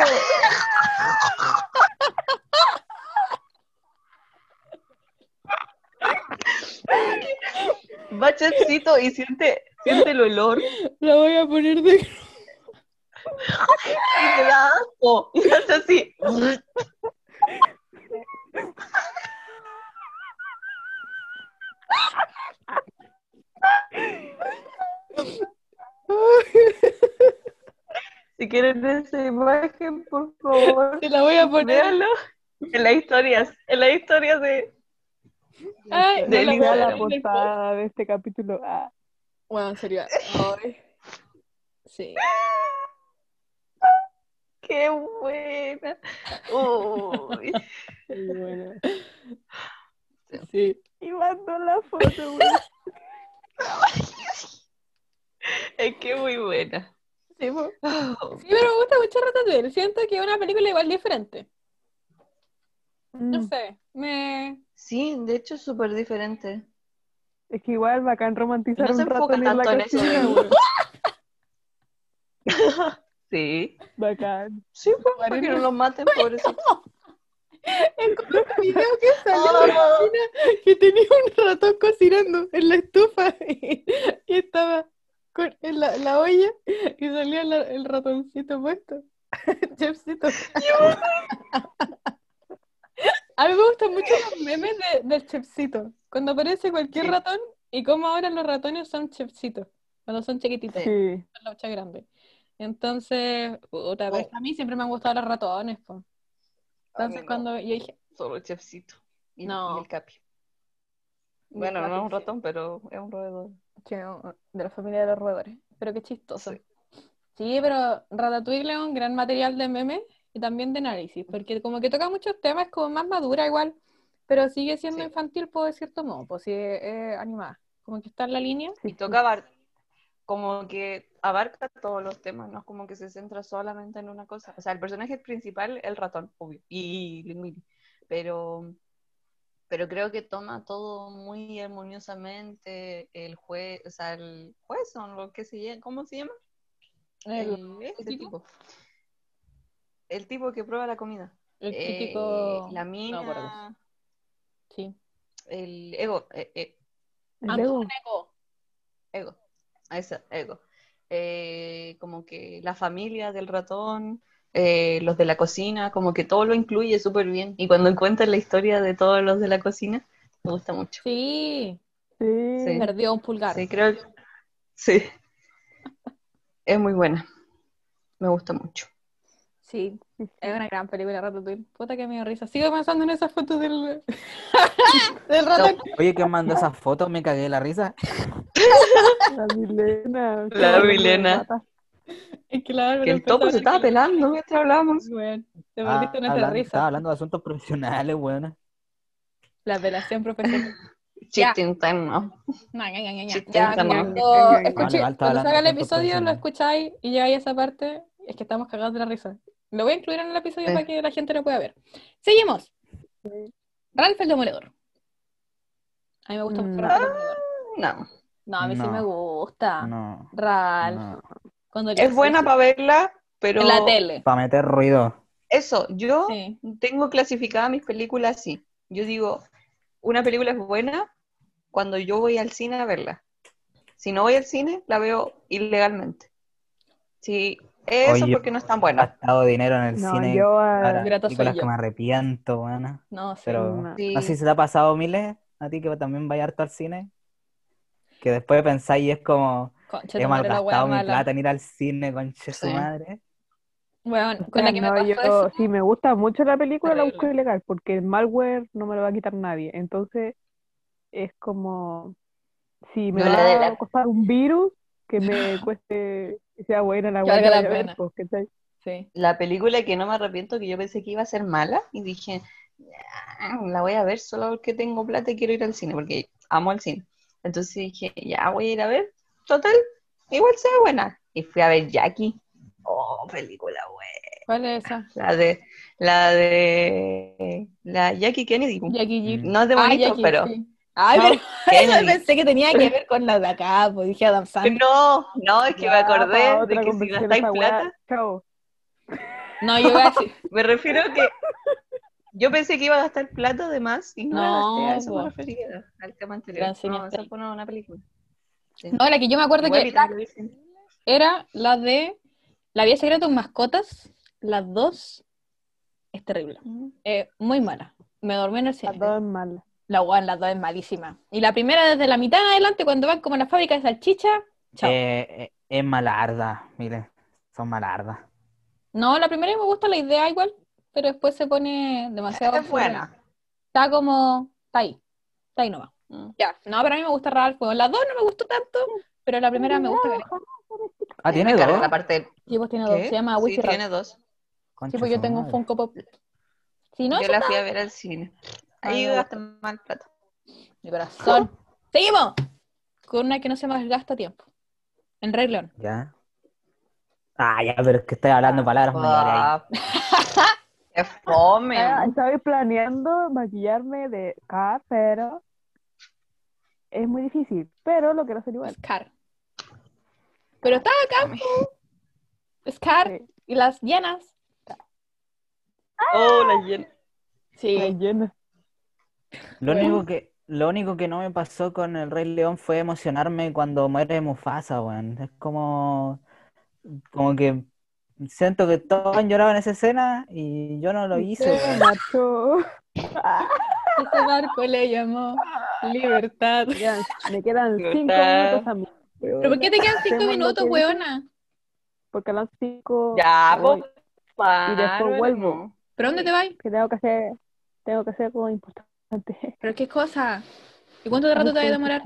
[SPEAKER 2] va chipsito y siente, siente el olor y
[SPEAKER 1] Lo voy a poner de.
[SPEAKER 2] le da asco. Y hace así. Si quieren esa imagen, por favor.
[SPEAKER 1] Te la voy a poner.
[SPEAKER 2] Véanlo en las historias, en las historias de...
[SPEAKER 1] Ay,
[SPEAKER 2] De
[SPEAKER 1] no la voy
[SPEAKER 3] Mira
[SPEAKER 1] a
[SPEAKER 2] Lisa.
[SPEAKER 1] poner
[SPEAKER 3] la
[SPEAKER 1] en el post.
[SPEAKER 3] portada de este capítulo. Ah,
[SPEAKER 1] Bueno, en serio. ay. Sí.
[SPEAKER 2] ¡Qué buena! Uy.
[SPEAKER 1] Muy bueno. Sí.
[SPEAKER 3] y mandó la foto, güey.
[SPEAKER 2] es que muy buena.
[SPEAKER 1] Sí, po. Sí, pero me gusta mucho Ratatouille. Siento que es una película igual diferente. No
[SPEAKER 3] Mm.
[SPEAKER 1] sé. Me.
[SPEAKER 2] Sí, de hecho es súper diferente.
[SPEAKER 3] Es que igual bacán romantizar
[SPEAKER 2] No se
[SPEAKER 3] un rato
[SPEAKER 2] enfocan
[SPEAKER 3] en la
[SPEAKER 2] tanto en eso.
[SPEAKER 3] cocina, güey.
[SPEAKER 2] Sí.
[SPEAKER 3] Bacán.
[SPEAKER 2] Sí, pues, para que no lo maten, pobrecito.
[SPEAKER 1] Encontré un video que salió en la cocina que tenía un ratón cocinando en la estufa y, y estaba con, en la, la olla y salía la- el ratoncito puesto. Chefcito. A mí me gustan mucho los memes de- del chefcito. Cuando aparece cualquier
[SPEAKER 2] Sí.
[SPEAKER 1] ratón y como ahora los ratones son chefcitos. Cuando son chiquititos, son
[SPEAKER 3] Sí.
[SPEAKER 1] la hucha grande. Entonces, puta, pero es que a mí siempre me han gustado los ratones. po.
[SPEAKER 2] A mí
[SPEAKER 1] Entonces,
[SPEAKER 2] no,
[SPEAKER 1] cuando yo dije,
[SPEAKER 2] Solo el chefcito. Y,
[SPEAKER 1] No.
[SPEAKER 2] y el capi. Bueno, no es un ratón, pero es un roedor.
[SPEAKER 1] que no- de la familia de los roedores. Pero qué chistoso. Sí,
[SPEAKER 2] Sí.
[SPEAKER 1] pero Ratatouille es un gran material de memes y también de análisis, porque como que toca muchos temas, es como más madura igual, pero sigue siendo
[SPEAKER 2] Sí.
[SPEAKER 1] infantil, por de cierto modo, pues sí, es es animada. Como que está en la línea.
[SPEAKER 2] Y toca abar- como que abarca todos los temas, no es como que se centra solamente en una cosa. O sea, el personaje principal, el ratón, obvio, y Linguini. Pero, pero creo que toma todo muy armoniosamente. El juez, o sea, el juez, son lo que se llama, ¿cómo se llama?
[SPEAKER 1] El,
[SPEAKER 2] El- este
[SPEAKER 1] chico?
[SPEAKER 2] tipo. El tipo que prueba la comida.
[SPEAKER 1] el
[SPEAKER 2] Eh,
[SPEAKER 1] típico...
[SPEAKER 2] la
[SPEAKER 1] no, por eso.
[SPEAKER 2] mina,
[SPEAKER 1] Sí.
[SPEAKER 2] el ego, eh, eh,
[SPEAKER 3] El
[SPEAKER 1] Anton
[SPEAKER 3] ego.
[SPEAKER 1] Ego.
[SPEAKER 2] Ego. a Esa, ego. Eh, como que la familia del ratón, eh, los de la cocina, como que todo lo incluye súper bien. Y cuando encuentran la historia de todos los de la cocina, me gusta mucho.
[SPEAKER 1] Sí,
[SPEAKER 3] Sí.
[SPEAKER 2] Sí.
[SPEAKER 1] perdió un pulgar.
[SPEAKER 2] Sí, creo que- Sí. Es muy buena. Me gusta mucho.
[SPEAKER 1] Sí, es una gran película Ratatouille. Puta que me dio risa. Sigo pensando en esas fotos del, del ratón.
[SPEAKER 4] Oye, ¿quién mandó esa foto? Me cagué de la risa.
[SPEAKER 3] La Milena.
[SPEAKER 2] La Milena.
[SPEAKER 1] Es que la Bárbara
[SPEAKER 2] Que el
[SPEAKER 1] empezó a
[SPEAKER 2] topo se
[SPEAKER 1] hablar
[SPEAKER 2] estaba pelando mientras hablábamos.
[SPEAKER 1] con- Bueno, te
[SPEAKER 4] Ah,
[SPEAKER 1] perdiste nuestra
[SPEAKER 4] hablando-
[SPEAKER 1] risa.
[SPEAKER 4] Estaba hablando de asuntos profesionales, weón.
[SPEAKER 1] La apelación profesional. Ya.
[SPEAKER 2] Chiste interno.
[SPEAKER 1] No, ya, ya, ya, ya.
[SPEAKER 2] Chiste
[SPEAKER 1] Ya,
[SPEAKER 2] interno.
[SPEAKER 1] cuando
[SPEAKER 3] Vale,
[SPEAKER 1] escuché-
[SPEAKER 4] vale, estaba
[SPEAKER 1] cuando
[SPEAKER 4] hablando
[SPEAKER 1] salga el
[SPEAKER 4] de asuntos
[SPEAKER 1] episodio, lo
[SPEAKER 4] profesionales.
[SPEAKER 1] escucháis y llegáis a esa parte. Es que estamos cagados de la risa. Lo voy a incluir en el episodio
[SPEAKER 2] Sí.
[SPEAKER 1] para que la gente lo pueda ver. Seguimos. Ralph el Demoledor. A mí me gusta mucho
[SPEAKER 3] Mm.
[SPEAKER 1] Ralph el Demoledor.
[SPEAKER 2] No.
[SPEAKER 1] No, a mí sí
[SPEAKER 4] No.
[SPEAKER 1] me gusta.
[SPEAKER 4] No.
[SPEAKER 1] Ralph.
[SPEAKER 4] no.
[SPEAKER 1] Cuando le-
[SPEAKER 2] Es buena para verla, pero
[SPEAKER 1] En la tele.
[SPEAKER 4] Para meter ruido.
[SPEAKER 2] Eso, yo
[SPEAKER 1] Sí.
[SPEAKER 2] tengo clasificadas mis películas así. Yo digo, una película es buena cuando yo voy al cine a verla. Si no voy al cine, la veo ilegalmente. Sí, eso
[SPEAKER 4] Oye,
[SPEAKER 2] porque no es tan
[SPEAKER 4] He
[SPEAKER 2] buena.
[SPEAKER 4] gastado dinero en el
[SPEAKER 3] No,
[SPEAKER 4] cine.
[SPEAKER 3] yo a-
[SPEAKER 4] para
[SPEAKER 1] Grata soy
[SPEAKER 4] películas
[SPEAKER 1] yo.
[SPEAKER 4] que me arrepiento, weón.
[SPEAKER 1] No, sí.
[SPEAKER 4] Pero
[SPEAKER 3] No.
[SPEAKER 2] Sí.
[SPEAKER 4] así se te ha pasado, Miles, a ti que también vaya harto al cine. Que después pensáis y es como,
[SPEAKER 1] Concha,
[SPEAKER 4] he
[SPEAKER 1] tu madre, la wea
[SPEAKER 4] malgastado mi
[SPEAKER 1] mala.
[SPEAKER 4] plata en ir al cine, conche su
[SPEAKER 2] Sí.
[SPEAKER 4] madre.
[SPEAKER 1] Weón,
[SPEAKER 3] O
[SPEAKER 1] con la
[SPEAKER 3] sea,
[SPEAKER 1] que me
[SPEAKER 3] Ah, no,
[SPEAKER 1] pasó
[SPEAKER 3] yo,
[SPEAKER 1] eso,
[SPEAKER 3] si me gusta mucho la película, la busco
[SPEAKER 1] Terrible.
[SPEAKER 3] ilegal, porque el malware no me lo va a quitar nadie. Entonces, es como, si me
[SPEAKER 2] No le
[SPEAKER 3] va
[SPEAKER 2] dé la-
[SPEAKER 3] a costar un virus, que me cueste, que sea buena la
[SPEAKER 1] Que
[SPEAKER 3] wea
[SPEAKER 1] valga
[SPEAKER 3] que
[SPEAKER 1] la
[SPEAKER 3] vaya a ver,
[SPEAKER 1] pena.
[SPEAKER 3] pues, ¿cachai?
[SPEAKER 1] Sí.
[SPEAKER 2] La película que no me arrepiento, que yo pensé que iba a ser mala, y dije, "Ah, la voy a ver solo porque tengo plata y quiero ir al cine, porque amo el cine. Entonces dije, ya voy a ir a ver, total, igual sea buena. Y fui a ver Jackie. Oh, película buena.
[SPEAKER 1] ¿Cuál es esa?
[SPEAKER 2] La de, la de, la Jackie Kennedy.
[SPEAKER 1] Jackie G.
[SPEAKER 2] No es de
[SPEAKER 1] Ah,
[SPEAKER 2] bonito,
[SPEAKER 1] Jackie,
[SPEAKER 2] pero.
[SPEAKER 1] sí. Ay,
[SPEAKER 2] No,
[SPEAKER 1] pero eso
[SPEAKER 2] Kennedy.
[SPEAKER 1] pensé que tenía que ver con la de acá, pues dije Adam Sandler.
[SPEAKER 2] No, no, es que me
[SPEAKER 3] Ya, pa'
[SPEAKER 2] acordé
[SPEAKER 3] otra
[SPEAKER 2] de que si
[SPEAKER 3] conversación
[SPEAKER 2] gastáis
[SPEAKER 3] esa weá.
[SPEAKER 2] plata,
[SPEAKER 3] Chao.
[SPEAKER 1] No, yo voy a decir,
[SPEAKER 2] me refiero a que yo pensé que iba a gastar plata de más y no, la
[SPEAKER 1] No,
[SPEAKER 2] gasté, a eso me
[SPEAKER 1] po.
[SPEAKER 2] refería, al tema anterior.
[SPEAKER 1] Gran
[SPEAKER 2] no,
[SPEAKER 1] cineasta.
[SPEAKER 2] esa fue una, una película.
[SPEAKER 1] no, la que yo me acuerdo
[SPEAKER 2] Igual
[SPEAKER 1] que
[SPEAKER 2] vi tanto Disney.
[SPEAKER 1] era la de La vida secreta con mascotas, las dos, es terrible. Eh, muy mala. Me dormí en el cine.
[SPEAKER 3] A todo es mal.
[SPEAKER 1] La one, las dos es malísima. Y la primera desde la mitad en adelante, cuando van como a la fábrica de salchicha, chao.
[SPEAKER 4] Eh, eh, es malarda, mire, son malardas.
[SPEAKER 1] No, la primera me gusta la idea igual, pero después se pone demasiado.
[SPEAKER 2] Es buena.
[SPEAKER 1] Está como. Está ahí. Está ahí nomás.
[SPEAKER 2] Mm.
[SPEAKER 1] Ya. No, pero a mí me gusta Ralph. Bueno, las dos no me gustó tanto, pero la primera me gusta. caleta.
[SPEAKER 4] Ah, tiene
[SPEAKER 2] Claro,
[SPEAKER 4] dos.
[SPEAKER 2] La parte
[SPEAKER 1] Sí, pues tiene dos.
[SPEAKER 2] ¿Qué?
[SPEAKER 1] Se llama
[SPEAKER 2] Sí,
[SPEAKER 1] Whisky Ralph.
[SPEAKER 2] tiene dos.
[SPEAKER 4] Concha
[SPEAKER 1] Sí, pues yo
[SPEAKER 4] su
[SPEAKER 1] tengo un
[SPEAKER 4] madre.
[SPEAKER 1] Funko Pop. Si no,
[SPEAKER 2] yo
[SPEAKER 1] eso
[SPEAKER 2] la
[SPEAKER 1] está
[SPEAKER 2] fui a ver al cine. Ahí
[SPEAKER 1] Ah, no.
[SPEAKER 2] gasté mal plata.
[SPEAKER 1] en mi corazón. Seguimos. Con una que no se malgasta tiempo. En Rey León.
[SPEAKER 4] Ya. Ah, ya, pero es que estoy hablando palabras mayores ahí.
[SPEAKER 2] Ah, ¡Qué fome!
[SPEAKER 3] Ah, Estaba planeando maquillarme de acá, pero es muy difícil. Pero lo quiero hacer igual.
[SPEAKER 1] Scar. Pero está acá. po. Scar
[SPEAKER 3] Sí.
[SPEAKER 1] y las llenas.
[SPEAKER 2] ¡Oh, la llena!
[SPEAKER 3] Ay,
[SPEAKER 1] Sí.
[SPEAKER 3] llena.
[SPEAKER 4] Lo único que, lo único que no me pasó con el Rey León fue emocionarme cuando muere Mufasa, weón. Es como, como que siento que todos han llorado en esa escena y yo no lo hice,
[SPEAKER 3] Sí,
[SPEAKER 4] weón.
[SPEAKER 3] macho.
[SPEAKER 1] Ese este barco le llamó Libertad.
[SPEAKER 3] Ya, me quedan
[SPEAKER 2] Yo
[SPEAKER 3] cinco
[SPEAKER 2] estaba-
[SPEAKER 3] minutos a mí.
[SPEAKER 1] ¿Pero por qué te quedan cinco
[SPEAKER 3] Hacemos lo
[SPEAKER 1] minutos,
[SPEAKER 3] que-
[SPEAKER 1] weona?
[SPEAKER 3] Porque a las cinco
[SPEAKER 2] Ya,
[SPEAKER 3] me
[SPEAKER 2] pues.
[SPEAKER 3] voy. Y después vuelvo.
[SPEAKER 1] ¿Pero dónde te vas?
[SPEAKER 3] Que tengo que hacer, tengo que hacer algo importante.
[SPEAKER 1] ¿Pero qué cosa? ¿Y cuánto rato te va a demorar?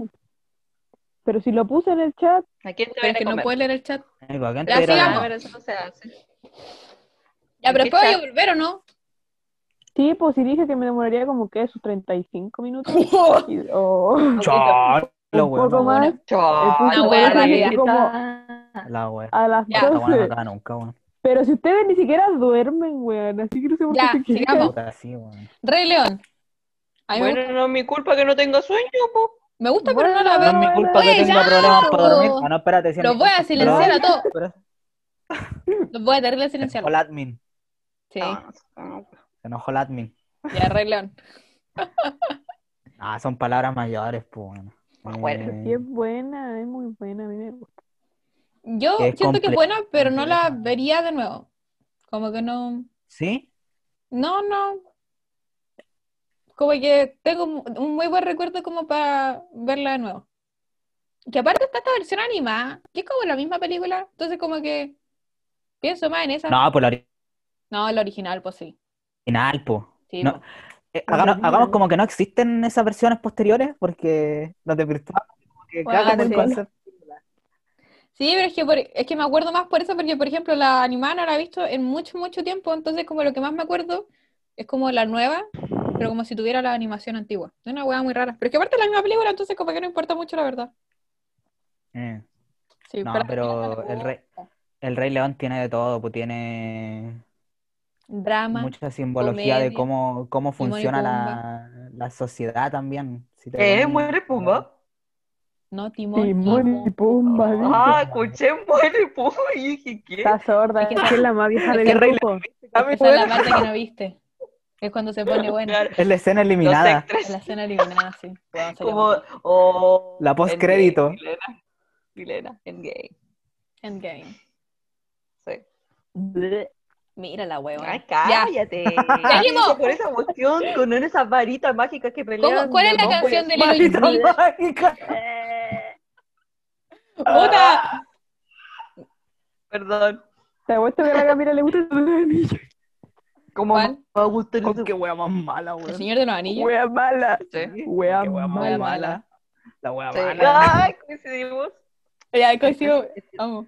[SPEAKER 3] Pero si lo puse en el chat,
[SPEAKER 2] ¿A quién te
[SPEAKER 1] Pero es
[SPEAKER 2] van a
[SPEAKER 1] que no
[SPEAKER 2] comer?
[SPEAKER 1] puedes leer el chat.
[SPEAKER 4] Amigo, ¿a quién te
[SPEAKER 1] Ya,
[SPEAKER 4] hubiera
[SPEAKER 1] sigamos.
[SPEAKER 4] ganado?
[SPEAKER 2] Ah, pero eso no se hace.
[SPEAKER 1] Ya, pero
[SPEAKER 2] ¿Qué
[SPEAKER 1] después voy a
[SPEAKER 2] chat?
[SPEAKER 1] volver o no.
[SPEAKER 3] sí, pues si dije que me demoraría como que sus 35 minutos. y- o
[SPEAKER 4] Cholo,
[SPEAKER 3] un
[SPEAKER 4] weón.
[SPEAKER 3] poco más. El
[SPEAKER 2] Ah,
[SPEAKER 3] punto
[SPEAKER 1] no,
[SPEAKER 3] por eso
[SPEAKER 1] buena
[SPEAKER 3] dije
[SPEAKER 1] idea.
[SPEAKER 3] como
[SPEAKER 4] La weón.
[SPEAKER 3] a las
[SPEAKER 1] Ya.
[SPEAKER 4] Esta weón no
[SPEAKER 3] 12.
[SPEAKER 4] acaba nunca, weón.
[SPEAKER 3] Pero si ustedes ni siquiera duermen, weón. Así que no sé por
[SPEAKER 1] Ya,
[SPEAKER 3] qué se quejan.
[SPEAKER 1] sigamos.
[SPEAKER 4] Puta, sí, weón.
[SPEAKER 1] Rey León. A mí me gusta-
[SPEAKER 2] Bueno, no es mi culpa que no tenga sueño, po.
[SPEAKER 1] me gusta, pero no la
[SPEAKER 4] No
[SPEAKER 1] veo.
[SPEAKER 4] es mi culpa que
[SPEAKER 1] Oye,
[SPEAKER 4] tenga
[SPEAKER 1] ya,
[SPEAKER 4] problemas para dormir.
[SPEAKER 1] po.
[SPEAKER 4] Ah, no, espérate, sí,
[SPEAKER 1] Los
[SPEAKER 4] mi
[SPEAKER 1] voy
[SPEAKER 4] culpa,
[SPEAKER 1] a silenciar
[SPEAKER 4] pero-
[SPEAKER 1] a todos.
[SPEAKER 4] pero-
[SPEAKER 1] Los voy a terrible
[SPEAKER 4] Se
[SPEAKER 1] silenciar.
[SPEAKER 4] enojó el admin.
[SPEAKER 1] Sí,
[SPEAKER 2] No, no, no.
[SPEAKER 4] Se enojó el admin.
[SPEAKER 1] ya, Rey León.
[SPEAKER 4] Ah, son palabras mayores, pues, weón. Eh,
[SPEAKER 2] Ah, bueno.
[SPEAKER 3] Sí, es buena, es muy buena, a mí me gusta.
[SPEAKER 1] Yo
[SPEAKER 4] Que es
[SPEAKER 1] siento que es
[SPEAKER 4] comple-
[SPEAKER 1] buena, pero no la
[SPEAKER 4] compleja.
[SPEAKER 1] vería de nuevo. Como que no.
[SPEAKER 4] ¿Sí?
[SPEAKER 1] No, no. Como que tengo mu- un muy buen recuerdo como para verla de nuevo. Que aparte está esta versión animada, que es como la misma película. Entonces como que pienso más en esa.
[SPEAKER 4] No, pues la ori-
[SPEAKER 1] No, la original, pues sí.
[SPEAKER 4] original, po.
[SPEAKER 1] Sí,
[SPEAKER 4] No.
[SPEAKER 1] pues.
[SPEAKER 4] Eh,
[SPEAKER 3] Pues
[SPEAKER 4] hagamos,
[SPEAKER 3] original.
[SPEAKER 4] hagamos como que no existen esas versiones posteriores porque los desvirtuamos como que
[SPEAKER 1] Bueno,
[SPEAKER 4] cagan el
[SPEAKER 1] sí.
[SPEAKER 4] concepto.
[SPEAKER 1] Sí, pero es que, por- es que me acuerdo más por eso, porque por ejemplo la animada no la he visto en mucho, mucho tiempo, entonces como lo que más me acuerdo es como la nueva, pero como si tuviera la animación antigua. Es una hueá muy rara. Pero es que aparte es la misma película, entonces como que no importa mucho la verdad.
[SPEAKER 4] Eh,
[SPEAKER 1] Sí,
[SPEAKER 4] No,
[SPEAKER 1] pero-
[SPEAKER 4] pero el rey, el Rey León tiene de todo, pues tiene
[SPEAKER 1] Drama.
[SPEAKER 4] mucha simbología de
[SPEAKER 1] comedia,
[SPEAKER 4] cómo, cómo
[SPEAKER 1] Timón y
[SPEAKER 4] funciona la, la sociedad también. Si te
[SPEAKER 2] ¿Qué?
[SPEAKER 4] pones-
[SPEAKER 2] eh, ¿Muere pues, Pumba?
[SPEAKER 1] No, Timón.
[SPEAKER 3] Timón y Pumba, dice.
[SPEAKER 2] Ah, escuché muere Pumba y dije, ¿qué?
[SPEAKER 3] Está sorda,
[SPEAKER 1] Es que
[SPEAKER 3] es que es la más vieja
[SPEAKER 4] que
[SPEAKER 3] del
[SPEAKER 4] Rey
[SPEAKER 3] grupo.
[SPEAKER 2] Dame
[SPEAKER 1] Esa es la
[SPEAKER 2] fuera.
[SPEAKER 1] parte que no viste. Es cuando se pone buena.
[SPEAKER 4] Es la escena
[SPEAKER 2] Los
[SPEAKER 4] eliminada.
[SPEAKER 1] en La
[SPEAKER 2] extras,
[SPEAKER 1] escena eliminada, sí. Bueno, sería
[SPEAKER 2] como,
[SPEAKER 1] muy-
[SPEAKER 2] oh,
[SPEAKER 4] La postcrédito.
[SPEAKER 2] Endgame, Milena, Milena, Endgame.
[SPEAKER 1] Endgame.
[SPEAKER 2] Sí.
[SPEAKER 3] Bleh.
[SPEAKER 1] Mira la
[SPEAKER 2] Ay,
[SPEAKER 1] hueva.
[SPEAKER 2] cállate.
[SPEAKER 1] Seguimos.
[SPEAKER 2] Con esa cuestión, con esas varitas mágicas que pelean.
[SPEAKER 1] ¿Cuál es la
[SPEAKER 2] No, pues, eh,
[SPEAKER 1] canción de Lilo y
[SPEAKER 4] Maldita
[SPEAKER 1] Stitch?
[SPEAKER 4] mágica.
[SPEAKER 1] ¡Puta!
[SPEAKER 2] Perdón.
[SPEAKER 3] Te apuesto que a la Camila le gusta el Señor de los Anillos.
[SPEAKER 2] Como
[SPEAKER 1] ¿Cuál?
[SPEAKER 2] me gusta el-
[SPEAKER 4] Oh, qué wea más mala,
[SPEAKER 1] El
[SPEAKER 4] weón.
[SPEAKER 1] Señor de los Anillos.
[SPEAKER 3] Wea mala,
[SPEAKER 2] Sí.
[SPEAKER 3] wea
[SPEAKER 4] Qué wea más
[SPEAKER 1] Wea
[SPEAKER 3] mala.
[SPEAKER 1] mala.
[SPEAKER 4] La wea
[SPEAKER 2] Sí.
[SPEAKER 4] mala.
[SPEAKER 2] Ay, coincidimos.
[SPEAKER 1] Ya, coincido. Vamos.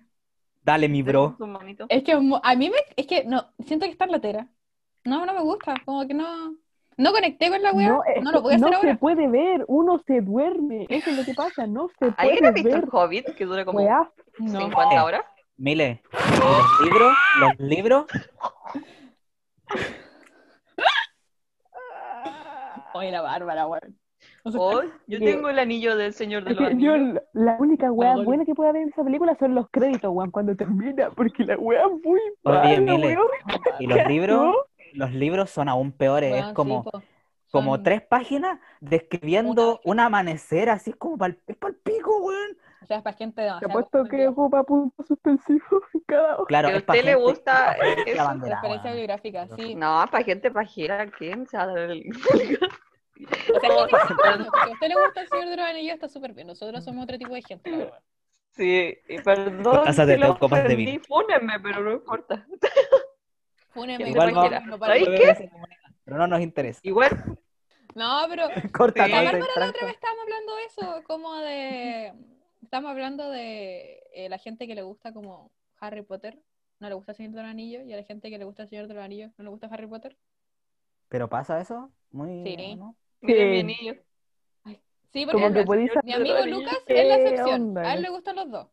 [SPEAKER 4] Dale, mi bro.
[SPEAKER 2] Su monito.
[SPEAKER 1] Es que es mu- a mí me, es que no, siento que está en latera. No, no me gusta, como que no, no conecté con la wea, no,
[SPEAKER 3] es
[SPEAKER 1] lo
[SPEAKER 3] que
[SPEAKER 1] voy a hacer
[SPEAKER 3] no se
[SPEAKER 1] ahora.
[SPEAKER 3] puede ver, uno se duerme, eso es lo que pasa, no se
[SPEAKER 2] ¿Alguien ha
[SPEAKER 3] puede
[SPEAKER 2] visto
[SPEAKER 3] ver.
[SPEAKER 2] el Hobbit que dura como
[SPEAKER 3] weá.
[SPEAKER 2] 50 horas?
[SPEAKER 4] Mile, los libros, los libros.
[SPEAKER 1] Oye, la Bárbara, weón. O sea,
[SPEAKER 2] Hoy yo
[SPEAKER 3] Digo-
[SPEAKER 2] tengo el anillo del Señor de
[SPEAKER 3] Es
[SPEAKER 2] los
[SPEAKER 3] que yo,
[SPEAKER 2] Anillos.
[SPEAKER 3] la la única weá
[SPEAKER 1] Madonna.
[SPEAKER 3] buena que puede haber en esa película son los créditos, weón, cuando termina, porque la weá es muy
[SPEAKER 4] Oye,
[SPEAKER 3] mala,
[SPEAKER 4] Mile,
[SPEAKER 3] weón.
[SPEAKER 4] Y los
[SPEAKER 3] ¿no?
[SPEAKER 4] libros, los libros son aún peores.
[SPEAKER 1] weón,
[SPEAKER 4] es como,
[SPEAKER 1] sí, po.
[SPEAKER 4] como
[SPEAKER 1] son-
[SPEAKER 4] tres páginas describiendo un amanecer, así es como pal, es pal pico, weón.
[SPEAKER 1] O sea, es para gente de
[SPEAKER 3] Te apuesto que ocupa puntos suspensivos en cada hoja.
[SPEAKER 4] Claro,
[SPEAKER 2] Que a
[SPEAKER 4] es pa'
[SPEAKER 2] usted le
[SPEAKER 4] gente
[SPEAKER 2] gusta
[SPEAKER 4] que aparece
[SPEAKER 2] eso.
[SPEAKER 4] abanderada,
[SPEAKER 1] Referencia
[SPEAKER 4] weón.
[SPEAKER 1] biográfica, sí.
[SPEAKER 2] No, para gente pajera, ¿quién Oh, se va a dar el-
[SPEAKER 1] O sea, gente que se conoce, porque a usted le gusta el Señor de los Anillos, está súper bien. Nosotros somos otro tipo de gente, la verdad.
[SPEAKER 2] Sí, y perdón.
[SPEAKER 4] Pásate
[SPEAKER 2] si lo
[SPEAKER 4] dos copas de
[SPEAKER 2] ofendí,
[SPEAKER 4] vino.
[SPEAKER 2] fúnenme, pero no importa.
[SPEAKER 1] Fúneme,
[SPEAKER 4] Igual
[SPEAKER 1] fúneme,
[SPEAKER 4] va-
[SPEAKER 1] no,
[SPEAKER 2] ¿Sabéis
[SPEAKER 1] para-
[SPEAKER 2] qué?
[SPEAKER 4] Pero no nos interesa.
[SPEAKER 2] Igual,
[SPEAKER 1] No, pero
[SPEAKER 4] Corta
[SPEAKER 2] Sí.
[SPEAKER 1] La
[SPEAKER 4] todo
[SPEAKER 1] Bárbara
[SPEAKER 4] este ese
[SPEAKER 1] la
[SPEAKER 4] extracto.
[SPEAKER 1] otra vez estábamos hablando de eso, como de... Estamos hablando de eh, la gente que le gusta como Harry Potter, no le gusta el Señor de los Anillos, y a la gente que le gusta el Señor de los Anillos, no le gusta Harry Potter.
[SPEAKER 4] Pero pasa eso, muy.
[SPEAKER 1] Sí.
[SPEAKER 4] ¿no?
[SPEAKER 2] miren mi
[SPEAKER 3] Sí.
[SPEAKER 2] anillo.
[SPEAKER 1] Sí, porque
[SPEAKER 3] Como que
[SPEAKER 1] mi-
[SPEAKER 3] podéis
[SPEAKER 1] mi amigo
[SPEAKER 2] Anillo.
[SPEAKER 1] Lucas
[SPEAKER 3] ¿Qué
[SPEAKER 1] es la excepción,
[SPEAKER 3] onda?
[SPEAKER 1] a él le gustan los dos.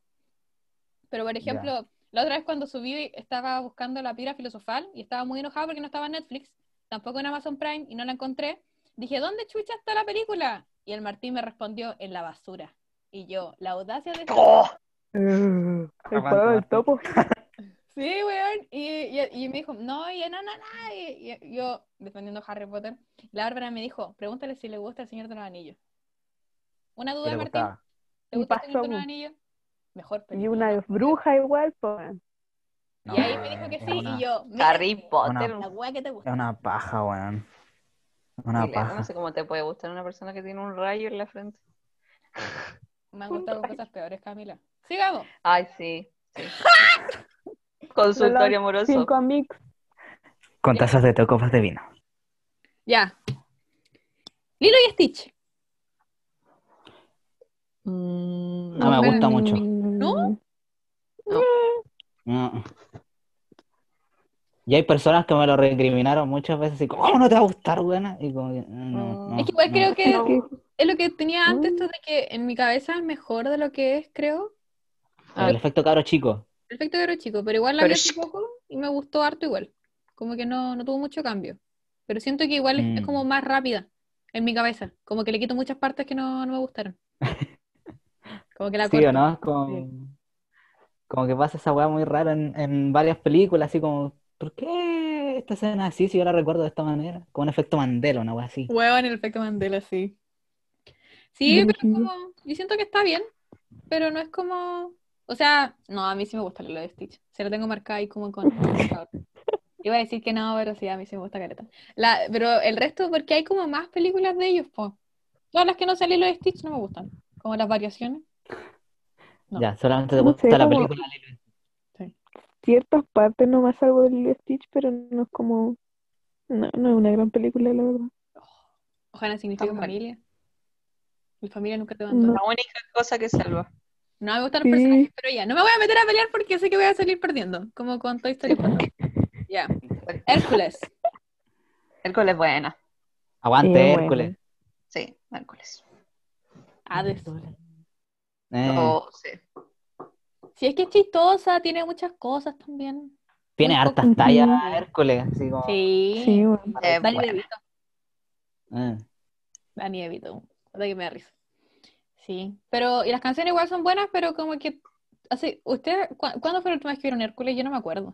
[SPEAKER 1] Pero por ejemplo, la otra vez cuando subí estaba buscando la piedra filosofal y estaba muy enojada porque no estaba en Netflix, tampoco en Amazon Prime y no la encontré. Dije, ¿dónde chucha está la película? Y el Martín me respondió, en la basura. Y yo, la audacia de...
[SPEAKER 2] ¡Oh!
[SPEAKER 3] Eh, El
[SPEAKER 4] Aguanta,
[SPEAKER 3] parado del
[SPEAKER 4] Martín.
[SPEAKER 3] topo.
[SPEAKER 1] Sí, weón. Y, y- y me dijo, no, y no, no, no. Y, y yo, defendiendo a Harry Potter, la Bárbara me dijo, pregúntale si le gusta el Señor de los Anillos. Una
[SPEAKER 4] Que
[SPEAKER 1] duda,
[SPEAKER 4] le
[SPEAKER 1] Martín.
[SPEAKER 4] gustaba.
[SPEAKER 1] ¿Te
[SPEAKER 3] Y
[SPEAKER 1] gusta el Señor de
[SPEAKER 3] pasó.
[SPEAKER 1] los Anillos? Mejor
[SPEAKER 3] Y
[SPEAKER 1] película.
[SPEAKER 3] una bruja igual, pues.
[SPEAKER 4] No,
[SPEAKER 1] Y ahí me dijo
[SPEAKER 4] weón,
[SPEAKER 1] que
[SPEAKER 4] es
[SPEAKER 1] sí,
[SPEAKER 4] una-
[SPEAKER 1] y yo, mira,
[SPEAKER 2] Harry Potter.
[SPEAKER 1] la wea que te gusta.
[SPEAKER 4] Es una paja, weón. Una
[SPEAKER 2] Chileno,
[SPEAKER 4] paja.
[SPEAKER 2] No sé cómo te puede gustar una persona que tiene un rayo en la frente.
[SPEAKER 1] Me han gustado cosas peores, Camila. Sigamos.
[SPEAKER 2] Ay, sí. sí. Consultorio amoroso.
[SPEAKER 3] Cinco mix.
[SPEAKER 4] Con tazas de té o copas de vino.
[SPEAKER 1] Ya. Lilo y Stitch.
[SPEAKER 3] Mm.
[SPEAKER 4] No me gusta mucho.
[SPEAKER 1] ¿No?
[SPEAKER 4] Mm. Y hay personas que me lo recriminaron muchas veces y como, ¿cómo no te va a gustar, buena? Y como que, mm, no, no,
[SPEAKER 1] es que igual
[SPEAKER 4] no.
[SPEAKER 1] creo que
[SPEAKER 3] No.
[SPEAKER 1] es lo que tenía antes,
[SPEAKER 3] Mm.
[SPEAKER 1] esto de que en mi cabeza es mejor de lo que es, creo.
[SPEAKER 4] El efecto caro chico.
[SPEAKER 1] Perfecto pero chico, pero igual la
[SPEAKER 2] Pero
[SPEAKER 1] vi hace poco y me gustó harto igual. Como que no, no tuvo mucho cambio. Pero siento que igual es, es
[SPEAKER 4] Mm.
[SPEAKER 1] como más rápida en mi cabeza. Como que le quito muchas partes que no, no me gustaron. Como que la
[SPEAKER 4] Sí,
[SPEAKER 1] corto.
[SPEAKER 4] ¿o no? Es como, como que pasa esa weá muy rara en, en varias películas, así como, ¿por qué esta escena así si yo la recuerdo de esta manera? Como un efecto Mandela, una weá así.
[SPEAKER 1] Huevo en el efecto Mandela, sí. Sí, pero
[SPEAKER 3] Brígido.
[SPEAKER 1] como. Yo siento que está bien, pero no es como. O sea, no, a mí sí me gusta lo de Stitch. Se lo tengo marcado ahí como con. Iba a decir que no, pero sí, a mí sí me gusta Caleta. La, pero el resto, porque hay como más películas de ellos, po. Todas las que no salen lo de Stitch no me gustan. Como las variaciones. No.
[SPEAKER 4] Ya, solamente te
[SPEAKER 3] No
[SPEAKER 4] gusta
[SPEAKER 3] sé,
[SPEAKER 4] la
[SPEAKER 3] como-
[SPEAKER 4] película. Lilo.
[SPEAKER 3] Ciertas partes nomás salvo de Lilo y Stitch, pero no es como. No, no es una gran película, la verdad.
[SPEAKER 1] Oh, Ojalá signifique
[SPEAKER 2] Tan mal.
[SPEAKER 1] familia. Mi familia nunca te abandona.
[SPEAKER 3] No.
[SPEAKER 2] La única cosa que salva.
[SPEAKER 1] No me gustan
[SPEAKER 3] Sí.
[SPEAKER 1] los personajes, pero ya. No me voy a meter a pelear porque sé que voy a salir perdiendo. Como con Toy Story 4. Ya. Hércules.
[SPEAKER 2] Hércules buena.
[SPEAKER 4] Aguante,
[SPEAKER 3] Sí, bueno.
[SPEAKER 4] Hércules.
[SPEAKER 2] Sí, Hércules.
[SPEAKER 1] Hades.
[SPEAKER 4] Eh,
[SPEAKER 2] Oh, sí.
[SPEAKER 1] Si es que es chistosa, tiene muchas cosas también.
[SPEAKER 4] tiene
[SPEAKER 1] muy poco-
[SPEAKER 4] hartas tallas
[SPEAKER 3] Ujú.
[SPEAKER 4] Hércules, así como.
[SPEAKER 1] Sí.
[SPEAKER 3] Sí, bueno.
[SPEAKER 2] Eh,
[SPEAKER 1] Dani
[SPEAKER 2] buena.
[SPEAKER 1] DeVito.
[SPEAKER 4] eh.
[SPEAKER 1] Dani DeVito. Puta que me da risa. Sí. Pero, y las canciones igual son buenas, pero como que. Así, ¿usted, cu- ¿cuándo fue la última vez que vieron Hércules? Yo no me acuerdo.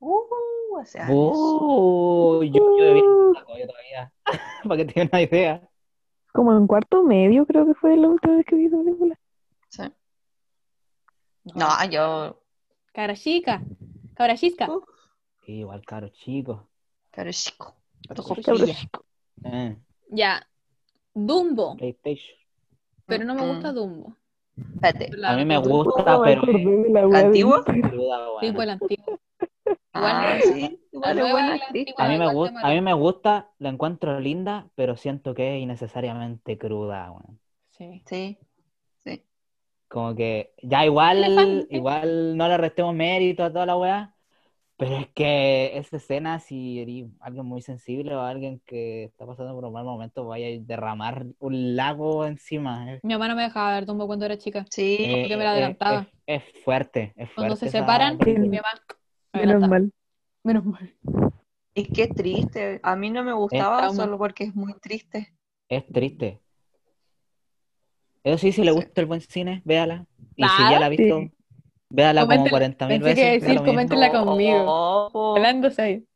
[SPEAKER 2] Uh, hace años.
[SPEAKER 4] Oh, yo, yo debía estar yo todavía. Para que tenga una idea.
[SPEAKER 3] Como en cuarto medio, creo que fue la última vez que vi esa película.
[SPEAKER 2] Sí. No, yo.
[SPEAKER 1] Cara chica. Cabra chisca.
[SPEAKER 2] Uh,
[SPEAKER 4] Sí, igual caro, chico.
[SPEAKER 2] Pero chico.
[SPEAKER 1] Cabra
[SPEAKER 2] Ojo
[SPEAKER 1] chica.
[SPEAKER 2] frío.
[SPEAKER 4] Eh,
[SPEAKER 1] Ya. Dumbo.
[SPEAKER 4] PlayStation.
[SPEAKER 1] Pero no me
[SPEAKER 2] Mm.
[SPEAKER 1] gusta Dumbo.
[SPEAKER 2] Espérate.
[SPEAKER 4] A mí me gusta,
[SPEAKER 3] No Oh, me
[SPEAKER 4] pero.
[SPEAKER 3] acordé de la wea de-
[SPEAKER 2] ¿Antigua?
[SPEAKER 4] Boluda,
[SPEAKER 1] Sí,
[SPEAKER 4] bueno.
[SPEAKER 1] fue el antiguo.
[SPEAKER 2] Ah,
[SPEAKER 1] Igual-
[SPEAKER 2] sí.
[SPEAKER 1] igual
[SPEAKER 2] Igual
[SPEAKER 1] nueva
[SPEAKER 2] es buena
[SPEAKER 1] de la
[SPEAKER 2] actriz.
[SPEAKER 1] antigua.
[SPEAKER 4] A mí, me
[SPEAKER 1] igual de
[SPEAKER 4] gusta, a
[SPEAKER 1] mala.
[SPEAKER 4] mí me gusta, la encuentro linda, pero siento que es innecesariamente cruda. bueno.
[SPEAKER 1] Sí.
[SPEAKER 2] Sí.
[SPEAKER 4] Como que ya igual,
[SPEAKER 1] Elefante.
[SPEAKER 4] igual no le restemos mérito a toda la weá, pero es que esa escena, si eres alguien muy sensible o alguien que está pasando por un mal momento, vaya a derramar un lago encima. Es,
[SPEAKER 1] Mi mamá no me dejaba ver Dumbo cuando era chica.
[SPEAKER 2] Sí,
[SPEAKER 4] eh,
[SPEAKER 1] porque me la
[SPEAKER 4] eh,
[SPEAKER 1] adelantaba.
[SPEAKER 4] Es, es fuerte, es
[SPEAKER 1] Cuando se
[SPEAKER 4] fuerte esa
[SPEAKER 1] separan,
[SPEAKER 4] película.
[SPEAKER 1] mi mamá me
[SPEAKER 3] Menos
[SPEAKER 1] adelantaba.
[SPEAKER 3] mal.
[SPEAKER 1] Menos mal.
[SPEAKER 2] es que es triste. A mí no me gustaba
[SPEAKER 1] trauma.
[SPEAKER 2] solo porque es muy triste.
[SPEAKER 4] Es triste. Eso sí, si le gusta el buen cine, véala. Y si
[SPEAKER 1] Ah,
[SPEAKER 4] ya la ha visto,
[SPEAKER 3] sí.
[SPEAKER 4] véala como
[SPEAKER 1] Coméntela-
[SPEAKER 4] 40.000
[SPEAKER 1] pensé que
[SPEAKER 4] veces. da
[SPEAKER 1] decir,
[SPEAKER 4] lo mismo.
[SPEAKER 1] coméntela
[SPEAKER 2] No,
[SPEAKER 1] conmigo.
[SPEAKER 2] po.
[SPEAKER 1] Pelándose ahí.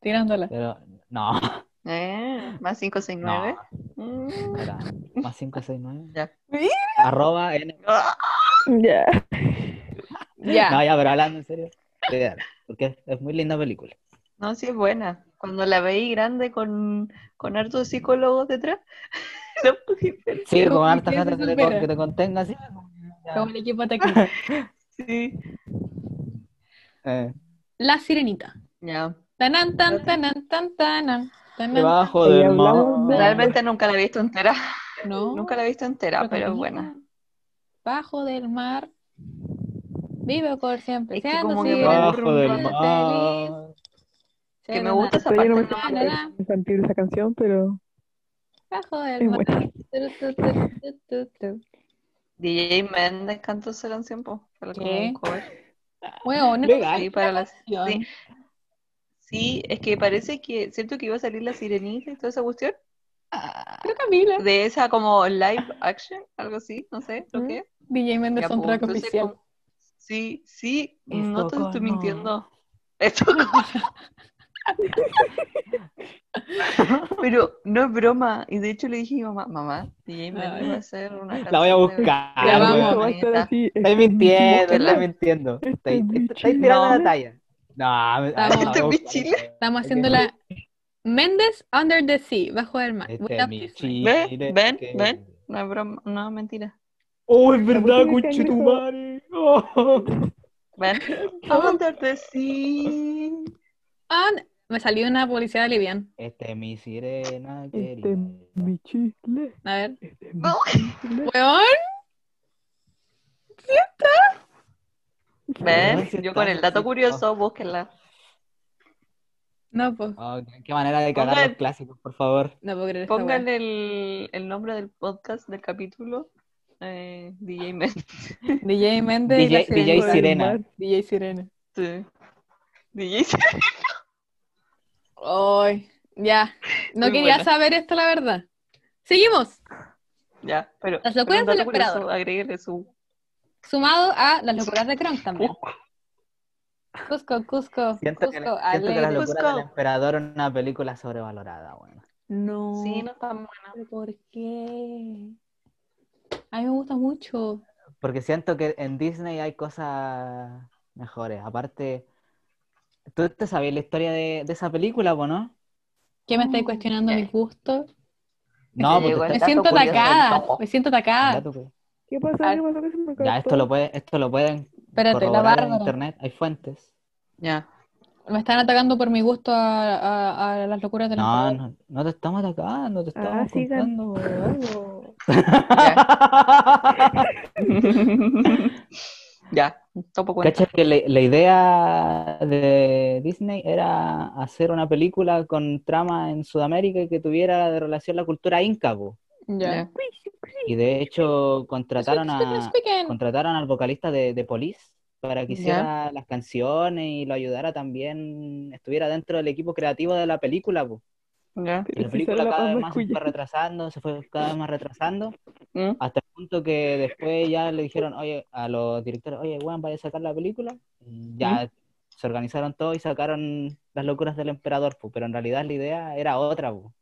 [SPEAKER 1] Tirándola.
[SPEAKER 4] Pero no,
[SPEAKER 2] Eh, más 569.
[SPEAKER 4] no,
[SPEAKER 2] Mm.
[SPEAKER 4] espera. Más 569.
[SPEAKER 2] Ya.
[SPEAKER 4] Arroba N.
[SPEAKER 2] Ah,
[SPEAKER 3] Ya.
[SPEAKER 1] Ya.
[SPEAKER 4] No, ya, pero hablando en serio. véala, Porque es, es muy linda película.
[SPEAKER 2] No, sí es buena. Cuando la veí grande con, con hartos psicólogos detrás, no pude ver.
[SPEAKER 4] Sí,
[SPEAKER 1] Como
[SPEAKER 4] con
[SPEAKER 1] que
[SPEAKER 4] hartas
[SPEAKER 1] se
[SPEAKER 4] ganas que te,
[SPEAKER 1] supera.
[SPEAKER 4] con- que te contenga así. Ya.
[SPEAKER 1] Como el equipo técnico.
[SPEAKER 2] Sí.
[SPEAKER 4] Eh,
[SPEAKER 1] La sirenita.
[SPEAKER 2] Ya.
[SPEAKER 1] Tanan, tan, tanan, tan, tanan. Tanan.
[SPEAKER 4] debajo
[SPEAKER 3] Ahí
[SPEAKER 4] del
[SPEAKER 3] hablamos
[SPEAKER 4] mar.
[SPEAKER 3] de-
[SPEAKER 2] Realmente nunca la he visto entera.
[SPEAKER 1] No.
[SPEAKER 2] Nunca la he visto entera,
[SPEAKER 1] Oh, Pero
[SPEAKER 2] pero es
[SPEAKER 1] continúa.
[SPEAKER 2] buena.
[SPEAKER 1] Bajo del mar. Vive por siempre.
[SPEAKER 2] Es que
[SPEAKER 1] siendo
[SPEAKER 2] como que me
[SPEAKER 1] sirena,
[SPEAKER 4] Debajo del
[SPEAKER 1] siendo
[SPEAKER 4] mar.
[SPEAKER 1] feliz,
[SPEAKER 2] Que me
[SPEAKER 1] siendo
[SPEAKER 2] gusta esa
[SPEAKER 3] Pero yo no me
[SPEAKER 2] parte.
[SPEAKER 1] Na, na, na,
[SPEAKER 3] infantil esa canción, pero
[SPEAKER 1] Bajo del
[SPEAKER 3] es
[SPEAKER 1] mar.
[SPEAKER 3] buena.
[SPEAKER 1] Tu, tu, tu, tu, tu, tu.
[SPEAKER 2] DJ Méndez cantó ese canción, po. Fue como
[SPEAKER 1] ¿Qué?
[SPEAKER 2] un cover.
[SPEAKER 1] Bueno, no
[SPEAKER 4] Legal.
[SPEAKER 2] Sí, para las...
[SPEAKER 1] canción.
[SPEAKER 2] sí. sí, es que parece que, ¿cierto que iba a salir la sirenita y toda esa cuestión?
[SPEAKER 1] Pero Camila.
[SPEAKER 2] De esa como live action, algo así, no sé,
[SPEAKER 1] Mm.
[SPEAKER 2] lo que es.
[SPEAKER 1] DJ Méndez
[SPEAKER 2] Ya, pues,
[SPEAKER 1] soundtrack
[SPEAKER 2] entonces,
[SPEAKER 1] oficial.
[SPEAKER 2] como- Sí, sí, no te estoy
[SPEAKER 4] Estocolmo.
[SPEAKER 2] mintiendo. Esto Pero no es broma. Y de hecho le dije a mi mamá, mamá, DJ Mendes va a hacer una
[SPEAKER 4] La voy a
[SPEAKER 2] canción de-
[SPEAKER 4] buscar.
[SPEAKER 1] La vamos.
[SPEAKER 4] weón.
[SPEAKER 3] Esto va a estar así.
[SPEAKER 4] Estoy mintiendo,
[SPEAKER 2] Búsquenla.
[SPEAKER 4] estoy mintiendo. Estoy,
[SPEAKER 3] es mi
[SPEAKER 4] estoy- estoy tirando
[SPEAKER 2] chile.
[SPEAKER 4] la talla. No, a- a-
[SPEAKER 1] Estamos-
[SPEAKER 4] a-
[SPEAKER 2] Este es mi
[SPEAKER 4] a-
[SPEAKER 2] chile.
[SPEAKER 1] Estamos haciendo la Méndez Under the Sea, bajo del mar.
[SPEAKER 4] Este
[SPEAKER 1] Without
[SPEAKER 4] es mi
[SPEAKER 1] Disney.
[SPEAKER 2] Ve,
[SPEAKER 4] chile. este
[SPEAKER 2] ven,
[SPEAKER 4] que-
[SPEAKER 2] ven. No es broma, no es mentira.
[SPEAKER 4] Oh, es verdad,
[SPEAKER 3] ¿Por qué decían eso?
[SPEAKER 4] conchetumare. Oh.
[SPEAKER 2] Ven. Under the sea.
[SPEAKER 1] And- Ah, Me salió una publicidad de Livian.
[SPEAKER 4] Este es mi sirena
[SPEAKER 3] Este es
[SPEAKER 4] querida.
[SPEAKER 3] mi chile.
[SPEAKER 1] A ver.
[SPEAKER 3] Este es mi
[SPEAKER 2] No.
[SPEAKER 3] chile.
[SPEAKER 1] ¡Weón!
[SPEAKER 2] Ven,
[SPEAKER 4] Weón, sí
[SPEAKER 2] yo
[SPEAKER 4] está,
[SPEAKER 2] con el dato
[SPEAKER 4] sí
[SPEAKER 2] curioso, búsquenla.
[SPEAKER 1] No, pues.
[SPEAKER 4] Oh, qué manera de cagar
[SPEAKER 2] Pongan-
[SPEAKER 4] los clásicos, por favor.
[SPEAKER 1] No puedo creer esta weá.
[SPEAKER 2] Pongan el, el nombre del podcast, del capítulo, eh, DJ Mendes.
[SPEAKER 1] DJ Méndez y la
[SPEAKER 4] DJ, DJ
[SPEAKER 1] sirenita.
[SPEAKER 4] Sirena.
[SPEAKER 1] DJ Sirena.
[SPEAKER 2] DJ
[SPEAKER 1] Ay, ya. No
[SPEAKER 2] Muy
[SPEAKER 1] quería
[SPEAKER 2] buena.
[SPEAKER 1] saber esto, la verdad. Seguimos.
[SPEAKER 2] Ya, pero.
[SPEAKER 1] Las
[SPEAKER 2] pero
[SPEAKER 1] locuras
[SPEAKER 2] un
[SPEAKER 1] del
[SPEAKER 2] dato curioso,
[SPEAKER 1] emperador.
[SPEAKER 2] agréguenle su.
[SPEAKER 1] Sumado a las locuras de Kronk también. Cusco, Cusco, Cusco,
[SPEAKER 4] Siento que, siento que la
[SPEAKER 1] alegre.
[SPEAKER 4] locura del
[SPEAKER 2] Cusco.
[SPEAKER 4] emperador es una película sobrevalorada, bueno.
[SPEAKER 1] No,
[SPEAKER 2] Sí, no está buena.
[SPEAKER 1] pero ¿por qué? A mí me gusta mucho.
[SPEAKER 4] Porque siento que en Disney hay cosas mejores. Aparte, tú te sabías la historia de, de esa película, po, ¿no?
[SPEAKER 1] ¿Qué me estáis cuestionando mis gustos?
[SPEAKER 4] No, pues,
[SPEAKER 2] llegó el
[SPEAKER 4] porque
[SPEAKER 1] Me
[SPEAKER 4] está-
[SPEAKER 1] siento
[SPEAKER 2] dato curioso del
[SPEAKER 1] atacada,
[SPEAKER 2] topo.
[SPEAKER 1] me siento
[SPEAKER 4] el
[SPEAKER 1] atacada.
[SPEAKER 4] dato que-
[SPEAKER 3] ¿Qué pasó?
[SPEAKER 1] Ah.
[SPEAKER 3] ¿Qué pasó? ¿Qué se me
[SPEAKER 4] Ya, esto
[SPEAKER 3] cortó?
[SPEAKER 4] lo, puede, esto lo pueden
[SPEAKER 1] Espérate, la
[SPEAKER 4] corroborar en
[SPEAKER 1] Bárbara.
[SPEAKER 4] internet, hay fuentes.
[SPEAKER 2] Ya.
[SPEAKER 1] Me están atacando por mi gusto a, a- a las locuras del
[SPEAKER 4] No,
[SPEAKER 1] emperador.
[SPEAKER 4] no, no te estamos atacando, te
[SPEAKER 3] Ah,
[SPEAKER 4] estamos
[SPEAKER 3] sigan.
[SPEAKER 4] contando algo.
[SPEAKER 2] ya, topo cuenta.
[SPEAKER 4] Cacha que la, la idea de Disney era hacer una película con trama en Sudamérica y que tuviera de relación la cultura inca, po.
[SPEAKER 1] Ya.
[SPEAKER 2] Ya.
[SPEAKER 4] Y de hecho contrataron
[SPEAKER 1] Speaking,
[SPEAKER 4] a,
[SPEAKER 1] speaking.
[SPEAKER 4] contrataron al vocalista de, de Police para que
[SPEAKER 2] Ya.
[SPEAKER 4] hiciera las canciones y lo ayudara también, estuviera dentro del equipo creativo de la película. po.
[SPEAKER 2] Ya.
[SPEAKER 4] Y la
[SPEAKER 3] Pero si solo
[SPEAKER 4] película
[SPEAKER 3] la
[SPEAKER 4] cada vez
[SPEAKER 3] palma
[SPEAKER 4] más se
[SPEAKER 3] escuya.
[SPEAKER 4] fue retrasando, se fue cada vez más retrasando,
[SPEAKER 2] Mm.
[SPEAKER 4] hasta el punto que después ya le dijeron oye, a los directores, oye, Juan, vaya a sacar la película. Y ya
[SPEAKER 3] ¿Mm?
[SPEAKER 4] se organizaron todo y sacaron Las locuras del emperador, po. pero en realidad la idea era otra. po.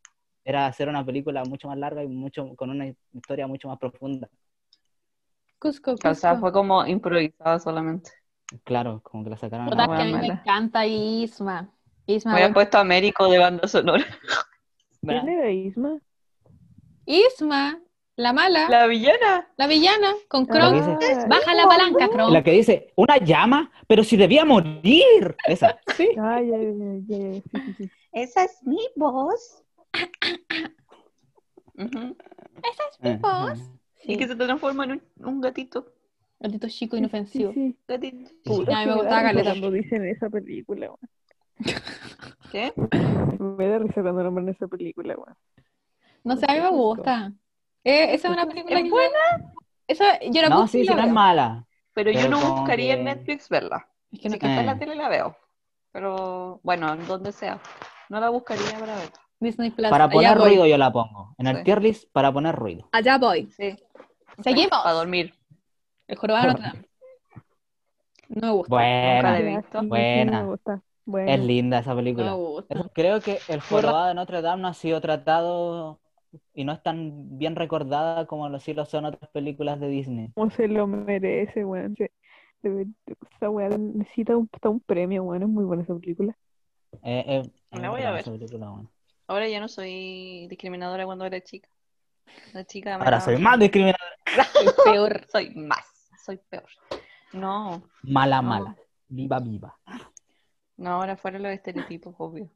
[SPEAKER 4] Era hacer una película mucho más larga y mucho con una historia mucho más profunda.
[SPEAKER 1] Cusco,
[SPEAKER 2] O sea,
[SPEAKER 1] Cusco.
[SPEAKER 2] fue como improvisado solamente.
[SPEAKER 4] Claro, como que la sacaron a la
[SPEAKER 1] Puta,
[SPEAKER 2] Una
[SPEAKER 1] que a mí
[SPEAKER 2] buena
[SPEAKER 1] me
[SPEAKER 2] mala.
[SPEAKER 1] encanta Isma. Isma,
[SPEAKER 2] Me había
[SPEAKER 1] weón.
[SPEAKER 2] puesto Américo de banda sonora.
[SPEAKER 3] ¿Quién era Isma?
[SPEAKER 1] Isma, la mala, la,
[SPEAKER 2] La villana.
[SPEAKER 1] villana, con Kronk.
[SPEAKER 4] dice-
[SPEAKER 3] Ah,
[SPEAKER 1] Baja la palanca, Kronk.
[SPEAKER 4] La que dice, una llama, pero si debía morir. Esa.
[SPEAKER 3] sí. Ay, ay, ay, ay, sí, sí, sí.
[SPEAKER 2] Esa es mi voz.
[SPEAKER 4] Eh,
[SPEAKER 1] ¿Vos?
[SPEAKER 2] Y que se transforma en un, un gatito.
[SPEAKER 1] Gatito chico inofensivo.
[SPEAKER 3] Sí, sí.
[SPEAKER 2] Gatito.
[SPEAKER 3] Puta,
[SPEAKER 1] a mí me
[SPEAKER 3] sí, da
[SPEAKER 1] gustaba
[SPEAKER 3] risa
[SPEAKER 1] caleta.
[SPEAKER 3] Cuando dicen esa película, weón.
[SPEAKER 2] ¿Qué?
[SPEAKER 3] Me da risa cuando nombran esa película, weón.
[SPEAKER 1] No sé, a mí me gusta. Eh, esa es una película
[SPEAKER 2] ¿Es
[SPEAKER 1] que yo- Esa, yo la
[SPEAKER 4] No,
[SPEAKER 1] puse y
[SPEAKER 4] sí, sí,
[SPEAKER 1] la
[SPEAKER 4] no es
[SPEAKER 1] veo.
[SPEAKER 4] mala.
[SPEAKER 2] Pero, yo
[SPEAKER 4] Pero
[SPEAKER 2] no
[SPEAKER 4] como
[SPEAKER 2] buscaría en
[SPEAKER 4] que-
[SPEAKER 2] Netflix verla.
[SPEAKER 1] Es que no-
[SPEAKER 2] Sí, que está en la
[SPEAKER 4] Eh.
[SPEAKER 2] tele la veo. Pero bueno, en donde sea. No la buscaría para ver.
[SPEAKER 1] Disney Plus.
[SPEAKER 4] Para
[SPEAKER 1] allá
[SPEAKER 4] poner
[SPEAKER 1] voy.
[SPEAKER 4] ruido yo la pongo. En el
[SPEAKER 2] Sí.
[SPEAKER 4] tier list para poner ruido.
[SPEAKER 1] Allá voy.
[SPEAKER 2] Sí.
[SPEAKER 1] Seguimos.
[SPEAKER 2] Para dormir.
[SPEAKER 1] El jorobado de Notre Dame. No me gusta.
[SPEAKER 2] Nunca
[SPEAKER 4] Buena.
[SPEAKER 2] la he
[SPEAKER 3] Ya,
[SPEAKER 2] visto.
[SPEAKER 3] sí, sí,
[SPEAKER 4] Buena.
[SPEAKER 3] me gusta. Bueno.
[SPEAKER 4] Es linda esa
[SPEAKER 1] No me
[SPEAKER 4] película.
[SPEAKER 1] gusta.
[SPEAKER 4] Eso- Creo que el jorobado de Notre Dame no ha sido tratado y no es tan bien recordada como lo sí lo son otras películas de Disney.
[SPEAKER 3] ¿Cómo se lo merece, weón? Se- debe- Esa weá necesita un, hasta un premio, weón. Es muy buena esa película.
[SPEAKER 4] Eh, eh, es
[SPEAKER 2] La voy
[SPEAKER 4] verdad
[SPEAKER 2] a ver.
[SPEAKER 4] esa película, bueno.
[SPEAKER 2] Ahora ya no soy discriminadora cuando era chica. La chica me
[SPEAKER 4] Ahora
[SPEAKER 2] daba-
[SPEAKER 4] soy más discriminadora.
[SPEAKER 1] Peor.
[SPEAKER 2] Soy más. Soy peor. No.
[SPEAKER 4] Mala,
[SPEAKER 2] No.
[SPEAKER 4] mala. Viva, viva.
[SPEAKER 2] No, ahora fuera los estereotipos, obvio.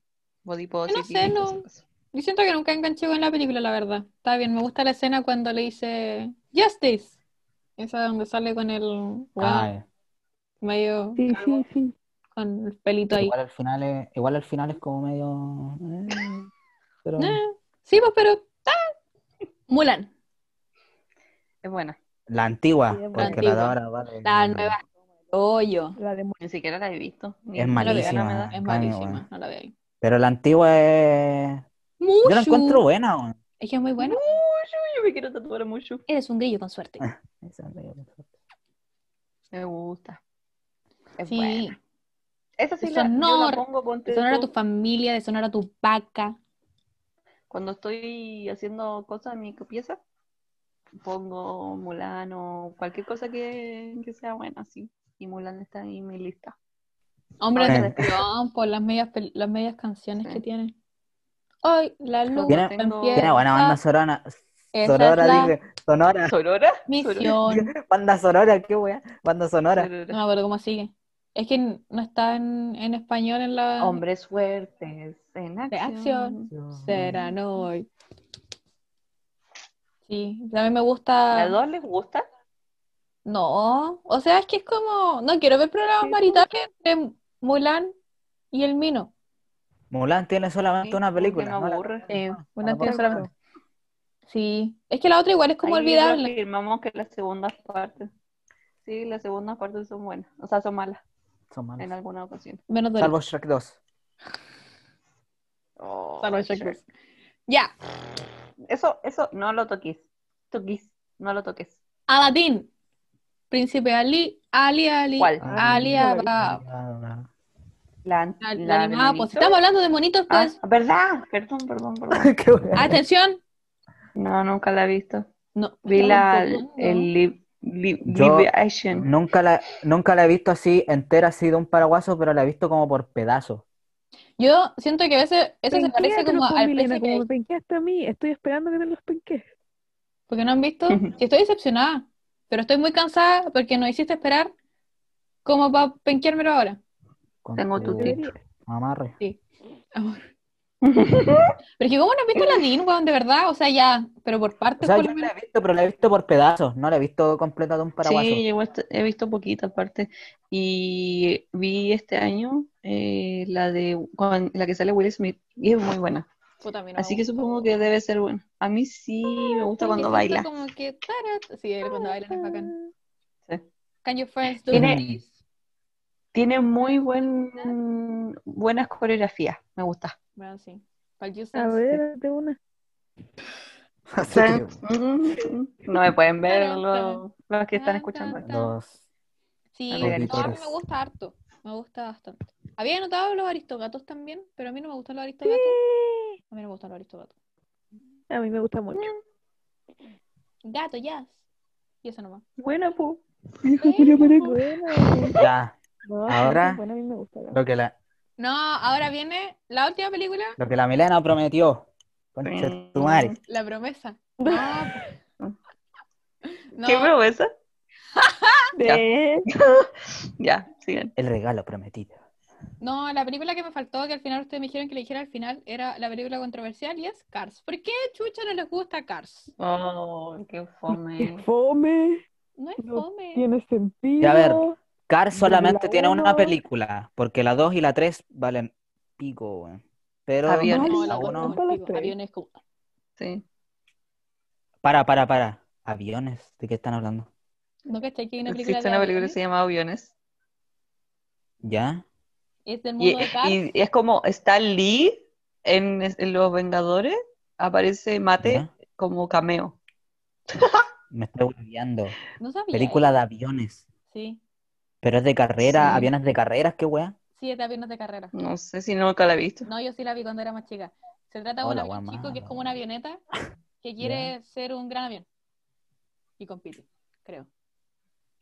[SPEAKER 2] Body positive
[SPEAKER 1] sé,
[SPEAKER 2] y
[SPEAKER 1] no.
[SPEAKER 2] todas esas cosas.
[SPEAKER 1] Yo siento que nunca enganché con la película, la verdad. Está bien, me gusta la escena cuando le dice Justice. Esa donde sale con el weón
[SPEAKER 4] Ay,
[SPEAKER 1] medio
[SPEAKER 3] Sí, sí, sí.
[SPEAKER 1] con el pelito ahí.
[SPEAKER 4] igual, al final es, igual al final es como medio. eh, pero
[SPEAKER 1] Eh, sí, pues, pero. ah, Mulan,
[SPEAKER 2] Es buena.
[SPEAKER 4] la antigua,
[SPEAKER 3] Sí, es
[SPEAKER 4] porque
[SPEAKER 1] buena.
[SPEAKER 4] la de ahora vale.
[SPEAKER 1] la nueva.
[SPEAKER 4] Ah,
[SPEAKER 1] Hoyo.
[SPEAKER 3] La de
[SPEAKER 2] Ni siquiera la he visto. Ni-
[SPEAKER 4] Es
[SPEAKER 2] no la veo,
[SPEAKER 4] malísima.
[SPEAKER 2] no me da.
[SPEAKER 1] Es
[SPEAKER 4] Ah,
[SPEAKER 1] malísima,
[SPEAKER 4] bueno.
[SPEAKER 1] no la veo ahí.
[SPEAKER 4] Pero la antigua es. Yo la
[SPEAKER 1] Mushu.
[SPEAKER 4] encuentro buena, weón.
[SPEAKER 1] Es que es muy buena.
[SPEAKER 2] Yo me quiero tatuar mucho.
[SPEAKER 1] Eres un grillo con suerte.
[SPEAKER 4] Esa es la que me gusta.
[SPEAKER 2] Me gusta. Es
[SPEAKER 1] Sí.
[SPEAKER 2] buena. Esa sí la, yo la
[SPEAKER 1] Deshonor.
[SPEAKER 2] pongo ponte
[SPEAKER 1] Deshonor a
[SPEAKER 2] tú,
[SPEAKER 1] tu familia, deshonor a tu vaca.
[SPEAKER 2] Cuando estoy haciendo cosas en mi pieza, pongo Mulan o cualquier cosa que, que sea buena, sí. Y Mulan está ahí en mi lista.
[SPEAKER 1] Hombre
[SPEAKER 4] Sí.
[SPEAKER 1] de acción, por las medias, pel- las medias canciones
[SPEAKER 2] Sí.
[SPEAKER 1] que tienen. Hoy la luz
[SPEAKER 4] Tiene-
[SPEAKER 2] tengo-
[SPEAKER 4] Tiene buena banda
[SPEAKER 1] empieza.
[SPEAKER 4] sonora.
[SPEAKER 1] Esa
[SPEAKER 4] Sonora,
[SPEAKER 1] es la
[SPEAKER 4] dije. Sonora.
[SPEAKER 2] ¿Sorora?
[SPEAKER 1] Misión.
[SPEAKER 4] Banda sonora, qué weá. Banda sonora.
[SPEAKER 1] No
[SPEAKER 2] Sorora.
[SPEAKER 1] me acuerdo cómo sigue. Es que no está en, en español en la.
[SPEAKER 2] Hombres fuertes en
[SPEAKER 1] De
[SPEAKER 2] acción.
[SPEAKER 1] acción. Serán hoy. Sí, a mí me gusta.
[SPEAKER 2] ¿A dos les gusta?
[SPEAKER 1] No, o sea, es que es como, no quiero ver programas maritales entre Mulan y el Mino.
[SPEAKER 4] Mulan tiene solamente
[SPEAKER 2] Sí,
[SPEAKER 4] una
[SPEAKER 2] porque
[SPEAKER 4] película.
[SPEAKER 2] me
[SPEAKER 4] ¿no? La-
[SPEAKER 2] aburre.
[SPEAKER 1] Sí,
[SPEAKER 4] Ah,
[SPEAKER 1] Mulan tiene
[SPEAKER 4] la conozco.
[SPEAKER 1] solamente. Sí, es que la otra igual es como
[SPEAKER 2] Ahí
[SPEAKER 1] olvidable.
[SPEAKER 2] Afirmamos que las segundas partes. Sí, las segundas partes son buenas. O sea, son malas
[SPEAKER 4] Son malas.
[SPEAKER 2] en alguna ocasión.
[SPEAKER 1] Menos dolor.
[SPEAKER 4] Salvo Shrek 2.
[SPEAKER 2] Oh,
[SPEAKER 1] Salvo el Shrek
[SPEAKER 2] Shrek.
[SPEAKER 1] dos. Ya,
[SPEAKER 2] Eso, eso, no lo toques. Toquís, no lo toques.
[SPEAKER 1] Aladdin. Príncipe Ali, Ali, Ali,
[SPEAKER 2] ¿Cuál?
[SPEAKER 1] Ali, Abba.
[SPEAKER 4] Ah,
[SPEAKER 2] La,
[SPEAKER 1] La,
[SPEAKER 2] la
[SPEAKER 1] la
[SPEAKER 2] de
[SPEAKER 1] animada, pues
[SPEAKER 2] monito.
[SPEAKER 1] estamos hablando de monitos,
[SPEAKER 2] Ah,
[SPEAKER 1] pues.
[SPEAKER 2] ¿verdad? Perdón, perdón, perdón.
[SPEAKER 4] qué weá.
[SPEAKER 2] Ah,
[SPEAKER 1] Atención.
[SPEAKER 2] No, nunca la he visto.
[SPEAKER 1] No,
[SPEAKER 2] Vi la,
[SPEAKER 1] estamos perdiendo.
[SPEAKER 2] el li- li-
[SPEAKER 4] Yo-
[SPEAKER 2] live action.
[SPEAKER 4] Nunca la, nunca la he visto así entera, así de un paraguaso, pero la he visto como por pedazos.
[SPEAKER 1] Yo siento que a veces eso se parece
[SPEAKER 3] Penquéatelo,
[SPEAKER 1] como
[SPEAKER 3] pues,
[SPEAKER 1] al
[SPEAKER 3] Milena,
[SPEAKER 1] príncipe.
[SPEAKER 3] como me penqueaste a mí. Estoy esperando que te los penques.
[SPEAKER 1] Porque no han visto. Si estoy decepcionada, pero estoy muy cansada porque nos hiciste esperar como para penqueármelo ahora.
[SPEAKER 4] Con
[SPEAKER 2] Tengo tu tip.
[SPEAKER 4] Amarre.
[SPEAKER 1] Amor. Pero es que, ¿cómo no has
[SPEAKER 2] Eh.
[SPEAKER 1] visto la DIN, weón? De verdad, o sea, ya, pero por
[SPEAKER 4] O
[SPEAKER 1] partes,
[SPEAKER 4] sea,
[SPEAKER 1] por
[SPEAKER 4] yo
[SPEAKER 1] lo
[SPEAKER 4] la
[SPEAKER 1] menos.
[SPEAKER 4] he visto, pero la he visto por pedazos. No la he visto completa de un paraguaso.
[SPEAKER 2] Sí, yo he- he visto poquita aparte. Y vi este año eh, la de con la que sale Will Smith y es muy buena.
[SPEAKER 1] Puta, a mí no me
[SPEAKER 2] Así que
[SPEAKER 1] gusta.
[SPEAKER 2] supongo que debe ser buena. A mí sí me gusta
[SPEAKER 1] Porque
[SPEAKER 2] cuando
[SPEAKER 1] siento
[SPEAKER 2] baila.
[SPEAKER 1] como que, tarat, sí, él cuando bailan es bacán.
[SPEAKER 2] Sí.
[SPEAKER 1] Can your friends do
[SPEAKER 2] Tiene-
[SPEAKER 1] this?
[SPEAKER 2] Tiene muy buen, buenas coreografías, me gusta.
[SPEAKER 1] Bueno, sí. But you
[SPEAKER 3] A
[SPEAKER 1] sense-
[SPEAKER 3] ver, de una.
[SPEAKER 4] Así que,
[SPEAKER 2] No me pueden ver lo- los que están escuchando. esto.
[SPEAKER 4] los-
[SPEAKER 1] Sí,
[SPEAKER 2] Los
[SPEAKER 1] no, a mí
[SPEAKER 4] auditores.
[SPEAKER 1] me gusta harto. Me gusta bastante. Había anotado los aristogatos también, pero a mí no me gustan los aristogatos. A mí no me gustan los aristogatos.
[SPEAKER 3] A mí me gusta mucho.
[SPEAKER 2] Mm.
[SPEAKER 1] Gato, jazz. Y eso nomás.
[SPEAKER 2] Buena, pu.
[SPEAKER 1] Bueno,
[SPEAKER 3] Pero, pero,
[SPEAKER 1] pues.
[SPEAKER 3] bueno.
[SPEAKER 4] Ya,
[SPEAKER 3] No,
[SPEAKER 4] Ahora-
[SPEAKER 3] sí, Bueno, a mí me gusta.
[SPEAKER 4] lo que la,
[SPEAKER 1] No, ahora viene la última película,
[SPEAKER 4] lo que la Milena prometió. Concha tu madre.
[SPEAKER 1] La Promesa. No. No,
[SPEAKER 2] ¿Qué promesa?
[SPEAKER 3] De...
[SPEAKER 2] Ya, siguen.
[SPEAKER 4] El regalo prometido.
[SPEAKER 1] No, la película que me faltó, que al final ustedes me dijeron que le dijera al final, era la película controversial y es Cars. ¿Por qué chucha no les gusta Cars?
[SPEAKER 2] Oh, qué
[SPEAKER 3] Qué
[SPEAKER 2] fome.
[SPEAKER 3] fome,
[SPEAKER 1] No es
[SPEAKER 3] No
[SPEAKER 1] fome.
[SPEAKER 3] tiene sentido.
[SPEAKER 4] Ya, a ver. Cars solamente
[SPEAKER 3] la
[SPEAKER 4] tiene una
[SPEAKER 3] uno-
[SPEAKER 4] película, porque la 2 y la 3 valen pico, weón. Pero
[SPEAKER 2] Aviones.
[SPEAKER 1] No, la
[SPEAKER 4] la
[SPEAKER 1] dos
[SPEAKER 3] uno-
[SPEAKER 1] como el
[SPEAKER 4] uno-
[SPEAKER 3] Todas las
[SPEAKER 1] pico,
[SPEAKER 3] tres.
[SPEAKER 1] aviones como-
[SPEAKER 2] Sí.
[SPEAKER 4] Para, para, para. Aviones, ¿de qué están hablando?
[SPEAKER 1] ¿No cachai que hay una película
[SPEAKER 2] Existe
[SPEAKER 1] de
[SPEAKER 2] una película
[SPEAKER 1] aviones?
[SPEAKER 2] que se llama Aviones.
[SPEAKER 4] ¿Ya?
[SPEAKER 1] Es del
[SPEAKER 2] Y, eh,
[SPEAKER 1] mundo de Cars.
[SPEAKER 2] y- y es como está Lee en, en Los Vengadores, aparece Mate
[SPEAKER 4] ¿Ya?
[SPEAKER 2] como cameo.
[SPEAKER 4] Me estoy olvidando.
[SPEAKER 1] No sabía.
[SPEAKER 4] Película de aviones.
[SPEAKER 1] Sí,
[SPEAKER 4] Pero es de carrera,
[SPEAKER 2] Sí.
[SPEAKER 4] aviones de carreras, qué weá.
[SPEAKER 1] siete aviones de carrera.
[SPEAKER 2] No sé si nunca la he visto.
[SPEAKER 1] No, yo sí la vi cuando era más chica. Se trata de
[SPEAKER 4] Hola,
[SPEAKER 1] un avión
[SPEAKER 4] guamala.
[SPEAKER 1] chico que es como una avioneta que quiere ser un gran avión. Y compite, creo.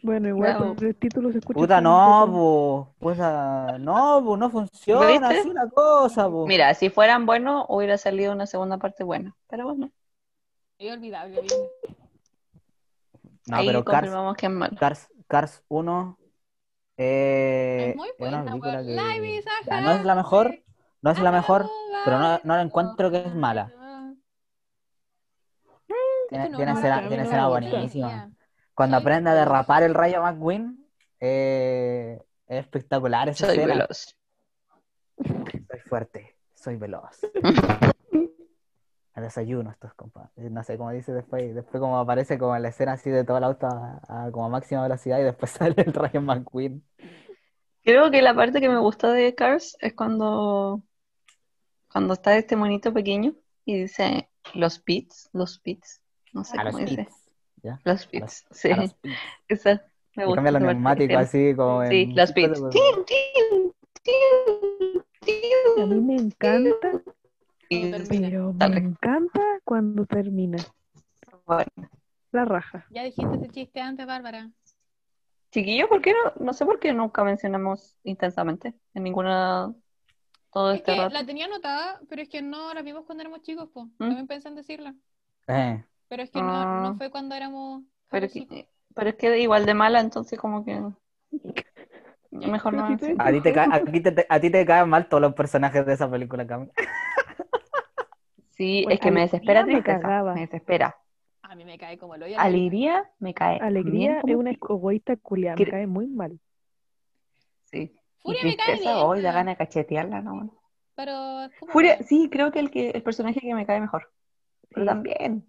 [SPEAKER 3] Bueno, igual
[SPEAKER 2] Bravo.
[SPEAKER 3] por el título se escucha.
[SPEAKER 4] Puta,
[SPEAKER 3] tan
[SPEAKER 4] no,
[SPEAKER 3] poco.
[SPEAKER 4] bo. Pues ah, no, bo, no funciona
[SPEAKER 2] ¿Viste?
[SPEAKER 4] así la cosa, bo.
[SPEAKER 2] Mira, si fueran buenos, hubiera salido una segunda parte buena. Pero bueno,
[SPEAKER 1] Es olvidable. bien.
[SPEAKER 4] no,
[SPEAKER 2] ahí
[SPEAKER 4] pero Cars,
[SPEAKER 2] confirmamos que es malo.
[SPEAKER 4] Cars, Cars 1 eh,
[SPEAKER 1] Es muy
[SPEAKER 4] una
[SPEAKER 1] buena,
[SPEAKER 4] película
[SPEAKER 1] weón.
[SPEAKER 4] que
[SPEAKER 1] Life is a Ah,
[SPEAKER 4] ya, no es la mejor, no es la mejor, pero no, no la encuentro que es mala. Tiene,
[SPEAKER 1] Esto no
[SPEAKER 4] tiene
[SPEAKER 1] es
[SPEAKER 4] escena-
[SPEAKER 3] mala,
[SPEAKER 4] tiene
[SPEAKER 3] a mí no
[SPEAKER 4] escena
[SPEAKER 3] me gusta.
[SPEAKER 4] buenísima. Cuando
[SPEAKER 1] Soy
[SPEAKER 4] aprende a
[SPEAKER 1] veloz.
[SPEAKER 4] derrapar el rayo McQueen, eh, es espectacular esa
[SPEAKER 2] Soy
[SPEAKER 4] escena.
[SPEAKER 2] veloz.
[SPEAKER 4] Soy fuerte, soy veloz. Al desayuno estos compa. eh, No sé cómo dice después. Después como aparece como en la escena así de todo el auto a, a como a máxima velocidad y después sale el Rayo McQueen.
[SPEAKER 2] Creo que la parte que me gusta de Cars es cuando, cuando está este monito pequeño y dice los pits, los pits, no sé
[SPEAKER 4] A Ah, los
[SPEAKER 2] cómo dice.
[SPEAKER 4] pits. ¿ya?
[SPEAKER 2] Los
[SPEAKER 4] A los-
[SPEAKER 2] pits, sí,
[SPEAKER 4] a los pits.
[SPEAKER 2] esa me
[SPEAKER 4] Y
[SPEAKER 2] gusta.
[SPEAKER 4] cambia los
[SPEAKER 2] esa parte
[SPEAKER 4] neumáticos
[SPEAKER 2] de
[SPEAKER 4] así como
[SPEAKER 2] escena. Sí,
[SPEAKER 4] en-
[SPEAKER 2] los pits. Tiu, tiu, tiu,
[SPEAKER 3] A mí
[SPEAKER 2] tiu.
[SPEAKER 3] me encanta,
[SPEAKER 2] Y
[SPEAKER 1] Cuando termina.
[SPEAKER 3] pero me
[SPEAKER 2] Dale.
[SPEAKER 3] encanta cuando termina.
[SPEAKER 2] bueno.
[SPEAKER 3] La raja.
[SPEAKER 1] Ya dijiste ese chiste antes, Bárbara.
[SPEAKER 2] Chiquillo, ¿por qué no? No sé por qué nunca mencionamos intensamente en ninguna todo
[SPEAKER 1] Es
[SPEAKER 2] este
[SPEAKER 1] que
[SPEAKER 2] rato. ¿Mm?
[SPEAKER 1] la tenía anotada, pero es que no la vimos cuando éramos chicos, pues. También pensé en decirla.
[SPEAKER 4] Eh,
[SPEAKER 1] Pero es que no,
[SPEAKER 2] Ah.
[SPEAKER 1] no fue cuando éramos
[SPEAKER 2] Pero,
[SPEAKER 1] cabros chicos.
[SPEAKER 2] que- pero es que igual de mala, entonces como que mejor
[SPEAKER 3] Pero
[SPEAKER 2] no.
[SPEAKER 3] si te-
[SPEAKER 4] a ti te ca- a ti te- a ti te caen mal todos los personajes de esa película, Cami.
[SPEAKER 2] Sí,
[SPEAKER 3] Bueno,
[SPEAKER 2] es que Pues me desespera
[SPEAKER 3] Alegría me
[SPEAKER 2] tristeza,
[SPEAKER 3] cagaba.
[SPEAKER 2] me desespera.
[SPEAKER 1] A mí me cae como el hoyo. la-
[SPEAKER 2] Alegría me cae. bien
[SPEAKER 3] Alegría
[SPEAKER 2] como
[SPEAKER 3] es una
[SPEAKER 2] pico.
[SPEAKER 3] egoísta culia, me
[SPEAKER 2] Cre-
[SPEAKER 3] cae muy mal.
[SPEAKER 2] Sí. Y
[SPEAKER 1] Furia me cae
[SPEAKER 2] tristeza,
[SPEAKER 1] bien,
[SPEAKER 2] hoy da
[SPEAKER 1] weón.
[SPEAKER 2] gana de cachetearla, ¿no?
[SPEAKER 1] Pero es como
[SPEAKER 2] Furia, sí, creo que el que el personaje que me cae mejor. Pero también.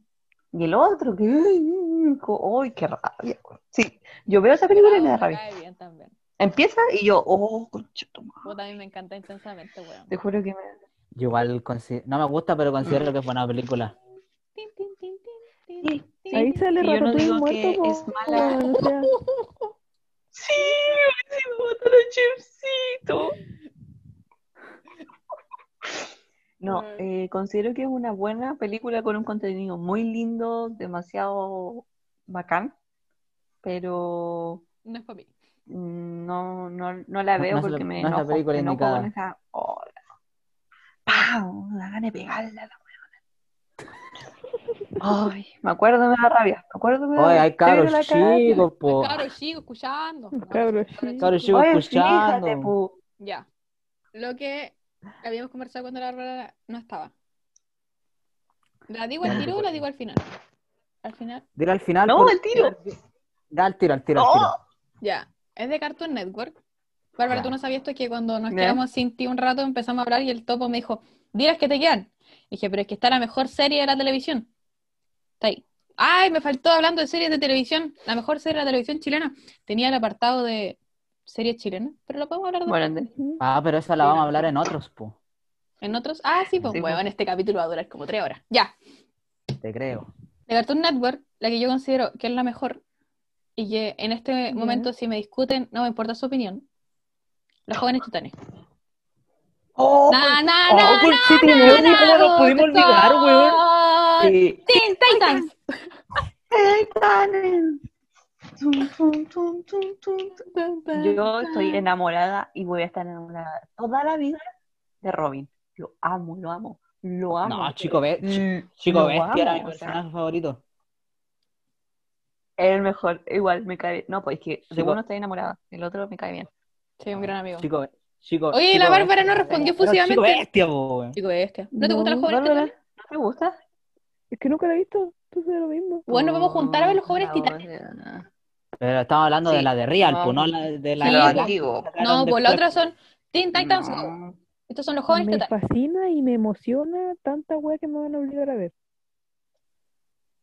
[SPEAKER 2] Y el otro, que ¡ay, ay, qué rabia! Sí, yo veo esa película y me da
[SPEAKER 1] Bravo, me
[SPEAKER 2] rabia.
[SPEAKER 1] cae bien también.
[SPEAKER 2] Empieza y yo, oh, conchetumare.
[SPEAKER 1] Vos también me encanta intensamente, weón.
[SPEAKER 2] Te juro que me.
[SPEAKER 4] Yo igual consi- no me gusta, pero considero que es buena película.
[SPEAKER 1] Tin, tin, tin, tin,
[SPEAKER 2] Sí, sí.
[SPEAKER 3] Ahí sale
[SPEAKER 2] Y yo no
[SPEAKER 3] Ratatouille
[SPEAKER 2] digo
[SPEAKER 3] muerto,
[SPEAKER 2] que
[SPEAKER 3] po,
[SPEAKER 2] es mala.
[SPEAKER 3] weón, o sea,
[SPEAKER 2] Sí, buenísimo, bota los chipsitos. No, eh, considero que es una buena película con un contenido muy lindo, demasiado bacán, pero
[SPEAKER 1] No es para mí.
[SPEAKER 2] mm, no, no, no la
[SPEAKER 4] No-
[SPEAKER 2] veo
[SPEAKER 4] no es la-
[SPEAKER 2] porque me
[SPEAKER 4] no es la
[SPEAKER 2] enojo, me
[SPEAKER 4] película
[SPEAKER 2] enojo con
[SPEAKER 4] indicada.
[SPEAKER 2] esa... oh, la- ¡Pau! La gana de pegarle a la weona. Ay, me acuerdo, me da rabia, me acuerdo, me da
[SPEAKER 4] Oye,
[SPEAKER 2] rabia.
[SPEAKER 4] hay cabros
[SPEAKER 3] la cara.
[SPEAKER 4] chicos, po.
[SPEAKER 1] Cabro chico, escuchando.
[SPEAKER 3] Cabros
[SPEAKER 1] chicos.
[SPEAKER 4] Cabros chicos
[SPEAKER 2] Oye,
[SPEAKER 4] escuchando.
[SPEAKER 2] fíjate, pu.
[SPEAKER 1] Ya. Lo que habíamos conversado cuando la Bárbara no estaba. ¿La digo al
[SPEAKER 4] Ya,
[SPEAKER 1] tiro o
[SPEAKER 4] pues.
[SPEAKER 1] la digo al final? Al final.
[SPEAKER 4] Dile al final.
[SPEAKER 2] No,
[SPEAKER 4] porque-
[SPEAKER 2] Ah, el tiro.
[SPEAKER 4] Da el tiro, al tiro, al
[SPEAKER 2] No.
[SPEAKER 4] tiro.
[SPEAKER 1] Ya. Es de Cartoon Network. Bárbara,
[SPEAKER 4] Ya.
[SPEAKER 1] tú no sabías esto, es que cuando nos
[SPEAKER 2] Ya.
[SPEAKER 1] quedamos sin ti un rato empezamos a hablar y el topo me dijo, dirás que te quedan. Y dije, pero es que está la mejor serie de la televisión. Está ahí. Ay, me faltó hablando de series de televisión. La mejor serie de la televisión chilena. Tenía el apartado de series chilenas, pero lo podemos hablar de
[SPEAKER 2] Bueno, Andrés.
[SPEAKER 4] Ah, pero esa la vamos a hablar en otros, po.
[SPEAKER 1] en otros. Ah, sí, pues,
[SPEAKER 2] Sí,
[SPEAKER 1] bueno,
[SPEAKER 2] pues.
[SPEAKER 1] en este capítulo va a durar como tres horas. Ya.
[SPEAKER 4] Te creo.
[SPEAKER 1] de Cartoon Network, la que yo considero que es la mejor, y que en este momento si me discuten, no me importa su opinión, los jóvenes titanes.
[SPEAKER 2] ¡Oh!
[SPEAKER 1] ¡Na, na,
[SPEAKER 2] oh,
[SPEAKER 1] na,
[SPEAKER 2] con
[SPEAKER 1] na,
[SPEAKER 2] siete
[SPEAKER 1] na,
[SPEAKER 2] millones,
[SPEAKER 1] na,
[SPEAKER 2] ¿cómo nos pudimos
[SPEAKER 1] son
[SPEAKER 2] olvidar, weón? Eh, Sí.
[SPEAKER 1] Teen Titans!
[SPEAKER 2] Yo estoy enamorada y voy a estar enamorada toda la vida de Robin. Lo amo, lo amo, lo amo.
[SPEAKER 4] No, chico, be-
[SPEAKER 2] Mm,
[SPEAKER 4] chico
[SPEAKER 2] lo
[SPEAKER 4] bestia era mi
[SPEAKER 2] amo, o sea,
[SPEAKER 4] personaje favorito.
[SPEAKER 2] el mejor, igual me cae. No, pues es que de
[SPEAKER 4] Chico-
[SPEAKER 2] uno estoy enamorada, el otro me cae bien.
[SPEAKER 1] Sí, un gran amigo.
[SPEAKER 4] Chico, Chico,
[SPEAKER 1] Oye, la
[SPEAKER 4] chico
[SPEAKER 1] Bárbara no
[SPEAKER 4] bestia,
[SPEAKER 1] respondió
[SPEAKER 4] pero chico
[SPEAKER 1] efusivamente.
[SPEAKER 4] bestia, po, weón.
[SPEAKER 1] Chico bestia. ¿No te gustan los jóvenes
[SPEAKER 2] Bárbara,
[SPEAKER 1] titanes?
[SPEAKER 2] ¿No te gusta?
[SPEAKER 3] Es que nunca la he visto, entonces es lo mismo.
[SPEAKER 1] Bueno, nos vamos a juntar a ver los jóvenes
[SPEAKER 2] Ahora,
[SPEAKER 1] titanes.
[SPEAKER 4] Pero estamos hablando de
[SPEAKER 2] Sí,
[SPEAKER 4] la de Real,
[SPEAKER 2] no.
[SPEAKER 4] pues no la de la.
[SPEAKER 1] Sí,
[SPEAKER 4] la-
[SPEAKER 1] po.
[SPEAKER 4] la-
[SPEAKER 2] digo,
[SPEAKER 4] sacaron
[SPEAKER 1] No, pues la
[SPEAKER 4] después.
[SPEAKER 1] otra son Teen Titans Go.
[SPEAKER 2] no.
[SPEAKER 1] Estos son los jóvenes
[SPEAKER 3] me
[SPEAKER 1] titanes.
[SPEAKER 3] fascina y me emociona tanta wea que me van a obligar a ver.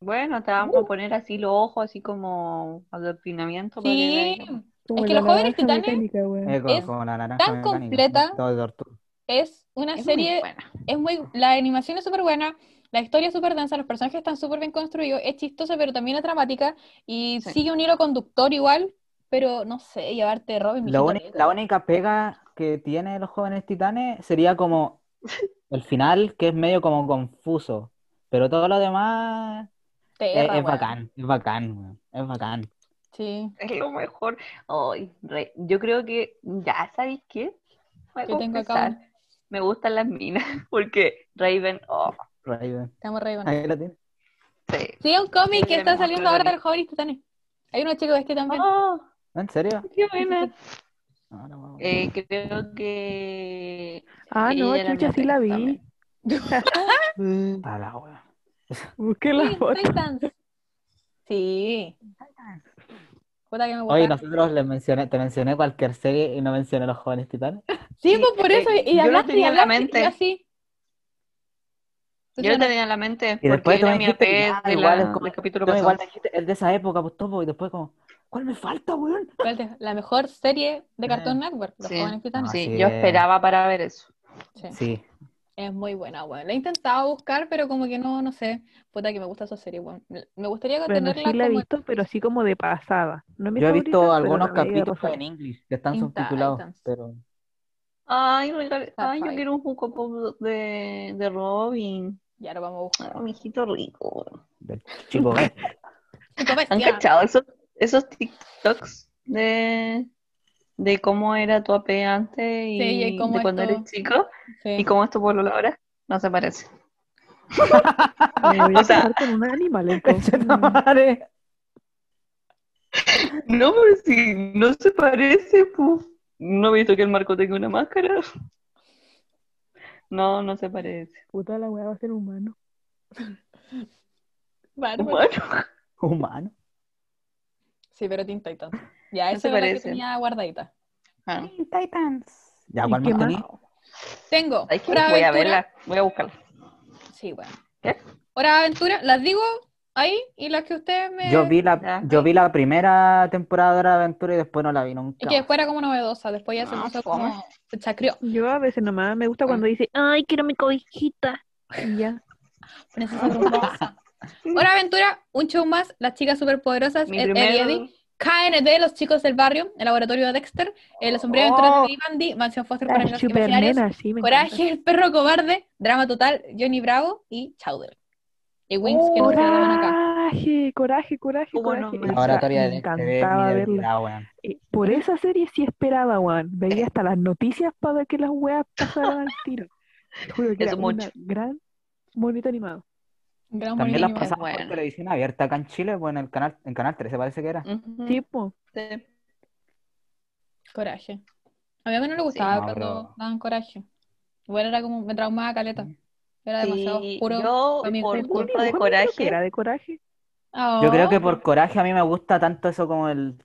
[SPEAKER 2] Bueno, te
[SPEAKER 1] Uh.
[SPEAKER 2] vamos a poner así los ojos, así como adoctrinamiento. para que
[SPEAKER 1] Sí,
[SPEAKER 2] veas.
[SPEAKER 3] Como
[SPEAKER 1] Es que
[SPEAKER 3] la
[SPEAKER 1] los jóvenes
[SPEAKER 3] naranja
[SPEAKER 1] titanes
[SPEAKER 3] mecánica, wea.
[SPEAKER 4] Eh, como-
[SPEAKER 1] es
[SPEAKER 4] como la naranja
[SPEAKER 1] tan
[SPEAKER 4] mecánica,
[SPEAKER 1] completa.
[SPEAKER 4] todo de tortura.
[SPEAKER 1] es una
[SPEAKER 2] Es muy
[SPEAKER 1] serie
[SPEAKER 2] buena.
[SPEAKER 1] es muy, la animación es súper buena, la historia es súper densa, los personajes están súper bien construidos, es chistosa pero también es dramática y
[SPEAKER 2] Sí.
[SPEAKER 1] sigue un hilo conductor igual, pero no sé, llevarte Robin.
[SPEAKER 4] Lo
[SPEAKER 1] mijito,
[SPEAKER 4] uni-
[SPEAKER 1] rico.
[SPEAKER 4] la única pega que tiene los jóvenes titanes sería como el final, que es medio como confuso. Pero todo lo demás es,
[SPEAKER 1] Terra, weón.
[SPEAKER 4] es bacán, es bacán, weón, es bacán.
[SPEAKER 1] Sí,
[SPEAKER 2] Es lo mejor. Ay, re- Yo creo que, ya, ¿sabéis qué? Voy a
[SPEAKER 1] yo tengo acá
[SPEAKER 2] confesar,
[SPEAKER 1] un-
[SPEAKER 2] Me gustan las minas, porque Raven, oh,
[SPEAKER 4] Ahí, weón.
[SPEAKER 1] estamos re bien.
[SPEAKER 4] Ahí lo tiene.
[SPEAKER 2] sí.
[SPEAKER 1] Sí, un cómic que
[SPEAKER 2] Yo
[SPEAKER 1] está
[SPEAKER 2] me
[SPEAKER 1] saliendo
[SPEAKER 2] acuerdo
[SPEAKER 1] ahora
[SPEAKER 2] de-
[SPEAKER 1] de los jóvenes titanes. Hay unos chicos que también.
[SPEAKER 2] Oh,
[SPEAKER 4] ¿En serio?
[SPEAKER 2] qué buena.
[SPEAKER 4] No, no, no.
[SPEAKER 2] Eh, creo que.
[SPEAKER 3] Ah, no,
[SPEAKER 2] ella era
[SPEAKER 3] chucha,
[SPEAKER 2] mi
[SPEAKER 3] sí la
[SPEAKER 2] rey
[SPEAKER 3] vi.
[SPEAKER 2] también. Mm.
[SPEAKER 4] Para la weón.
[SPEAKER 3] Busqué la
[SPEAKER 1] Teen
[SPEAKER 3] foto.
[SPEAKER 1] Titans. Sí. Puta que me gusta.
[SPEAKER 4] Oye, nosotros les mencioné, te mencioné cualquier serie y no mencioné los jóvenes titanes.
[SPEAKER 1] Sí,
[SPEAKER 2] Sí,
[SPEAKER 1] pues por
[SPEAKER 2] eh,
[SPEAKER 1] eso, y-
[SPEAKER 2] yo
[SPEAKER 1] y
[SPEAKER 2] lo
[SPEAKER 1] hablaste, y
[SPEAKER 2] tenía en la
[SPEAKER 1] hablaste, y
[SPEAKER 2] mente.
[SPEAKER 1] así.
[SPEAKER 2] Yo lo tenía en la mente,
[SPEAKER 4] Y después
[SPEAKER 2] porque
[SPEAKER 4] tú me
[SPEAKER 2] era mi
[SPEAKER 4] dijiste,
[SPEAKER 2] AP
[SPEAKER 4] ya,
[SPEAKER 2] de
[SPEAKER 4] igual es
[SPEAKER 2] la-
[SPEAKER 4] como-
[SPEAKER 2] del capítulo
[SPEAKER 4] Tú igual
[SPEAKER 2] pasado.
[SPEAKER 4] me dijiste, es de esa época, pues topo, y después como, ¿cuál me falta, weón?
[SPEAKER 1] Espérate, La mejor serie de Cartoon Network, Los
[SPEAKER 2] Ah, Sí.
[SPEAKER 1] Jóvenes Titanes.
[SPEAKER 4] Ah,
[SPEAKER 2] Sí,
[SPEAKER 4] sí,
[SPEAKER 2] yo
[SPEAKER 4] eh.
[SPEAKER 2] esperaba para ver eso.
[SPEAKER 1] Sí.
[SPEAKER 4] Sí.
[SPEAKER 1] Es muy buena, weón. La he intentado buscar, pero como que no, no sé. Puta que me gusta esa serie, weón. Me gustaría
[SPEAKER 3] Bueno,
[SPEAKER 1] tenerla
[SPEAKER 3] sí la he
[SPEAKER 1] como
[SPEAKER 3] visto, pero así como de pasada. No es mi
[SPEAKER 4] Yo he
[SPEAKER 3] favorita,
[SPEAKER 4] visto
[SPEAKER 3] pero
[SPEAKER 4] algunos
[SPEAKER 3] la veía de
[SPEAKER 4] capítulos
[SPEAKER 3] pasada.
[SPEAKER 4] en inglés que están
[SPEAKER 1] Teen
[SPEAKER 4] subtitulados,
[SPEAKER 1] Titans.
[SPEAKER 4] pero
[SPEAKER 2] Ay, regala-
[SPEAKER 1] Ah,
[SPEAKER 2] ay, yo
[SPEAKER 1] ay.
[SPEAKER 2] quiero un Funko Pop de, de Robin.
[SPEAKER 1] Ya lo vamos a buscar.
[SPEAKER 2] Ah, mijito rico.
[SPEAKER 4] del chico B.
[SPEAKER 1] Chico
[SPEAKER 2] ¿Han
[SPEAKER 1] bestia.
[SPEAKER 2] cachado esos, esos TikToks de, de cómo era tu AP antes y,
[SPEAKER 1] Sí, y cómo
[SPEAKER 2] de
[SPEAKER 1] es
[SPEAKER 2] cuando
[SPEAKER 1] todo.
[SPEAKER 2] eres chico?
[SPEAKER 1] Sí.
[SPEAKER 2] ¿Y cómo es tu pololo ahora? No se parece.
[SPEAKER 3] Me voy
[SPEAKER 2] O
[SPEAKER 3] a
[SPEAKER 2] sea-
[SPEAKER 3] casar con un animal, entonces. Mm,
[SPEAKER 4] Chetumare.
[SPEAKER 2] No, pero si no se parece, pues. No he visto que el Marco tenga una máscara. No, no se parece.
[SPEAKER 3] Puta, la wea va a ser humano.
[SPEAKER 1] Bárbaro.
[SPEAKER 2] Bueno,
[SPEAKER 4] Humano.
[SPEAKER 1] Sí, pero Teen Titans. Ya,
[SPEAKER 2] No
[SPEAKER 1] esa
[SPEAKER 2] se
[SPEAKER 1] era la que
[SPEAKER 2] parecen.
[SPEAKER 1] tenía guardadita.
[SPEAKER 2] ah,
[SPEAKER 4] Titans. Ya,
[SPEAKER 3] ¿Y
[SPEAKER 4] ¿cuál
[SPEAKER 3] qué
[SPEAKER 4] más
[SPEAKER 3] más?
[SPEAKER 4] tenés?
[SPEAKER 1] Tengo
[SPEAKER 2] ¿sabes qué?
[SPEAKER 1] Hora de
[SPEAKER 2] Voy a
[SPEAKER 1] Aventura.
[SPEAKER 2] verla, voy a buscarla.
[SPEAKER 1] Sí, weón.
[SPEAKER 2] ¿Qué?
[SPEAKER 1] Hora de Aventura, las digo ahí y las que ustedes me.
[SPEAKER 4] Yo vi la,
[SPEAKER 2] Ya.
[SPEAKER 4] yo vi la primera temporada de Hora de Aventura y después no la vi nunca.
[SPEAKER 1] Es que después era como novedosa, después ya se
[SPEAKER 2] No,
[SPEAKER 1] puso
[SPEAKER 2] fome.
[SPEAKER 1] como. Se chacrió.
[SPEAKER 3] Yo a veces nomás me gusta cuando dice, ay, quiero mi cobijita. Y ya.
[SPEAKER 1] Princesa Brumosa. Hora de Aventura, un show más, las chicas superpoderosas,
[SPEAKER 2] Mi
[SPEAKER 1] Ed, Ed y Eddie,
[SPEAKER 2] primer...
[SPEAKER 1] KND, los chicos del barrio, el laboratorio de Dexter, eh, los sombreros de
[SPEAKER 2] Oh.
[SPEAKER 1] aventuras de Vivendi, Mansión Foster para
[SPEAKER 3] Las
[SPEAKER 1] amigos imaginarios,
[SPEAKER 3] supernenas, Ah, sí, me encanta.
[SPEAKER 1] Coraje, el perro cobarde, Drama Total, Johnny Bravo y Chowder. Y Wings, que no se graban acá.
[SPEAKER 3] Coraje, coraje, coraje,
[SPEAKER 2] Hubo
[SPEAKER 3] coraje.
[SPEAKER 2] nombre.
[SPEAKER 3] Esa
[SPEAKER 4] La oratoria
[SPEAKER 3] me
[SPEAKER 4] de TV, mi
[SPEAKER 3] encantaba verla.
[SPEAKER 4] debilidad, weón.
[SPEAKER 3] Eh, Por esa serie sí esperaba, Juan.
[SPEAKER 2] Eh.
[SPEAKER 3] Veía hasta las noticias para ver que las weas pasaran al tiro. Te juro que
[SPEAKER 2] Eso
[SPEAKER 3] era una
[SPEAKER 2] mucho.
[SPEAKER 3] gran monito animado.
[SPEAKER 1] Gran
[SPEAKER 4] También las
[SPEAKER 1] bonito animal.
[SPEAKER 4] pasaban por
[SPEAKER 2] buena.
[SPEAKER 4] televisión abierta acá en Chile, pues en el canal, en Canal 13 parece que era.
[SPEAKER 2] Ujú,
[SPEAKER 3] Tipo,
[SPEAKER 2] sí.
[SPEAKER 1] Coraje. A mí a mí no le gustaba
[SPEAKER 4] no,
[SPEAKER 1] cuando
[SPEAKER 4] pero-
[SPEAKER 1] daban coraje. Igual era como, me traumaba caleta. Era demasiado
[SPEAKER 2] Sí,
[SPEAKER 1] puro.
[SPEAKER 2] yo
[SPEAKER 1] para mi
[SPEAKER 2] por
[SPEAKER 1] gusto.
[SPEAKER 2] culpa de
[SPEAKER 3] que
[SPEAKER 2] coraje,
[SPEAKER 3] era de coraje.
[SPEAKER 1] Oh,
[SPEAKER 4] Yo creo que por coraje a mí me gusta tanto eso como el,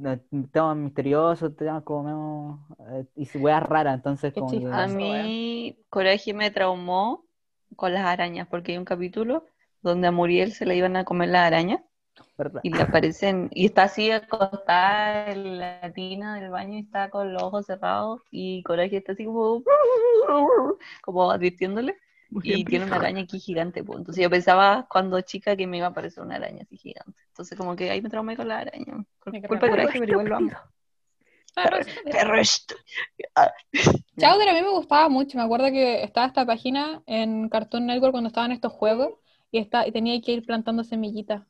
[SPEAKER 4] el tema misterioso, temas como medio, eh, y weas raras, entonces
[SPEAKER 1] Qué
[SPEAKER 4] como que-
[SPEAKER 1] chistoso.
[SPEAKER 2] a
[SPEAKER 1] Eso,
[SPEAKER 2] mí coraje me traumó con las arañas, porque hay un capítulo donde a Muriel se le iban a comer las arañas.
[SPEAKER 4] ¿verdad?
[SPEAKER 2] Y le aparecen, y está así acostada en la tina del baño y está con los ojos cerrados y Coraje está así como, como advirtiéndole y tiene una araña aquí gigante. pues. Entonces yo pensaba cuando chica que me iba a aparecer una araña así gigante. Entonces como que ahí me traumé con la araña. Por
[SPEAKER 1] Me
[SPEAKER 2] culpa de
[SPEAKER 1] cargaba.
[SPEAKER 2] Coraje, pero igual lo amo.
[SPEAKER 1] ah,
[SPEAKER 2] Perro
[SPEAKER 1] Chowder a mí me gustaba mucho. Me acuerdo que estaba esta página en Cartoon Network cuando estaban estos juegos y, está, y tenía que ir plantando semillitas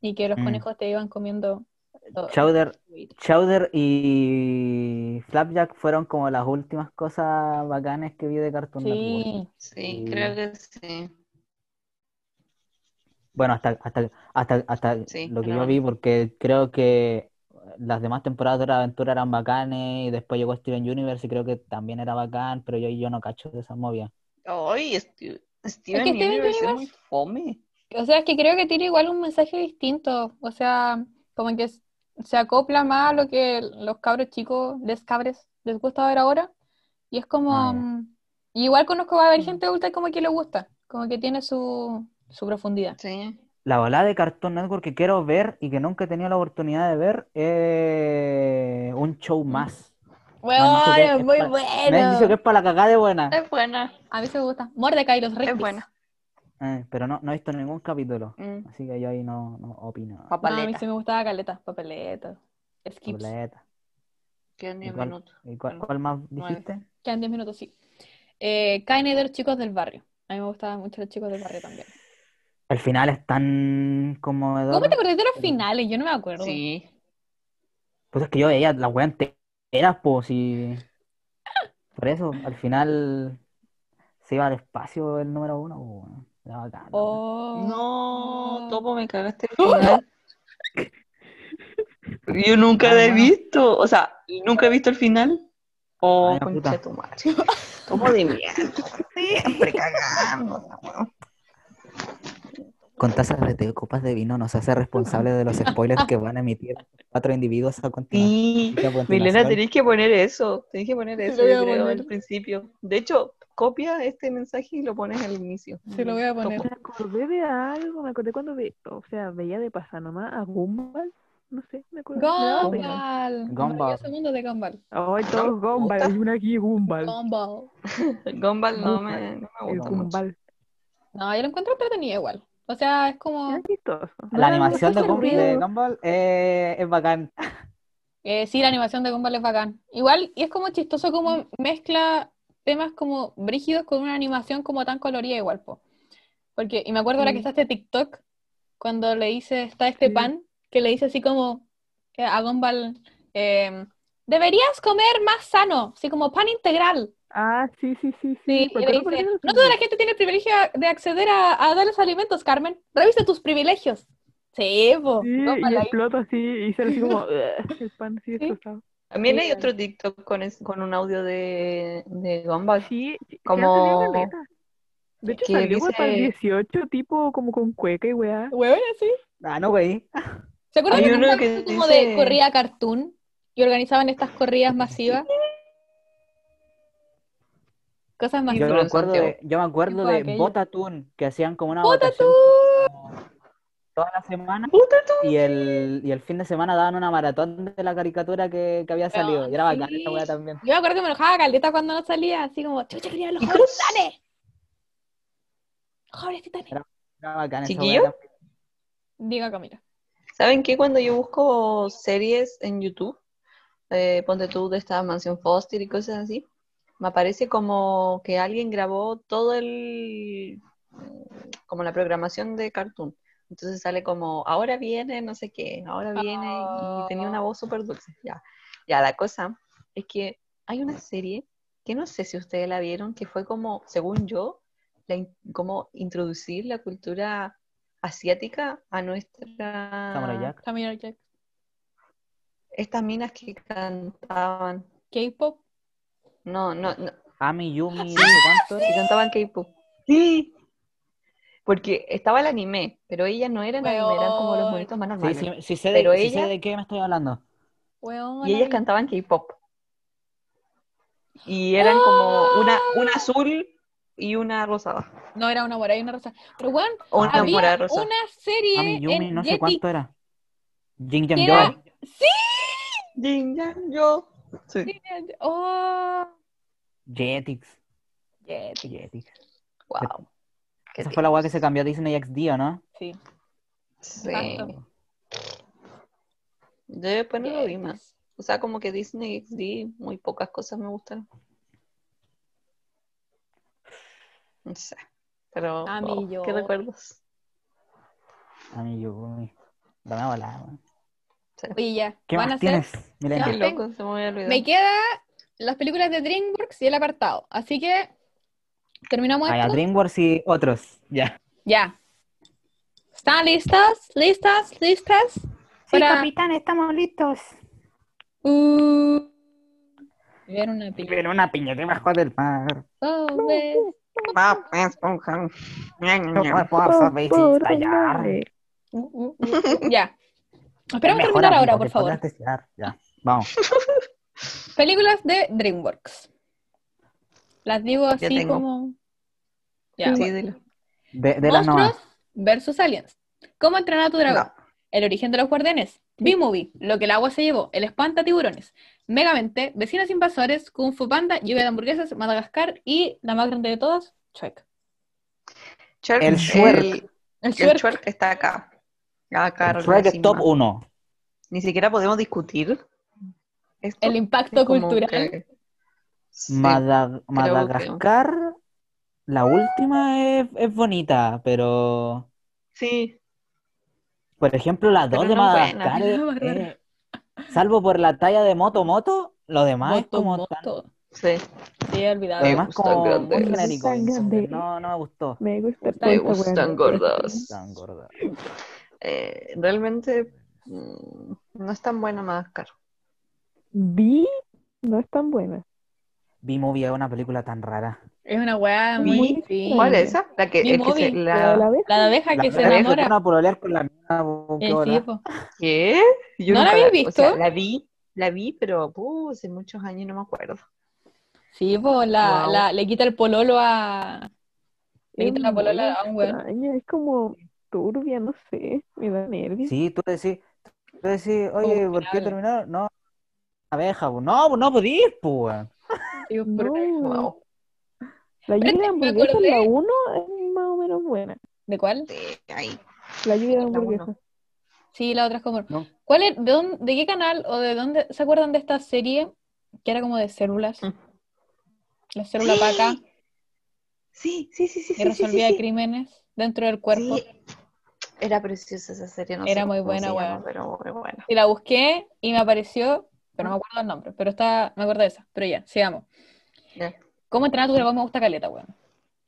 [SPEAKER 1] y que los
[SPEAKER 4] Mm.
[SPEAKER 1] conejos te iban comiendo. todo.
[SPEAKER 4] Chowder, Chowder y Flapjack fueron como las últimas cosas bacanas que vi de Cartoon Network.
[SPEAKER 1] Sí,
[SPEAKER 2] Sí, creo que sí.
[SPEAKER 4] Bueno, hasta, hasta, hasta, hasta
[SPEAKER 2] Sí,
[SPEAKER 4] lo que
[SPEAKER 2] era
[SPEAKER 4] yo
[SPEAKER 2] bueno.
[SPEAKER 4] vi, porque creo que las demás temporadas de Hora de Aventura eran bacanes y después llegó Steven Universe y creo que también era bacán, pero yo, yo no cacho de esas movias.
[SPEAKER 2] Ay, Steve- Steven
[SPEAKER 1] Steven
[SPEAKER 2] Universe es
[SPEAKER 1] Universe-
[SPEAKER 2] muy fome.
[SPEAKER 1] O sea, es que creo que tiene igual un mensaje distinto. O sea, como que s- se acopla más a lo que los cabros chicos, les cabres, les gusta ver ahora. Y es como.
[SPEAKER 4] Ah, ya.
[SPEAKER 1] mm, y igual conozco va a haber
[SPEAKER 2] Mm.
[SPEAKER 1] gente adulta como que le gusta. Como que tiene su, su profundidad.
[SPEAKER 2] Sí.
[SPEAKER 4] La balada de Cartoon Network que quiero ver y que nunca he tenido la oportunidad de ver es un show más. dicho que
[SPEAKER 1] Bueno,
[SPEAKER 4] es
[SPEAKER 1] muy
[SPEAKER 4] pa- Me han dicho que
[SPEAKER 1] bueno.
[SPEAKER 4] es para la cagada de buena,
[SPEAKER 2] Es buena.
[SPEAKER 1] A mí sí me gusta. Mordecai y los
[SPEAKER 2] Es
[SPEAKER 1] Rickys.
[SPEAKER 2] buena.
[SPEAKER 4] Eh, pero no, no he visto ningún capítulo,
[SPEAKER 2] Pues, Mm,
[SPEAKER 4] así que yo ahí no, no opino.
[SPEAKER 1] No, a mí
[SPEAKER 2] papaleta.
[SPEAKER 1] sí me gustaba Caleta, papeleta, skips.
[SPEAKER 4] Chuleta.
[SPEAKER 2] Quedan diez
[SPEAKER 4] Igual.
[SPEAKER 2] minutos.
[SPEAKER 4] ¿Y cuál,
[SPEAKER 2] Mm.
[SPEAKER 4] cuál más
[SPEAKER 2] Nueve.
[SPEAKER 4] dijiste?
[SPEAKER 1] Quedan 10 minutos, sí. Eh, Kaine de los chicos del barrio. A mí me gustaban mucho los chicos del barrio también.
[SPEAKER 4] El final es tan conmovedor.
[SPEAKER 1] ¿Cómo te acordás de los finales? Yo no me acuerdo.
[SPEAKER 2] Sí.
[SPEAKER 4] Pues es que yo veía la weá entera, pues, y... Por eso, al final se iba al espacio el número uno, pues, weón. Era bacán, la weá.
[SPEAKER 1] Oh.
[SPEAKER 2] No,
[SPEAKER 1] Oh.
[SPEAKER 2] Topo, me cagaste el final. Yo nunca
[SPEAKER 4] Ah,
[SPEAKER 2] la he
[SPEAKER 4] bueno.
[SPEAKER 2] visto, o sea, nunca he visto el final.
[SPEAKER 4] Ah,
[SPEAKER 2] Oh,
[SPEAKER 4] ya,
[SPEAKER 2] concha de
[SPEAKER 4] puta.
[SPEAKER 2] tu madre. Topo de mierda. Siempre cagando. la weón.
[SPEAKER 4] Con tazas de té, copas de vino nos hace responsable de los spoilers que van a emitir cuatro individuos a continuación.
[SPEAKER 2] Sí.
[SPEAKER 4] Y a
[SPEAKER 2] Milena,
[SPEAKER 4] continuación.
[SPEAKER 2] tenéis que poner eso, tenéis que poner eso,
[SPEAKER 1] lo voy
[SPEAKER 2] yo
[SPEAKER 1] a
[SPEAKER 2] creo,
[SPEAKER 1] poner.
[SPEAKER 2] al principio. De hecho, copia este mensaje y lo pones al inicio.
[SPEAKER 1] Se lo voy a poner.
[SPEAKER 2] Topo.
[SPEAKER 3] Me acordé de algo, me acordé cuando ve, o sea, veía de pasar nomás a Gumball, no sé, me acuerdo. me daba pena.
[SPEAKER 1] Gumball.
[SPEAKER 4] Gumball.
[SPEAKER 1] segundo de Gumball.
[SPEAKER 3] Ay, todos Gumball, hay una aquí Gumball.
[SPEAKER 1] Gumball.
[SPEAKER 2] Gumball no me, no me
[SPEAKER 3] El
[SPEAKER 2] gusta mucho.
[SPEAKER 3] Gumball.
[SPEAKER 1] No, yo lo encuentro entretenido igual. O sea, es como.
[SPEAKER 3] Era chistoso.
[SPEAKER 4] La animación de,
[SPEAKER 1] Gumball-
[SPEAKER 4] Gumball- de Gumball eh, es bacán.
[SPEAKER 1] Eh, sí, la animación de Gumball es bacán. Igual, y es como chistoso como mezcla temas como brígidos con una animación como tan colorida igual, po. Porque, y me acuerdo ahora que está este TikTok, cuando le dice, está este
[SPEAKER 3] Sí.
[SPEAKER 1] pan, que le dice así como eh, a Gumball, eh, deberías comer más sano, así como pan integral.
[SPEAKER 3] Ah, sí, sí, sí,
[SPEAKER 1] Sí,
[SPEAKER 2] pues,
[SPEAKER 3] sí. ¿Por
[SPEAKER 1] y
[SPEAKER 3] qué
[SPEAKER 1] le
[SPEAKER 3] no ponen
[SPEAKER 1] dice,
[SPEAKER 3] los
[SPEAKER 1] no toda la gente tiene el privilegio de acceder a, a darles alimentos, Carmen. Revisa tus privilegios. Sí, po.
[SPEAKER 3] Sí, y
[SPEAKER 1] Gumball ahí.
[SPEAKER 3] explota así, y sale así como "Ugh", el pan así destrozado.
[SPEAKER 2] También
[SPEAKER 1] Sí,
[SPEAKER 2] hay
[SPEAKER 1] bueno.
[SPEAKER 2] otro TikTok con, es- con un audio de, de Gumball.
[SPEAKER 3] Sí, sí, sí,
[SPEAKER 2] Como-
[SPEAKER 3] han salido caleta. De hecho,
[SPEAKER 2] que
[SPEAKER 3] salió como para el
[SPEAKER 2] dice-
[SPEAKER 3] 18, tipo, como con cueca y weá.
[SPEAKER 1] Huevona, sí.
[SPEAKER 4] Ah, no, güey.
[SPEAKER 1] ¿Se acuerdan
[SPEAKER 2] Hay
[SPEAKER 1] de
[SPEAKER 2] uno
[SPEAKER 1] esa
[SPEAKER 2] que
[SPEAKER 1] época como de
[SPEAKER 2] dice-
[SPEAKER 1] corrida cartoon? Y organizaban estas corridas masivas. Cosas
[SPEAKER 4] Yo
[SPEAKER 1] masivas.
[SPEAKER 4] me
[SPEAKER 2] Pero
[SPEAKER 4] acuerdo
[SPEAKER 2] Santiago.
[SPEAKER 4] de, yo me acuerdo
[SPEAKER 1] Tiempo
[SPEAKER 4] de
[SPEAKER 1] aquello.
[SPEAKER 4] Botatún, que hacían como una
[SPEAKER 1] ¡Botatún!
[SPEAKER 4] votación toda la semana y el, y el fin de semana daban una maratón de la caricatura que, que había salido. y era
[SPEAKER 1] sí.
[SPEAKER 4] bacán esa weá también.
[SPEAKER 1] Yo me acuerdo que me enojaba caleta cuando no salía, así como, chucha, quería los
[SPEAKER 2] ¿Y
[SPEAKER 1] jóvenes
[SPEAKER 2] cómo-
[SPEAKER 1] titanes. Jóvenes titanes.
[SPEAKER 4] Era bacán esa
[SPEAKER 2] ¿Chiquillo?
[SPEAKER 4] weá también.
[SPEAKER 1] Diga Camila.
[SPEAKER 2] ¿Saben qué? Cuando yo busco series en YouTube, eh, ponte tú de esta Mansión Foster y cosas así, me aparece como que alguien grabó todo el, mm, como la programación de Cartoon. Entonces sale como, ahora viene, no sé qué, ahora viene, y tenía una voz súper dulce. Ya. ya, la cosa es que hay una serie que no sé si ustedes la vieron, que fue como, según yo, la in- como introducir la cultura asiática a nuestra...
[SPEAKER 1] Ah.
[SPEAKER 4] Samurai Jack.
[SPEAKER 1] Camila Jack.
[SPEAKER 2] Estas minas que cantaban.
[SPEAKER 1] K-pop.
[SPEAKER 2] No, no, no.
[SPEAKER 4] Ami,
[SPEAKER 1] Ah,
[SPEAKER 4] Yumi, no sé cuánto.
[SPEAKER 2] Que cantaban K-pop. Sí. Porque estaba el anime, pero ellas no eran anime, eran como los
[SPEAKER 1] Weón.
[SPEAKER 2] monitos más
[SPEAKER 4] Sí,
[SPEAKER 2] normales.
[SPEAKER 4] sí, sí sé de,
[SPEAKER 2] Pero
[SPEAKER 4] sí sé
[SPEAKER 2] ella-
[SPEAKER 4] de qué me estoy hablando.
[SPEAKER 1] Weona.
[SPEAKER 2] Y ellas cantaban K-pop. Y eran como una, una azul y una rosada.
[SPEAKER 1] No, era una mora y una rosa. Pero weón,
[SPEAKER 2] O una
[SPEAKER 1] había
[SPEAKER 2] morada rosa.
[SPEAKER 1] una serie
[SPEAKER 4] Ami, Yumi,
[SPEAKER 1] en
[SPEAKER 4] no sé
[SPEAKER 1] Jetix.
[SPEAKER 4] cuánto era. Jin Jam
[SPEAKER 1] ¿Qué era?
[SPEAKER 4] Joy.
[SPEAKER 2] Yin, yang, yo. Sí.
[SPEAKER 1] Oh,
[SPEAKER 4] Jetix.
[SPEAKER 1] Jetix.
[SPEAKER 4] Jetix.
[SPEAKER 2] Wow. Qué
[SPEAKER 4] Esa fue la weá que se cambió a Disney XD, ¿o no?
[SPEAKER 1] Sí.
[SPEAKER 2] Sí.
[SPEAKER 1] Exacto.
[SPEAKER 2] Yo después no lo vi
[SPEAKER 1] Jetix.
[SPEAKER 2] más. O sea, como que Disney XD, muy pocas cosas me gustan. No sé. Pero,
[SPEAKER 1] A mí
[SPEAKER 2] wow,
[SPEAKER 1] Ah, yo-
[SPEAKER 2] ¿qué recuerdos?
[SPEAKER 4] Ami, Yumi. Dame a volar. weón.
[SPEAKER 1] Oye, ya.
[SPEAKER 4] ¿Qué
[SPEAKER 1] van
[SPEAKER 4] más
[SPEAKER 1] a ser.
[SPEAKER 4] tienes, Milena?
[SPEAKER 1] Ya.
[SPEAKER 2] Qué loco, se me había olvidado.
[SPEAKER 1] Me queda las películas de DreamWorks y el apartado. Así que terminamos
[SPEAKER 4] Ay, a
[SPEAKER 1] esto.
[SPEAKER 4] DreamWorks y otros. Ya.
[SPEAKER 1] Ya. ¿Están listas? ¿Listas? ¿Listas? Para-
[SPEAKER 7] capitán, estamos listos.
[SPEAKER 1] Uh, vivir una piña.
[SPEAKER 4] Pero una piña debajo del mar.
[SPEAKER 1] Pobre.
[SPEAKER 4] Ah, pues, No me puedo saber si estallar.
[SPEAKER 1] Uh, uh, uh. Ya. Esperamos
[SPEAKER 4] Mejor
[SPEAKER 1] terminar ahora,
[SPEAKER 4] amigo,
[SPEAKER 1] por
[SPEAKER 4] te
[SPEAKER 1] favor.
[SPEAKER 4] podrás desear. Ya, vamos.
[SPEAKER 1] Películas de DreamWorks. Las digo así
[SPEAKER 2] tengo.
[SPEAKER 1] como. Ya.
[SPEAKER 2] Sí,
[SPEAKER 1] bueno.
[SPEAKER 2] dilo.
[SPEAKER 4] De, de la
[SPEAKER 1] Monstruos
[SPEAKER 4] Noa.
[SPEAKER 1] versus Aliens. ¿Cómo entrenar a tu dragón?
[SPEAKER 2] No.
[SPEAKER 1] El origen de los guardianes. B-Movie. Lo que el agua se llevó. El espanta tiburones. Megamente. Vecinos invasores. Kung Fu Panda. Lluvia de hamburguesas. Madagascar. Y la más grande de todas. Shrek.
[SPEAKER 2] Shrek-
[SPEAKER 4] El Shrek.
[SPEAKER 2] el-
[SPEAKER 1] El
[SPEAKER 2] el
[SPEAKER 1] Shrek.
[SPEAKER 2] Shrek está acá. Acá,
[SPEAKER 4] Shrek es
[SPEAKER 2] encima.
[SPEAKER 4] top 1.
[SPEAKER 2] Ni siquiera podemos discutir. Esto
[SPEAKER 1] El impacto
[SPEAKER 2] es como
[SPEAKER 1] cultural.
[SPEAKER 2] que- Sí.
[SPEAKER 4] Madagascar, la última es, es bonita, pero
[SPEAKER 2] Sí,
[SPEAKER 4] por ejemplo la
[SPEAKER 2] Pero
[SPEAKER 4] 2 de
[SPEAKER 2] no buena.
[SPEAKER 4] Madagascar,
[SPEAKER 1] Es la más
[SPEAKER 4] es-
[SPEAKER 1] rara.
[SPEAKER 4] es- salvo por la talla de Moto Moto, lo demás es
[SPEAKER 1] Moto,
[SPEAKER 4] como tan-
[SPEAKER 1] moto.
[SPEAKER 2] sí.
[SPEAKER 1] Sí,
[SPEAKER 4] lo
[SPEAKER 1] olvidable.
[SPEAKER 2] Eh,
[SPEAKER 4] demás
[SPEAKER 2] gustan
[SPEAKER 4] como muy
[SPEAKER 2] grandes.
[SPEAKER 4] genérico,
[SPEAKER 3] Gustan
[SPEAKER 4] como que
[SPEAKER 3] grandes.
[SPEAKER 4] no, no me gustó.
[SPEAKER 3] Me gusta
[SPEAKER 2] Me
[SPEAKER 3] tanta weá,
[SPEAKER 2] gustan
[SPEAKER 3] me
[SPEAKER 2] gordas.
[SPEAKER 4] Tan gorda.
[SPEAKER 2] Eh, realmente mm, no es tan buena Madagascar.
[SPEAKER 3] Vi, no es tan buena.
[SPEAKER 4] B-Movie es una película tan rara.
[SPEAKER 1] Es una weá
[SPEAKER 2] ¿Vi?
[SPEAKER 1] muy. sí.
[SPEAKER 2] ¿Cuál es esa? La que,
[SPEAKER 1] Mi
[SPEAKER 2] es que se-
[SPEAKER 1] móvil,
[SPEAKER 3] La de la
[SPEAKER 2] la...
[SPEAKER 3] abeja,
[SPEAKER 1] La de abeja que
[SPEAKER 4] La
[SPEAKER 1] se
[SPEAKER 4] verdad es que
[SPEAKER 1] enamora.
[SPEAKER 4] van a pololear con la mina, bo- qué
[SPEAKER 1] Eh, sí,
[SPEAKER 4] bola.
[SPEAKER 1] po.
[SPEAKER 2] ¿Qué? Yo
[SPEAKER 1] ¿No la
[SPEAKER 2] nunca
[SPEAKER 1] habéis
[SPEAKER 2] o sea,
[SPEAKER 1] visto?
[SPEAKER 2] la vi, la vi, pero uh, hace muchos años no me acuerdo.
[SPEAKER 1] Sí, po, la,
[SPEAKER 2] Wow.
[SPEAKER 1] la- le quita el pololo a. Le
[SPEAKER 3] es
[SPEAKER 1] quita la
[SPEAKER 3] muy
[SPEAKER 1] polola a un weón.
[SPEAKER 3] extraña, es como turbia, no sé, me da nervios.
[SPEAKER 4] Sí, tú decís, tú decís, oye, ¿por qué
[SPEAKER 1] vulnerable.
[SPEAKER 4] terminaron? No, abeja, bo. no, bo, no podís, pues.
[SPEAKER 1] Sí, po, pero-
[SPEAKER 3] No,
[SPEAKER 2] Wow.
[SPEAKER 3] la lluvia
[SPEAKER 1] Espérate,
[SPEAKER 3] de
[SPEAKER 1] me
[SPEAKER 3] hamburguesas, la
[SPEAKER 1] acordé.
[SPEAKER 3] 1 es más o menos buena.
[SPEAKER 1] ¿De cuál?
[SPEAKER 2] Sí, ahí.
[SPEAKER 3] La lluvia de
[SPEAKER 2] La uno.
[SPEAKER 3] hamburguesas.
[SPEAKER 1] Sí, la otra es como.
[SPEAKER 4] No.
[SPEAKER 1] ¿Cuál es, de, dónde- de qué canal o de dónde se acuerdan de esta serie que era como de células?
[SPEAKER 2] Mm.
[SPEAKER 1] La célula
[SPEAKER 2] Sí,
[SPEAKER 1] paca
[SPEAKER 2] Sí, sí, sí,
[SPEAKER 1] que
[SPEAKER 2] sí, sí, sí,
[SPEAKER 1] resolvía
[SPEAKER 2] sí, sí.
[SPEAKER 1] crímenes dentro del cuerpo.
[SPEAKER 2] Sí. Era preciosa esa serie, no
[SPEAKER 1] Era
[SPEAKER 2] sé
[SPEAKER 1] muy
[SPEAKER 2] cómo
[SPEAKER 1] buena,
[SPEAKER 2] se llama,
[SPEAKER 1] weón.
[SPEAKER 2] pero muy buena.
[SPEAKER 1] Y la busqué y me apareció, pero no me
[SPEAKER 2] Ah.
[SPEAKER 1] acuerdo el nombre, pero está, me acuerdo de esa. Pero ya, sigamos.
[SPEAKER 2] Ya.
[SPEAKER 1] ¿Cómo entrenar a tu dragón? Me gusta caleta, weón.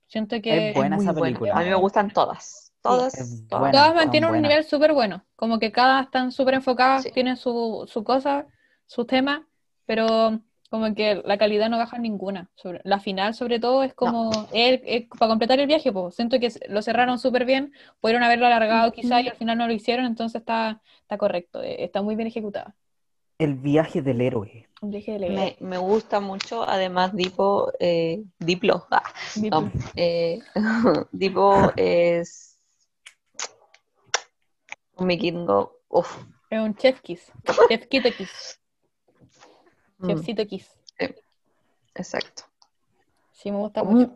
[SPEAKER 1] Siento que
[SPEAKER 4] Es buena
[SPEAKER 2] Muy
[SPEAKER 4] esa
[SPEAKER 2] buena.
[SPEAKER 4] película.
[SPEAKER 2] A mí me gustan todas. Todas,
[SPEAKER 4] es
[SPEAKER 2] todas.
[SPEAKER 4] buena.
[SPEAKER 1] todas
[SPEAKER 4] son
[SPEAKER 1] mantienen un
[SPEAKER 4] buenas.
[SPEAKER 1] nivel súper bueno. Como que cada están súper enfocadas,
[SPEAKER 2] Sí.
[SPEAKER 1] tienen su, su cosa, sus temas, pero como que la calidad no baja ninguna. Sobre, la final, sobre todo, es como el- el- para completar el viaje, pues siento que lo cerraron súper bien, pudieron haberlo alargado quizá y al final no lo hicieron, entonces está, está correcto, eh, está muy bien ejecutada.
[SPEAKER 4] El viaje del héroe.
[SPEAKER 1] Un viaje de
[SPEAKER 2] Me, me gusta mucho, además, tipo, eh, Diplo. Ah, no, eh, Diplo es un vikingo. Uf.
[SPEAKER 1] Es un chef kiss. Chefcito kiss.
[SPEAKER 2] Mm,
[SPEAKER 1] Chefcito kiss.
[SPEAKER 2] exacto.
[SPEAKER 1] Sí, me gusta mucho.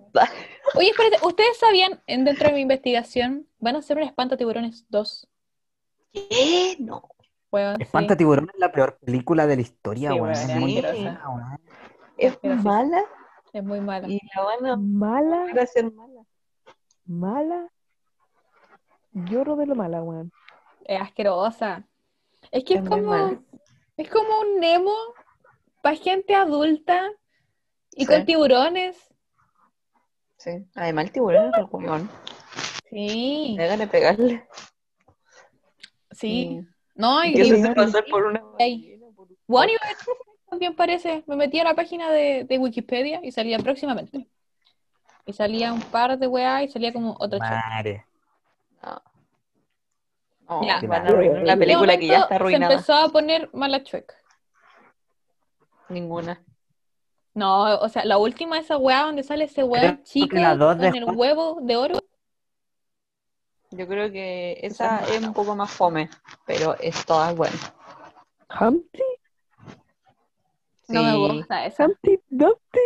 [SPEAKER 1] Oye, espérate, ¿ustedes sabían, en- dentro de mi investigación, van a hacer un Espanta Tiburones 2?
[SPEAKER 2] ¿Qué? No.
[SPEAKER 1] Weón,
[SPEAKER 4] Espanta
[SPEAKER 1] sí.
[SPEAKER 4] Tiburón es la peor película de la historia,
[SPEAKER 1] Sí,
[SPEAKER 4] weón.
[SPEAKER 1] weón,
[SPEAKER 4] Es
[SPEAKER 2] es
[SPEAKER 4] muy
[SPEAKER 1] asquerosa.
[SPEAKER 4] fea, weón.
[SPEAKER 2] Es
[SPEAKER 1] Pero sí.
[SPEAKER 2] mala
[SPEAKER 1] Es muy mala.
[SPEAKER 2] y la van a
[SPEAKER 3] Mala,
[SPEAKER 2] volver a hacer mala.
[SPEAKER 3] mala, lloro de lo mala, weón.
[SPEAKER 1] Es asquerosa. Es que es,
[SPEAKER 2] Es muy
[SPEAKER 1] como
[SPEAKER 2] mala.
[SPEAKER 1] es como un Nemo para gente adulta y
[SPEAKER 2] Sí.
[SPEAKER 1] con tiburones.
[SPEAKER 2] Sí. Además, el tiburón es el huevón.
[SPEAKER 1] Sí,
[SPEAKER 2] Me de pegarle.
[SPEAKER 1] sí. No, y,
[SPEAKER 2] Y
[SPEAKER 1] y-
[SPEAKER 2] eso se pasar por una.
[SPEAKER 1] Ey. Bueno, y también parece, me metí a la página de, de Wikipedia y salía próximamente. Y salía un par de weá y salía como otro chico.
[SPEAKER 4] Madre.
[SPEAKER 2] No,
[SPEAKER 1] Ya.
[SPEAKER 2] van a arruinar una
[SPEAKER 3] En
[SPEAKER 2] película que ya está
[SPEAKER 1] Se
[SPEAKER 2] arruinada.
[SPEAKER 1] empezó a poner mala chueca.
[SPEAKER 2] Ninguna.
[SPEAKER 1] No, o sea, la última esa weá donde sale ese
[SPEAKER 4] Creo
[SPEAKER 1] weón
[SPEAKER 4] que
[SPEAKER 1] chico
[SPEAKER 4] la dos
[SPEAKER 1] con
[SPEAKER 4] de
[SPEAKER 1] el
[SPEAKER 4] Juan-
[SPEAKER 1] huevo de oro.
[SPEAKER 2] Yo creo que esa es un poco más fome, pero es toda buena.
[SPEAKER 3] Humpty,
[SPEAKER 1] No me
[SPEAKER 2] Sí.
[SPEAKER 1] gusta esa.
[SPEAKER 3] Humpty, Dumpty.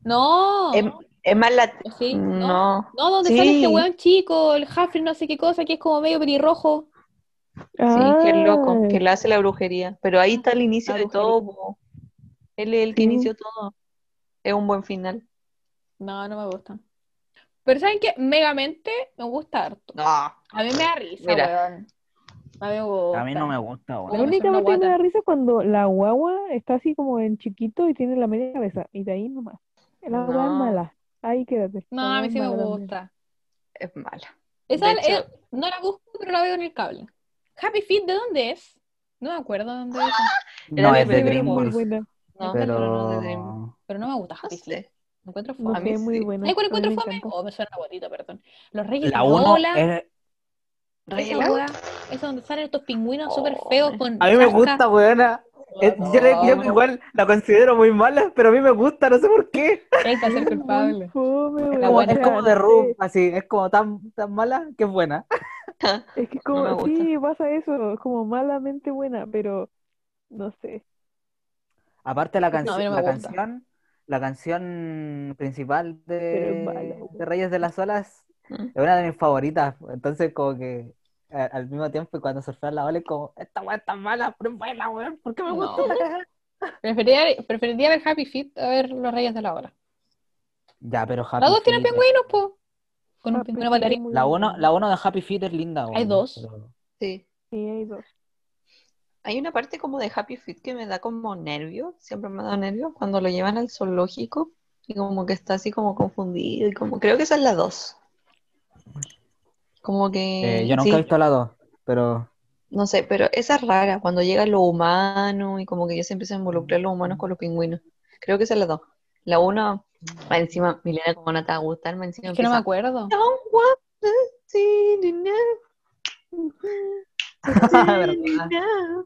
[SPEAKER 1] No,
[SPEAKER 2] Es, es más la...
[SPEAKER 1] sí, no.
[SPEAKER 2] Em, No.
[SPEAKER 1] No, donde sale este
[SPEAKER 2] Sí.
[SPEAKER 1] weón chico, el Huffy, no sé qué cosa, que es como medio pelirrojo.
[SPEAKER 2] Sí, qué loco, que
[SPEAKER 3] Ah,
[SPEAKER 2] le hace la brujería. Pero ahí está el inicio
[SPEAKER 1] La
[SPEAKER 2] de
[SPEAKER 1] brujería.
[SPEAKER 2] todo. po. Él es el que
[SPEAKER 3] Sí.
[SPEAKER 2] inició todo. Es un buen final.
[SPEAKER 1] No, no me gusta. Pero ¿saben qué? Megamente me gusta harto.
[SPEAKER 2] No.
[SPEAKER 1] A mí me da risa,
[SPEAKER 2] Mira.
[SPEAKER 1] weón. A mí me gusta.
[SPEAKER 4] A mí no me gusta,
[SPEAKER 3] La
[SPEAKER 1] Como
[SPEAKER 4] weón.
[SPEAKER 1] que
[SPEAKER 3] única
[SPEAKER 1] son una
[SPEAKER 3] parte que me da
[SPEAKER 1] guata.
[SPEAKER 3] risa es cuando la guagua está así como en chiquito y tiene la media cabeza. Y de ahí nomás. La guagua es
[SPEAKER 2] No.
[SPEAKER 3] mala. Ahí quédate.
[SPEAKER 1] No,
[SPEAKER 3] La
[SPEAKER 1] a mí
[SPEAKER 3] guagua
[SPEAKER 1] sí me
[SPEAKER 3] es mala también.
[SPEAKER 1] gusta.
[SPEAKER 2] Es mala.
[SPEAKER 1] Esa
[SPEAKER 2] De hecho-
[SPEAKER 1] eh, no la busco, pero la veo en el cable. Happy Feet, ¿de dónde es? No me acuerdo dónde es.
[SPEAKER 4] No,
[SPEAKER 8] Era
[SPEAKER 4] es de
[SPEAKER 8] mi primera
[SPEAKER 3] muy
[SPEAKER 4] DreamWorks,
[SPEAKER 3] buena.
[SPEAKER 4] pero...
[SPEAKER 2] No, pero no de Dream.
[SPEAKER 1] Pero no me gusta
[SPEAKER 2] No
[SPEAKER 1] Happy Feet.
[SPEAKER 2] sé.
[SPEAKER 1] Lo encuentro
[SPEAKER 3] No
[SPEAKER 1] fome.
[SPEAKER 2] mí
[SPEAKER 3] sé, muy
[SPEAKER 2] sí.
[SPEAKER 3] buena.
[SPEAKER 1] ¿Ay, cuál
[SPEAKER 3] A mí
[SPEAKER 1] encuentro
[SPEAKER 3] me
[SPEAKER 1] fome?
[SPEAKER 3] encanta.
[SPEAKER 1] Oh, me suena guatita, perdón. Los Reyes
[SPEAKER 4] La
[SPEAKER 1] de
[SPEAKER 4] 1
[SPEAKER 1] Lola,
[SPEAKER 4] es...
[SPEAKER 1] esa
[SPEAKER 2] Rela.
[SPEAKER 1] weá, esa donde salen estos pingüinos súper
[SPEAKER 2] Oh,
[SPEAKER 1] feos
[SPEAKER 2] me-
[SPEAKER 1] con
[SPEAKER 4] A mí me
[SPEAKER 1] rasca.
[SPEAKER 4] gusta, weona. Eh, Yo, le- yo igual la considero muy mala, pero a mí me gusta, no sé por qué.
[SPEAKER 1] Esta ser culpable.
[SPEAKER 3] Muy fome,
[SPEAKER 1] Es
[SPEAKER 3] weón.
[SPEAKER 1] como- buena.
[SPEAKER 4] es como de
[SPEAKER 3] Sí,
[SPEAKER 4] Room, así, es como tan, tan mala que es buena.
[SPEAKER 3] Es que como,
[SPEAKER 2] me gusta.
[SPEAKER 3] sí, pasa eso, es como malamente buena, pero no sé.
[SPEAKER 4] Aparte la, canci-
[SPEAKER 1] No, a mí no me
[SPEAKER 4] la
[SPEAKER 1] gusta.
[SPEAKER 4] canción, la canción principal
[SPEAKER 3] Pero es mala,
[SPEAKER 4] de,
[SPEAKER 3] weón.
[SPEAKER 4] de Reyes de las Olas
[SPEAKER 2] Mm.
[SPEAKER 4] es una de mis favoritas. pues. Entonces como que a- al mismo tiempo y cuando surfean la ola es como, esta weá está mala, pero es buena, weón, ¿por qué me gusta?
[SPEAKER 1] No. Preferiría, preferiría ver Happy Feet a ver Los Reyes de la Ola.
[SPEAKER 4] Ya, pero Happy
[SPEAKER 1] Las dos tienen
[SPEAKER 4] Feet-
[SPEAKER 1] pingüinos, po. Con un
[SPEAKER 3] Happy
[SPEAKER 1] pingüino
[SPEAKER 3] Feet Ah, es
[SPEAKER 1] bailarín.
[SPEAKER 3] muy
[SPEAKER 4] La
[SPEAKER 3] buena.
[SPEAKER 4] 1 la uno de Happy Feet es linda, weón,
[SPEAKER 1] dos.
[SPEAKER 4] pero-
[SPEAKER 2] Sí.
[SPEAKER 3] Sí, hay dos.
[SPEAKER 2] Hay una parte como de Happy Feet que me da como nervio, siempre me da nervio cuando lo llevan al zoológico y como que está así como confundido y como creo que esa es la dos. Como que
[SPEAKER 1] Mm,
[SPEAKER 4] Eh, yo nunca
[SPEAKER 2] sí,
[SPEAKER 4] he visto la 2, pero
[SPEAKER 2] no sé, pero esa es rara cuando llega lo humano y como que ya se empieza a involucrar los humanos con los pingüinos. Creo que esa es la dos. La una, más encima, Milena como no te va a gustar, más encima
[SPEAKER 1] Es que no me
[SPEAKER 2] empieza,
[SPEAKER 1] acuerdo.
[SPEAKER 2] "Don't want to see the night, the
[SPEAKER 4] ¿verdad?
[SPEAKER 2] night".
[SPEAKER 1] Ni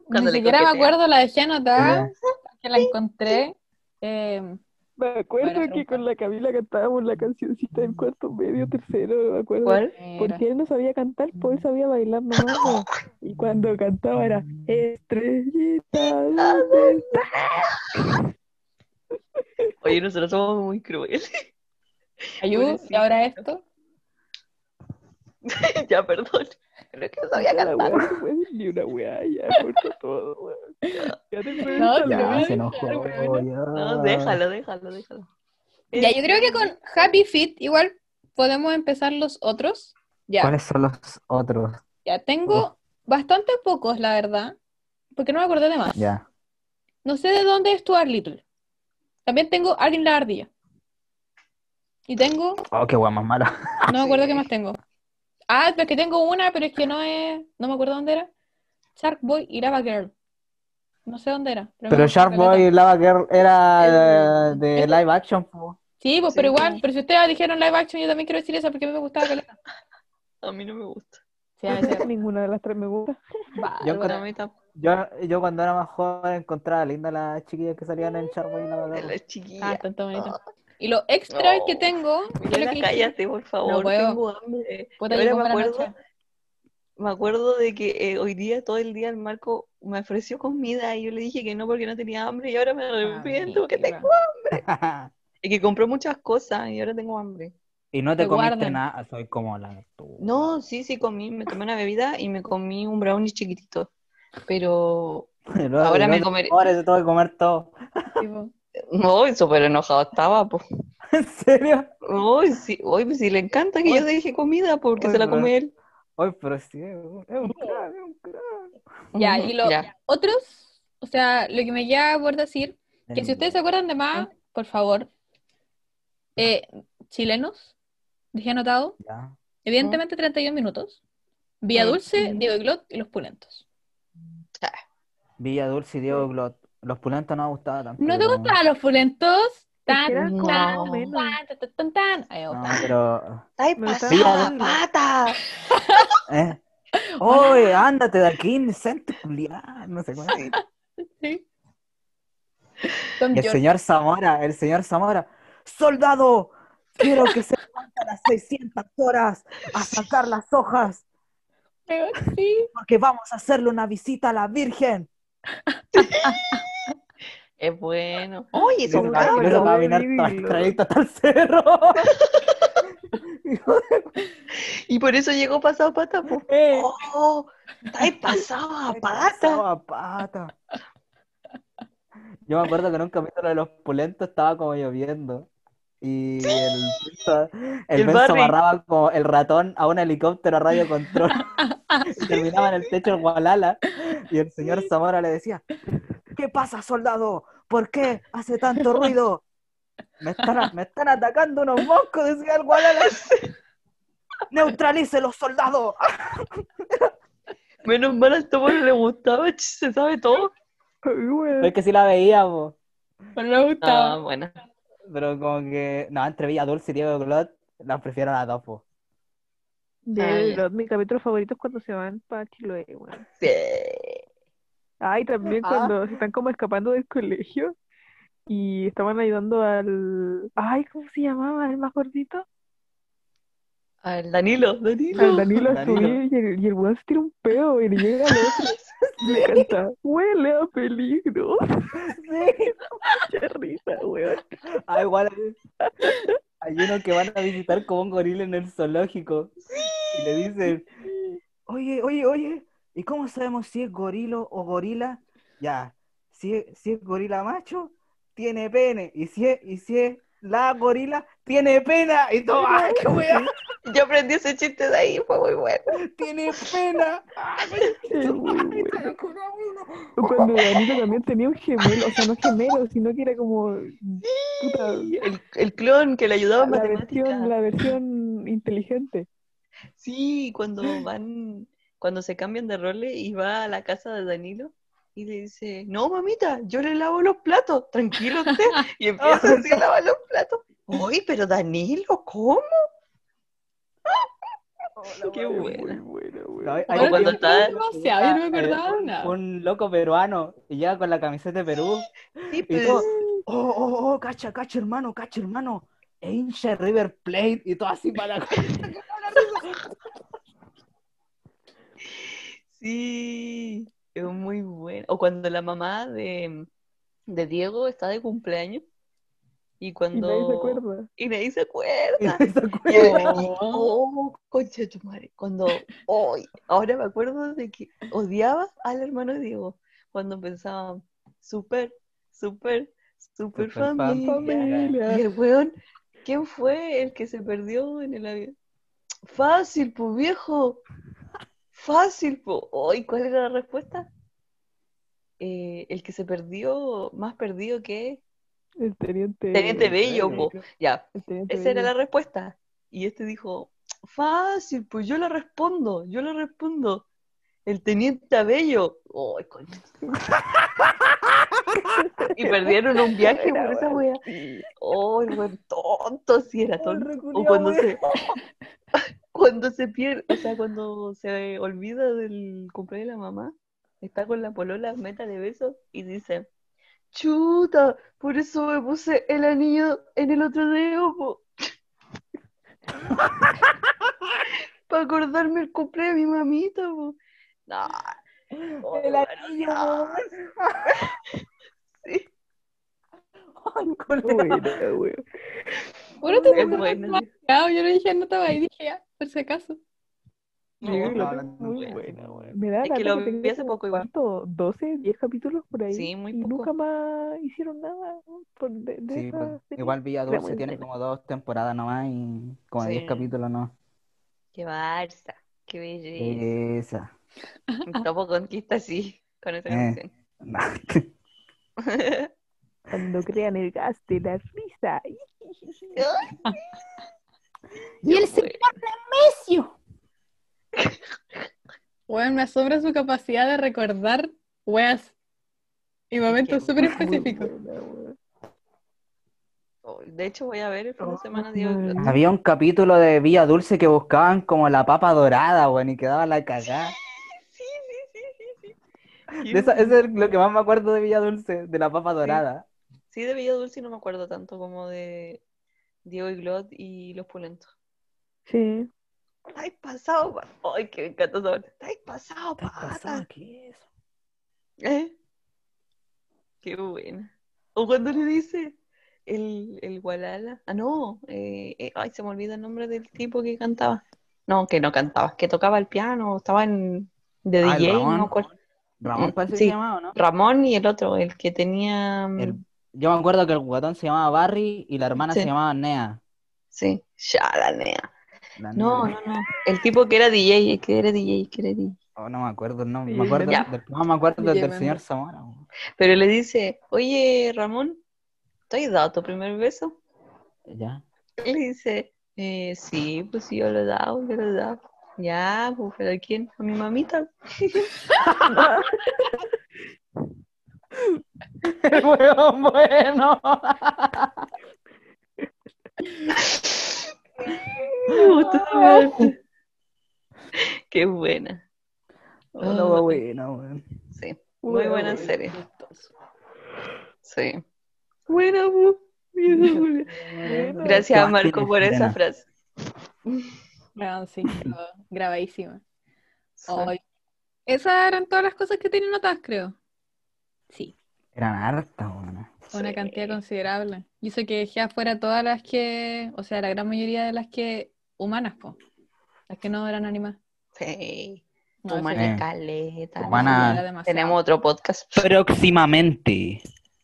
[SPEAKER 2] Cuando le
[SPEAKER 1] siquiera me
[SPEAKER 2] coquetea.
[SPEAKER 1] acuerdo la de Xenota,
[SPEAKER 4] Eh,
[SPEAKER 1] que la encontré. Eh,
[SPEAKER 3] Me acuerdo
[SPEAKER 1] Buena
[SPEAKER 3] que
[SPEAKER 1] pregunta.
[SPEAKER 3] con la Camila cantábamos la cancioncita del cuarto medio, tercero, me acuerdo.
[SPEAKER 2] ¿Cuál?
[SPEAKER 1] mira.
[SPEAKER 3] Porque él no sabía cantar, pues él sabía bailar nomás. po. Y cuando cantaba era Estrellita de
[SPEAKER 2] Oye, nosotros somos muy crueles.
[SPEAKER 1] Ayú, y ahora esto.
[SPEAKER 2] ya, perdón. Creo que no sabía
[SPEAKER 3] la
[SPEAKER 2] cantar.
[SPEAKER 3] weá, no puede ser ni una weá, ya corta todo, weón. Ya te perdí
[SPEAKER 1] No,
[SPEAKER 3] esta
[SPEAKER 1] te
[SPEAKER 3] weá.
[SPEAKER 4] Ya,
[SPEAKER 1] voy a
[SPEAKER 4] se
[SPEAKER 1] dejar,
[SPEAKER 4] enojó, oh, ya.
[SPEAKER 2] No, déjalo, déjalo, déjalo.
[SPEAKER 1] Ya, yo creo que con Happy Feet igual podemos empezar los otros. Ya.
[SPEAKER 4] ¿Cuáles son los otros?
[SPEAKER 1] Ya tengo bastante pocos, la verdad, porque no me acordé de más.
[SPEAKER 4] Ya.
[SPEAKER 1] No sé de dónde es Stuart Little. También tengo Alvin la ardilla. Y tengo,
[SPEAKER 4] Oh, qué guay más mala.
[SPEAKER 1] no me acuerdo qué más tengo. Ah, pero es que tengo una, pero es que no es, no me acuerdo dónde era. Shark Boy y Lava Girl. No sé dónde era. pero me
[SPEAKER 4] Pero
[SPEAKER 1] gusta
[SPEAKER 4] Shark
[SPEAKER 1] caleta.
[SPEAKER 4] Boy y Lava Girl era
[SPEAKER 2] El-
[SPEAKER 4] de
[SPEAKER 1] el-
[SPEAKER 4] live action. po.
[SPEAKER 1] Sí, pues,
[SPEAKER 2] Sí,
[SPEAKER 1] pero igual,
[SPEAKER 2] como-
[SPEAKER 1] pero si ustedes dijeron live action, yo también quiero decir esa porque a mí me gustaba caleta.
[SPEAKER 2] A mí no me gusta.
[SPEAKER 1] Sí, a veces.
[SPEAKER 3] Ninguna de las tres me gusta.
[SPEAKER 4] Yo,
[SPEAKER 2] Bueno,
[SPEAKER 4] encontré-
[SPEAKER 2] a mí tampoco.
[SPEAKER 4] yo, yo cuando era más joven encontraba linda las chiquillas que salían en Shark Boy y Lava
[SPEAKER 2] De
[SPEAKER 4] Girl.
[SPEAKER 2] la
[SPEAKER 1] Ah,
[SPEAKER 2] chiquilla.
[SPEAKER 1] están tan bonitos. Y los extras que
[SPEAKER 2] No.
[SPEAKER 1] tengo, yo lo
[SPEAKER 2] Milena,
[SPEAKER 1] que dije,
[SPEAKER 2] cállate, por favor.
[SPEAKER 1] puedo.
[SPEAKER 2] Tengo hambre.
[SPEAKER 1] puta,
[SPEAKER 2] Y
[SPEAKER 1] yo
[SPEAKER 2] ahora
[SPEAKER 1] como
[SPEAKER 2] me
[SPEAKER 1] la
[SPEAKER 2] acuerdo,
[SPEAKER 1] noche.
[SPEAKER 2] me acuerdo de que eh, hoy día, todo el día, el Marco me ofreció comida y yo le dije que no porque no tenía hambre y ahora
[SPEAKER 1] Ah,
[SPEAKER 2] me arrepiento que
[SPEAKER 1] Amiga.
[SPEAKER 2] tengo. Y que compró muchas cosas y ahora tengo hambre.
[SPEAKER 4] y no te
[SPEAKER 1] Te
[SPEAKER 4] comiste
[SPEAKER 1] guardan.
[SPEAKER 4] nada, soy como la tú.
[SPEAKER 2] No, sí, sí comí, me tomé una bebida y me comí un brownie chiquitito. Pero ahora me comeré.
[SPEAKER 4] Ahora se tengo que comer todo.
[SPEAKER 1] Tipo,
[SPEAKER 2] No, súper enojado estaba, pues.
[SPEAKER 4] ¿En serio?
[SPEAKER 2] Hoy sí, hoy sí le encanta que yo deje comida porque
[SPEAKER 4] Uy,
[SPEAKER 2] se la
[SPEAKER 4] pero-
[SPEAKER 2] come él.
[SPEAKER 4] Ay, pero sí, es un es un crack, es un crack.
[SPEAKER 1] Ya,
[SPEAKER 2] Ujú,
[SPEAKER 1] y los
[SPEAKER 2] ya.
[SPEAKER 1] otros, o sea, lo que me queda por decir, que si ustedes se acuerdan de más, por favor, eh, chilenos, dije anotado,
[SPEAKER 4] Ya.
[SPEAKER 1] evidentemente 31 minutos, Vía
[SPEAKER 2] Ujú.
[SPEAKER 1] Dulce, Diego Glot y Los Pulentos.
[SPEAKER 4] Villa Dulce y Diego Glot. Los pulentos no me gustaban tanto.
[SPEAKER 1] ¿No te
[SPEAKER 4] pero-
[SPEAKER 1] gustaban los Pulentos?
[SPEAKER 3] Es que
[SPEAKER 1] Tan,
[SPEAKER 3] era como
[SPEAKER 1] tan,
[SPEAKER 3] más o
[SPEAKER 2] No.
[SPEAKER 3] menos.
[SPEAKER 1] tan, tan, tan, tan, tan. Ay,
[SPEAKER 4] No,
[SPEAKER 1] otra.
[SPEAKER 4] pero...
[SPEAKER 2] ¡Ay,
[SPEAKER 3] Me gusta
[SPEAKER 2] pasada,
[SPEAKER 3] verlo.
[SPEAKER 2] pata!
[SPEAKER 4] ¿Eh? ¡Oye, ándate de aquí, indecente, culiá! No sé cuál.
[SPEAKER 1] Sí. Don
[SPEAKER 4] Y el
[SPEAKER 1] George.
[SPEAKER 4] señor Zamora, el señor Zamora. ¡Soldado! Quiero que se levante a las 600 horas a sacar las hojas,
[SPEAKER 1] Sí.
[SPEAKER 4] porque vamos a hacerle una visita a la Virgen.
[SPEAKER 2] Es bueno. Oye,
[SPEAKER 4] Y se
[SPEAKER 2] son
[SPEAKER 4] va- y luego
[SPEAKER 2] cabros.
[SPEAKER 4] va a caminar
[SPEAKER 3] Ay,
[SPEAKER 4] toda
[SPEAKER 3] Dios.
[SPEAKER 4] la trayecta hasta el cerro.
[SPEAKER 2] Y por eso llegó pasado pata, pues.
[SPEAKER 4] ¡Eh!
[SPEAKER 2] ¡Oh! ¡Ay, pasada, pata!
[SPEAKER 4] Estaba pata. Yo me acuerdo que en un capítulo de los pulentos estaba como lloviendo. Y el, Benzo- el
[SPEAKER 2] El
[SPEAKER 4] Benzo
[SPEAKER 2] Barry.
[SPEAKER 4] amarraba como el ratón a un helicóptero a radio control. y terminaba en el techo el Gualala. Y el señor Zamora le decía: ¿Qué pasa, soldado? ¿Por qué hace tanto ruido? Me están, a- me están atacando unos moscos, decía el Gualala. Neutralice los soldados.
[SPEAKER 2] Menos mal a este bueno le gustaba, ch, se sabe todo.
[SPEAKER 3] Weón.
[SPEAKER 4] Es que sí la veía, po.
[SPEAKER 1] Pero me
[SPEAKER 2] Ah,
[SPEAKER 1] gustaba.
[SPEAKER 2] bueno.
[SPEAKER 4] Pero como que. No, entre Villa Dulce y Diego Glot, las prefiero a las dos, po.
[SPEAKER 3] De
[SPEAKER 2] Ah, ya.
[SPEAKER 3] los- mi capítulo favorito es cuando se van para Chiloé, weón.
[SPEAKER 2] Sí.
[SPEAKER 3] Ay, también
[SPEAKER 4] Ah.
[SPEAKER 3] cuando se están como escapando del colegio y estaban ayudando al. Ay, ¿cómo se llamaba? El más gordito.
[SPEAKER 2] Al Danilo, Danilo.
[SPEAKER 3] Al Danilo a
[SPEAKER 4] Danilo.
[SPEAKER 3] subir y el, y el weón se tira un pedo y le llega al otro y le canta: ¡Huele a peligro! ¡Qué risa, weón!
[SPEAKER 4] Ah, igual hay- hay uno que van a visitar como un gorila en el zoológico. Y le dicen, oye, oye, oye, ¿y cómo sabemos si es gorilo o gorila? Ya, si es, si es gorila macho, tiene pene. Y si es, y si es la gorila, tiene pena. Y todo, ¡ah, qué weá!
[SPEAKER 2] Yo aprendí ese chiste de ahí, fue muy bueno.
[SPEAKER 4] ¡Tiene pena!
[SPEAKER 3] Es muy bueno. O Cuando Danilo también tenía un gemelo, o sea, no gemelo, sino que era como. Puta,
[SPEAKER 2] El, el clon que le ayudaba en
[SPEAKER 3] la
[SPEAKER 2] matemáticas.
[SPEAKER 3] versión, la versión inteligente.
[SPEAKER 2] Sí, cuando van, cuando se cambian de roles y va a la casa de Danilo y le dice, no, mamita, yo le lavo los platos, tranquilo usted. Y empieza así a lavar los platos. Uy, pero Danilo, ¿cómo? Qué
[SPEAKER 3] Es muy
[SPEAKER 2] buena.
[SPEAKER 3] buena, weón.
[SPEAKER 4] No, hay-
[SPEAKER 2] O cuando
[SPEAKER 4] un-
[SPEAKER 2] está-
[SPEAKER 1] demasiado, yo no me acordaba
[SPEAKER 4] un-
[SPEAKER 1] nada.
[SPEAKER 4] Un loco peruano, y llega con la camiseta de Perú.
[SPEAKER 2] Sí,
[SPEAKER 4] Y
[SPEAKER 2] pues,
[SPEAKER 4] todo, oh, oh, oh, cacha, cacha, hermano, cacha, hermano. E hincha de River Plate y todo así para la
[SPEAKER 2] sí, es muy bueno. O cuando la mamá de, de Diego está de cumpleaños y
[SPEAKER 3] Y nadie se
[SPEAKER 2] cuando...
[SPEAKER 3] acuerda.
[SPEAKER 2] Y nadie se acuerda. Y- y-
[SPEAKER 1] Oh.
[SPEAKER 2] oh, concha de tu madre. Cuando hoy, ahora me acuerdo de que odiaba al hermano de Diego cuando pensaba super, super, super
[SPEAKER 4] Super fan.
[SPEAKER 2] familia.
[SPEAKER 3] Familia.
[SPEAKER 2] Y el weón, ¿quién fue el que se perdió en el avión? Fácil, po viejo. Fácil, po. Hoy, ¿cuál era la respuesta? Eh, el que se perdió, más perdido que
[SPEAKER 3] El teniente.
[SPEAKER 2] Teniente Bello, po. Ya,
[SPEAKER 3] El teniente
[SPEAKER 2] esa era
[SPEAKER 3] Bello.
[SPEAKER 2] la respuesta. Y este dijo, fácil, pues yo la respondo, yo la respondo. El teniente Abello. ¡Ay, concha! y perdieron un viaje por esa wea. ¡Ay, el buen tonto! Sí, era tonto. O cuando se... cuando se pierde, o sea, cuando se olvida del cumpleaños de la mamá, está con la polola meta de besos y dice, chuta, por eso me puse el anillo en el otro dedo, po". Para acordarme el cumpleaños de mi mamita, po. No. Oh,
[SPEAKER 4] El anillo,
[SPEAKER 2] no. Sí,
[SPEAKER 3] Buena, weón.
[SPEAKER 1] Bueno, te
[SPEAKER 2] es
[SPEAKER 1] acuerdas
[SPEAKER 2] bueno.
[SPEAKER 1] demasiado, Yo le dije, no te vayas, dije ya, por si acaso.
[SPEAKER 2] No,
[SPEAKER 3] Sí,
[SPEAKER 2] no,
[SPEAKER 3] la
[SPEAKER 4] no,
[SPEAKER 3] tengo muy
[SPEAKER 2] no.
[SPEAKER 3] buena, weón. Me da
[SPEAKER 2] Es
[SPEAKER 3] la
[SPEAKER 2] que
[SPEAKER 3] lata
[SPEAKER 2] lo
[SPEAKER 3] que
[SPEAKER 2] vi
[SPEAKER 3] tenga
[SPEAKER 2] hace
[SPEAKER 3] como,
[SPEAKER 2] poco igual.
[SPEAKER 3] ¿Cuánto? ¿12? ¿10 capítulos por ahí?
[SPEAKER 2] Sí, muy
[SPEAKER 3] y
[SPEAKER 2] poco.
[SPEAKER 3] nunca más hicieron nada por de, de
[SPEAKER 4] Sí,
[SPEAKER 3] esa
[SPEAKER 4] pues,
[SPEAKER 3] serie.
[SPEAKER 4] igual Villa
[SPEAKER 3] Era
[SPEAKER 4] Dulce
[SPEAKER 3] muy
[SPEAKER 4] tiene
[SPEAKER 3] buena.
[SPEAKER 4] como dos temporadas nomás y como
[SPEAKER 2] Sí.
[SPEAKER 4] 10 capítulos no.
[SPEAKER 2] Qué barza, qué belleza.
[SPEAKER 4] Esa.
[SPEAKER 2] Topo Conquista, sí, con esa
[SPEAKER 4] Eh.
[SPEAKER 2] canción.
[SPEAKER 4] No.
[SPEAKER 3] Cuando crean el gas de la risa.
[SPEAKER 1] Y el
[SPEAKER 2] Bueno,
[SPEAKER 1] Bueno, me asombra su capacidad de recordar weas y momentos
[SPEAKER 2] Qué
[SPEAKER 1] súper
[SPEAKER 3] Muy
[SPEAKER 1] específicos.
[SPEAKER 3] buena, weón.
[SPEAKER 2] oh, De hecho, voy a ver el fin
[SPEAKER 4] Oh,
[SPEAKER 2] de semana Diego Glot.
[SPEAKER 4] Había un capítulo de Villa Dulce que buscaban como la papa dorada, weón, y quedaba la cagada.
[SPEAKER 2] Sí, sí, sí, sí, sí.
[SPEAKER 4] De esa- eso es lo que más me acuerdo de Villa Dulce, de la papa dorada.
[SPEAKER 2] Sí, de Villa Dulce no me acuerdo tanto como de Diego y Glot y Los Pulentos.
[SPEAKER 3] Sí.
[SPEAKER 2] Estáis pasado, pa- Ay, que me encanta esa parte. Estáis pasado,
[SPEAKER 4] ¿Qué pasó?
[SPEAKER 2] pata.
[SPEAKER 4] ¿Qué es?
[SPEAKER 2] ¿Eh? Qué buena. O cuando le dice el, el Walala. Ah, no. eh, eh, ay, se me olvida el nombre del tipo que cantaba. No, que no cantaba, que tocaba el piano, estaba en, de
[SPEAKER 4] Ah, el
[SPEAKER 2] DJ,
[SPEAKER 4] Ramón.
[SPEAKER 2] no me acuerdo.
[SPEAKER 4] Ramón
[SPEAKER 2] Mm,
[SPEAKER 4] parece
[SPEAKER 2] sí.
[SPEAKER 4] que se llamaba, ¿o ¿no?
[SPEAKER 2] Ramón y el otro, el que tenía. mm,
[SPEAKER 4] El- Yo me acuerdo que el guatón se llamaba Barry y la hermana
[SPEAKER 2] Sí.
[SPEAKER 4] se llamaba Nea.
[SPEAKER 2] Sí, ya la nea.
[SPEAKER 4] La
[SPEAKER 2] No,
[SPEAKER 4] Nea.
[SPEAKER 2] no, no. El tipo que era DJ, que era DJ, que era DJ.
[SPEAKER 4] Oh, no me acuerdo el nombre.
[SPEAKER 3] Y
[SPEAKER 4] Me acuerdo
[SPEAKER 2] ya.
[SPEAKER 4] del, no, me acuerdo
[SPEAKER 1] Y
[SPEAKER 4] del
[SPEAKER 1] llevando.
[SPEAKER 4] señor Zamora. weón.
[SPEAKER 2] Pero le dice, oye, Ramón, ¿te has dado tu primer beso?
[SPEAKER 4] Ya.
[SPEAKER 2] Y le dice, "Eh, sí, pues sí, yo lo he dado, yo lo he dado. Ya, pues, ¿pero a quién? A mi mamita. El huevón bueno. Me gustó esa parte. Qué buena.
[SPEAKER 4] Una
[SPEAKER 2] Ah,
[SPEAKER 4] buena, Oh, weón.
[SPEAKER 2] sí, muy buena
[SPEAKER 3] Una buena.
[SPEAKER 2] serie. Sí. Buena, bu. Buena, Julia. Gracias
[SPEAKER 4] ¿Qué
[SPEAKER 2] a
[SPEAKER 4] más
[SPEAKER 2] Marco
[SPEAKER 4] tienes,
[SPEAKER 2] por esa
[SPEAKER 4] Elena?
[SPEAKER 2] frase.
[SPEAKER 1] Weón, sí, quedó grabadísima. Ay. Esas eran todas las cosas que tienen notas, creo. Sí,
[SPEAKER 4] Eran hartas, weón.
[SPEAKER 1] una
[SPEAKER 2] Sí.
[SPEAKER 1] cantidad considerable. Y eso que dejé afuera todas las que, o sea, la gran mayoría de las que humanas, po. Las que no eran animadas.
[SPEAKER 2] Sí.
[SPEAKER 1] No, eso
[SPEAKER 2] Humana
[SPEAKER 1] ya-
[SPEAKER 4] sí.
[SPEAKER 2] caleta.
[SPEAKER 1] eso ya
[SPEAKER 4] Humana.
[SPEAKER 1] era demasiado.
[SPEAKER 2] Tenemos otro podcast
[SPEAKER 4] Próximamente.
[SPEAKER 2] eh,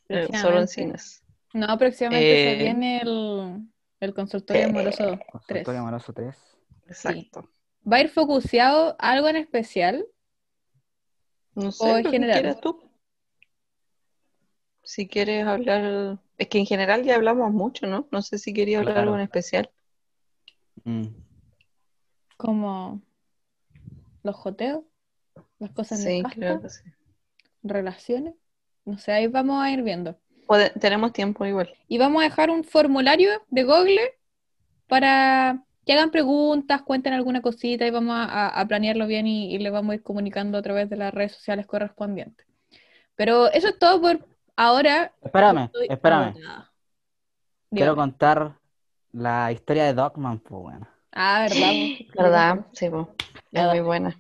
[SPEAKER 1] Próximamente.
[SPEAKER 2] solo en cines.
[SPEAKER 1] No, próximamente
[SPEAKER 2] Eh,
[SPEAKER 1] se viene el, el consultorio
[SPEAKER 2] eh,
[SPEAKER 1] amoroso. Tres.
[SPEAKER 4] Consultorio amoroso 3.
[SPEAKER 2] Exacto.
[SPEAKER 1] ¿Va a ir focuseado algo en especial?
[SPEAKER 2] No
[SPEAKER 1] O
[SPEAKER 2] sé,
[SPEAKER 1] en
[SPEAKER 2] lo que
[SPEAKER 1] general.
[SPEAKER 2] quieras tú. Si quieres hablar, es que en general ya hablamos mucho, ¿no? No sé si quería hablar
[SPEAKER 4] Claro.
[SPEAKER 2] algo en especial.
[SPEAKER 4] Mm.
[SPEAKER 1] Como los joteos, las cosas
[SPEAKER 2] Sí,
[SPEAKER 1] nefastas,
[SPEAKER 2] creo que sí.
[SPEAKER 1] relaciones. No sé, ahí vamos a ir viendo.
[SPEAKER 2] Pode- tenemos tiempo igual.
[SPEAKER 1] Y vamos a dejar un formulario de Google para que hagan preguntas, cuenten alguna cosita y vamos a, a- a planearlo bien y, y les vamos a ir comunicando a través de las redes sociales correspondientes. Pero eso es todo por ahora.
[SPEAKER 4] Espérame,
[SPEAKER 1] Estoy
[SPEAKER 4] espérame.
[SPEAKER 1] agotada.
[SPEAKER 4] Quiero
[SPEAKER 1] Dígame.
[SPEAKER 4] contar la historia de Dogman, pues, weón.
[SPEAKER 1] Ah, ¿verdad? po?
[SPEAKER 2] ¿Verdad? Sí, po.
[SPEAKER 1] Ya,
[SPEAKER 2] es
[SPEAKER 1] dale.
[SPEAKER 2] muy buena.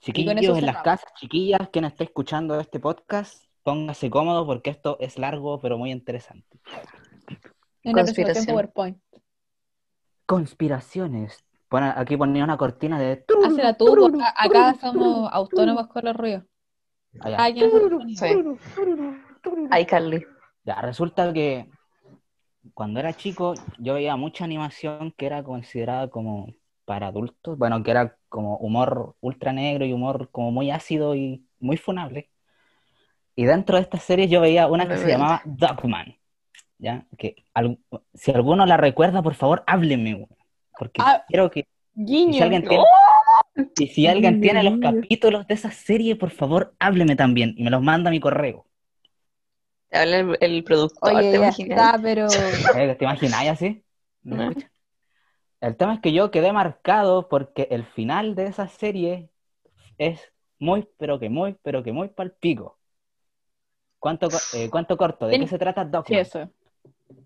[SPEAKER 4] Chiquillos
[SPEAKER 1] eso
[SPEAKER 4] en las
[SPEAKER 1] cerramos.
[SPEAKER 4] casas, chiquillas, quien esté escuchando este podcast, póngase cómodo porque esto es largo pero muy interesante.
[SPEAKER 1] Una presentación
[SPEAKER 2] Conspiración.
[SPEAKER 1] PowerPoint.
[SPEAKER 4] Conspiraciones. Pon- aquí ponía una cortina de...
[SPEAKER 1] Hace la tubo. A- Acá somos autónomos con los ruidos.
[SPEAKER 4] Ah, ya.
[SPEAKER 1] Cada quien con su sonido.
[SPEAKER 2] Sí. Ay, Carly.
[SPEAKER 4] Ya, resulta que cuando era chico yo veía mucha animación que era considerada como para adultos, bueno, que era como humor ultra negro y humor como muy ácido y muy funable. Y dentro de estas series yo veía una que se
[SPEAKER 2] Rebelde.
[SPEAKER 4] llamaba Dogman, ¿ya? Que al- si alguno la recuerda, por favor, háblenme, weón, porque
[SPEAKER 1] Ah,
[SPEAKER 4] quiero que y si
[SPEAKER 1] Guiño.
[SPEAKER 4] alguien tiene, y si alguien tiene los capítulos de esa serie, por favor, hábleme también y me los manda a mi correo.
[SPEAKER 2] Te habla el, el productor,
[SPEAKER 1] Oye,
[SPEAKER 2] ¿te
[SPEAKER 4] este
[SPEAKER 1] ya
[SPEAKER 2] imaginas?
[SPEAKER 1] está, pero
[SPEAKER 4] Eh, ¿Te imagináis así? ¿Me
[SPEAKER 2] No.
[SPEAKER 4] escuchas? El tema es que yo quedé marcado porque el final de esa serie es muy, pero que muy, pero que muy palpico. ¿Cuánto, co- eh, cuánto corto? ¿De qué
[SPEAKER 1] Ten-
[SPEAKER 4] se trata Dogman?
[SPEAKER 1] sí, eso.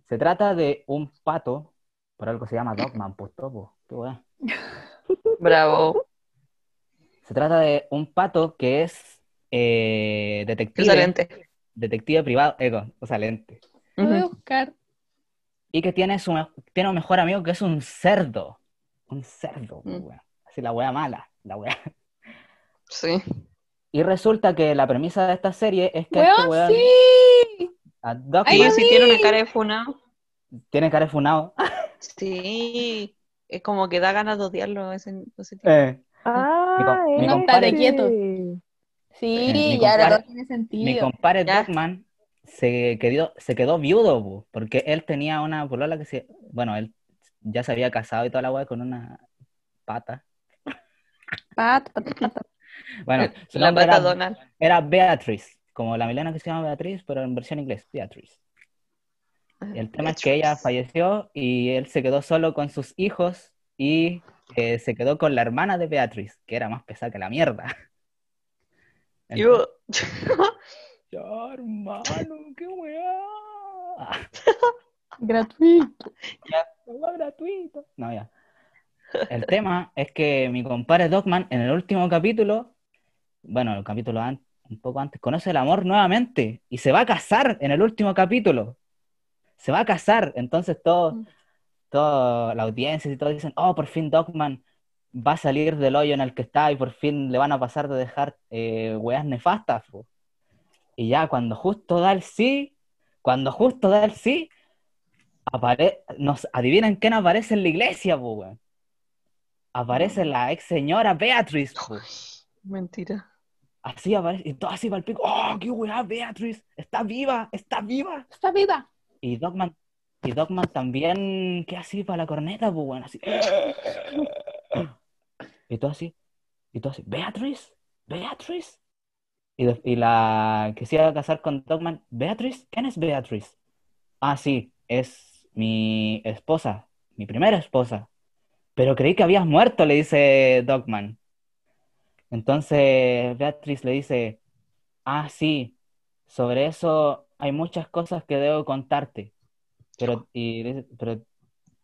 [SPEAKER 4] Se trata de un pato, por algo se llama Dogman, pues topo, qué weá.
[SPEAKER 2] Bravo.
[SPEAKER 4] Se trata de un pato que es eh, detective,
[SPEAKER 2] Excelente.
[SPEAKER 4] detective privado, eco, o sea, lente.
[SPEAKER 1] Lo voy a
[SPEAKER 2] Ujú.
[SPEAKER 1] buscar.
[SPEAKER 4] Y que tiene, su, me- tiene un mejor amigo que es un cerdo. Un cerdo, pues,
[SPEAKER 2] Mm.
[SPEAKER 4] weón. Así la wea mala, la wea.
[SPEAKER 2] Sí.
[SPEAKER 4] Y resulta que la premisa de esta serie es que este
[SPEAKER 1] ¡Weón,
[SPEAKER 4] weón,
[SPEAKER 1] sí!
[SPEAKER 4] a Dogman,
[SPEAKER 1] Ahí
[SPEAKER 2] Y
[SPEAKER 1] lo
[SPEAKER 2] si tiene una cara de funado.
[SPEAKER 4] tiene cara de funado.
[SPEAKER 2] Ah, Sí. Es como que da ganas de odiarlo ese, ese tipo.
[SPEAKER 4] Eh,
[SPEAKER 3] Ah,
[SPEAKER 4] Mi
[SPEAKER 3] es
[SPEAKER 4] compadre
[SPEAKER 3] ese.
[SPEAKER 1] quieto.
[SPEAKER 4] Eh, mi
[SPEAKER 1] Sí, ya ahora
[SPEAKER 4] compadre-
[SPEAKER 1] todo tiene
[SPEAKER 4] mi
[SPEAKER 1] sentido.
[SPEAKER 4] compadre
[SPEAKER 2] Ya.
[SPEAKER 4] Dogman se quedó, se quedó viudo, bu, porque él tenía una polola que se... Bueno, él ya se había casado y toda la wea con una pata.
[SPEAKER 1] Pat, pat, pat, pat.
[SPEAKER 4] Bueno, su
[SPEAKER 2] La
[SPEAKER 4] nombre
[SPEAKER 2] pata
[SPEAKER 4] era-
[SPEAKER 2] Donald.
[SPEAKER 4] Era Beatriz, como la Milena que se llama Beatriz, pero en versión inglés, Beatriz. Y el tema es que ella falleció y él se quedó solo con sus hijos y eh, se quedó con la hermana de Beatriz, que era más pesada que la mierda.
[SPEAKER 2] Yo.
[SPEAKER 4] Ya, hermano, qué weá.
[SPEAKER 1] Gratuito.
[SPEAKER 4] Weá gratuita. No, ya. El tema es que mi compadre Dogman, en el último capítulo, bueno, el capítulo an- un poco antes, conoce el amor nuevamente y se va a casar en el último capítulo. Se va a casar. Entonces, todo, toda la audiencia y todos dicen: Oh, por fin Dogman va a salir del hoyo en el que está y por fin le van a pasar de dejar eh, weas nefastas. po". Y ya cuando justo da el sí, cuando justo da el sí, apare nos adivinen quién aparece en la iglesia, po, weón. Aparece la ex señora Beatriz, po.
[SPEAKER 2] Mentira.
[SPEAKER 4] Así aparece, y todo así para el pico. ¡Oh, qué weá, Beatriz! ¡Está viva! ¡Está viva!
[SPEAKER 1] Está viva.
[SPEAKER 4] Y Dogman, y Dogman también, ¿qué así para la corneta, pues, weón? Así. Y todo así, y todo así, ¡Beatriz! ¡Beatriz! Y, de- y la que se iba a casar con Dogman, Beatriz, ¿quién es Beatriz? Ah, sí, es mi esposa, mi primera esposa. Pero creí que habías muerto, le dice Dogman. Entonces Beatriz le dice, ah, sí, sobre eso hay muchas cosas que debo contarte. Pero, y dice, pero,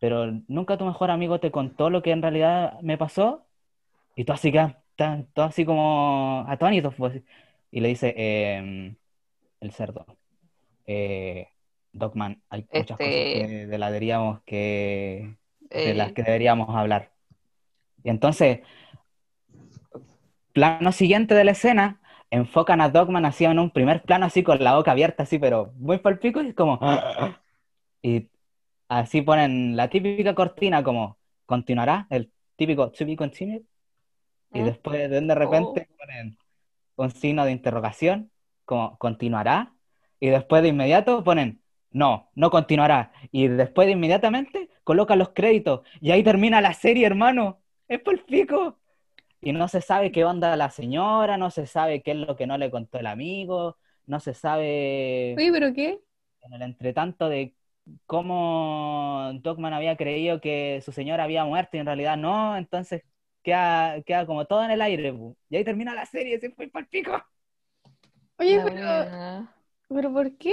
[SPEAKER 4] pero nunca tu mejor amigo te contó lo que en realidad me pasó. Y tú así, quedas tan- todo así como atónitos. pues. Y le dice em, el cerdo, eh, Dogman, hay muchas cosas
[SPEAKER 2] Este-
[SPEAKER 4] que de la deberíamos que, de
[SPEAKER 2] Eh,
[SPEAKER 4] las que deberíamos hablar. Y entonces, plano siguiente de la escena, enfocan a Dogman así en un primer plano, así con la boca abierta, así, pero muy palpico, y es como. Y así ponen la típica cortina, como continuará, el típico to be continued. Y
[SPEAKER 2] ¿Mm?
[SPEAKER 4] después, de de repente, ponen un signo de interrogación, como continuará. Y después de inmediato ponen no, no continuará. Y después de inmediatamente colocan los créditos. Y ahí termina la serie, hermano. Es por pico. Y no se sabe qué onda la señora, no se sabe qué es lo que no le contó el amigo, no se sabe
[SPEAKER 1] Oye, pero qué?
[SPEAKER 4] en el entretanto de cómo Dogman había creído que su señora había muerto y en realidad no, entonces queda, queda como todo en el aire. pu. Y ahí termina la serie, se fue para pico.
[SPEAKER 1] Oye,
[SPEAKER 2] la
[SPEAKER 1] pero,
[SPEAKER 2] buena.
[SPEAKER 1] pero ¿por qué?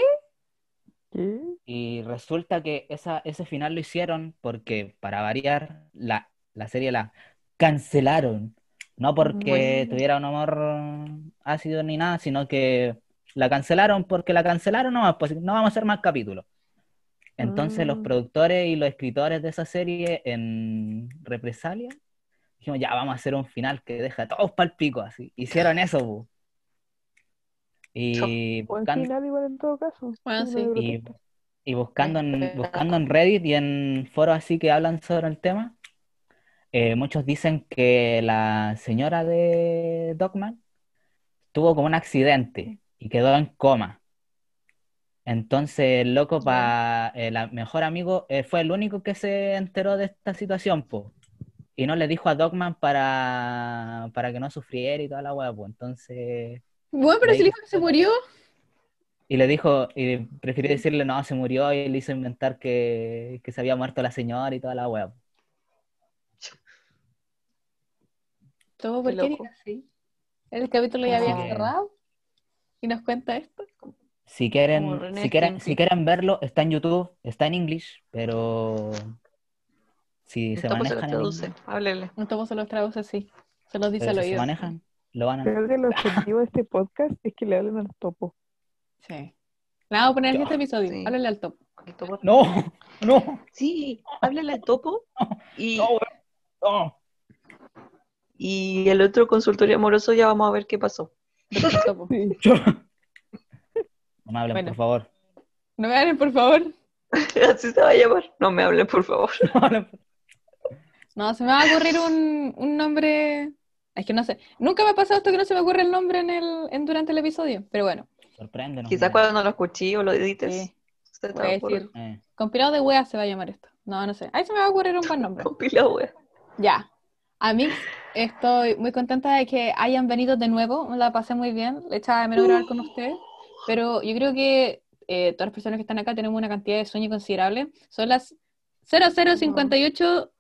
[SPEAKER 3] ¿Qué?
[SPEAKER 4] Y resulta que esa, ese final lo hicieron porque, para variar, la, la serie la cancelaron. No porque tuviera un amor ácido ni nada, sino que la cancelaron porque la cancelaron nomás, pues no vamos a hacer más capítulos. Entonces los productores y los escritores de esa serie en represalia dijimos, ya vamos a hacer un final que deja a todos pal pico así. Hicieron eso, pu. Y
[SPEAKER 3] Buen
[SPEAKER 4] buscando-
[SPEAKER 3] final igual en todo caso.
[SPEAKER 1] Bueno, sí.
[SPEAKER 3] no
[SPEAKER 4] y,
[SPEAKER 3] protesta.
[SPEAKER 4] y buscando en, buscando en Reddit y en foros así que hablan sobre el tema, eh, muchos dicen que la señora de Dogman tuvo como un accidente y quedó en coma. Entonces, el loco, pa, el mejor amigo, eh, fue el único que se enteró de esta situación, po. Y no le dijo a Dogman para, para que no sufriera y toda la hueá, po. Entonces,
[SPEAKER 1] Bueno, pero
[SPEAKER 4] Ahí
[SPEAKER 1] si el hijo que se murió.
[SPEAKER 4] y le dijo, y prefirió decirle, no, se murió, y le hizo inventar que, que se había muerto la señora y toda la web.
[SPEAKER 1] Todo por
[SPEAKER 2] Qué
[SPEAKER 1] qué
[SPEAKER 2] loco.
[SPEAKER 1] era así. El capítulo ya
[SPEAKER 4] Así
[SPEAKER 1] había
[SPEAKER 4] que-
[SPEAKER 1] cerrado. Y nos cuenta esto.
[SPEAKER 4] Si
[SPEAKER 2] Como
[SPEAKER 4] quieren,
[SPEAKER 2] Ren
[SPEAKER 4] si
[SPEAKER 2] and
[SPEAKER 4] quieren,
[SPEAKER 2] Stimpy.
[SPEAKER 4] si quieren verlo, está en YouTube, está en English, pero si se
[SPEAKER 2] Esto pues se lo
[SPEAKER 4] manejan, en
[SPEAKER 2] traduce. Háblele.
[SPEAKER 1] Entonces se los traduce así. Se los
[SPEAKER 4] inglés,
[SPEAKER 1] dice
[SPEAKER 4] pero
[SPEAKER 1] al
[SPEAKER 4] si se
[SPEAKER 1] oído.
[SPEAKER 4] manejan, lo van a...
[SPEAKER 3] Creo que el objetivo de este podcast es que le hablen al topo.
[SPEAKER 1] Sí. La vamos a poner en este episodio.
[SPEAKER 2] Sí.
[SPEAKER 1] Háblale al topo.
[SPEAKER 2] El topo.
[SPEAKER 4] No, no,
[SPEAKER 2] Sí, háblele al topo. Y,
[SPEAKER 4] no, no.
[SPEAKER 2] y el otro consultorio amoroso ya vamos a ver qué pasó.
[SPEAKER 1] Doctor Topo.
[SPEAKER 4] No me hablen,
[SPEAKER 1] Bueno.
[SPEAKER 4] por favor.
[SPEAKER 1] No me hagan, por favor.
[SPEAKER 2] Así se va a llamar. No me hablen, por favor.
[SPEAKER 4] No me hablen, por-
[SPEAKER 1] No, se me va a ocurrir un, un nombre. Es que no sé. Nunca me ha pasado esto que no se me ocurre el nombre en el, en, durante el episodio. Pero bueno.
[SPEAKER 4] Sorpréndenos.
[SPEAKER 2] Quizás
[SPEAKER 4] mira.
[SPEAKER 2] cuando no lo escuché o lo edites.
[SPEAKER 1] Sí.
[SPEAKER 2] se te
[SPEAKER 1] Voy a
[SPEAKER 2] ocurre.
[SPEAKER 1] decir.
[SPEAKER 4] Eh,
[SPEAKER 1] Compilado de weas se va a llamar esto. No, no sé. Ahí se me va a ocurrir un buen nombre.
[SPEAKER 2] Compila, wea.
[SPEAKER 1] Ya. A mí estoy muy contenta de que hayan venido de nuevo. La pasé muy bien. Le echaba de menos grabar con ustedes. Pero yo creo que eh, todas las personas que están acá tenemos una cantidad de sueño considerable. Son las 0058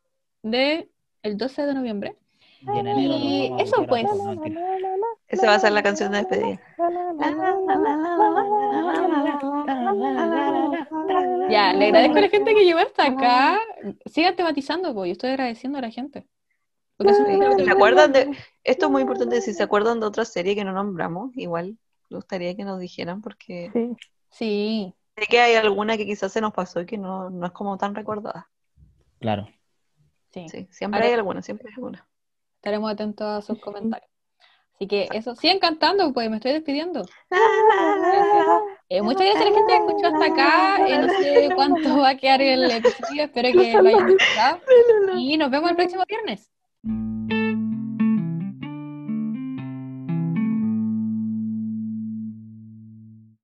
[SPEAKER 1] de el 12 de noviembre.
[SPEAKER 4] y en enero nos
[SPEAKER 1] Y
[SPEAKER 4] vamos a
[SPEAKER 1] eso,
[SPEAKER 4] volver a-
[SPEAKER 1] pues.
[SPEAKER 4] no, mentira.
[SPEAKER 2] Esa va a ser la canción de despedida.
[SPEAKER 1] Ya, le agradezco a la gente que llegó hasta acá. Sigan tematizando, pues. Yo estoy agradeciendo a la gente. Porque eso es lo que
[SPEAKER 2] ¿Se acuerdan de.? Esto es muy importante. Si se
[SPEAKER 1] Ah.
[SPEAKER 2] acuerdan de otra serie que no nombramos, igual me gustaría que nos dijeran, porque
[SPEAKER 3] Sí,
[SPEAKER 1] Sí.
[SPEAKER 2] sé que hay alguna que quizás se nos pasó y que no, no es como tan recordada.
[SPEAKER 4] Claro.
[SPEAKER 1] Sí.
[SPEAKER 2] Sí, siempre
[SPEAKER 1] Ahora-
[SPEAKER 2] hay alguna, siempre hay alguna.
[SPEAKER 1] Estaremos atentos a sus comentarios. Así que eso, sigan cantando, pues me estoy despidiendo. Eh, muchas gracias a la gente que escuchó hasta acá. Eh, no sé cuánto va a quedar el episodio, espero que lo hayan disfrutado. Y nos vemos el próximo viernes.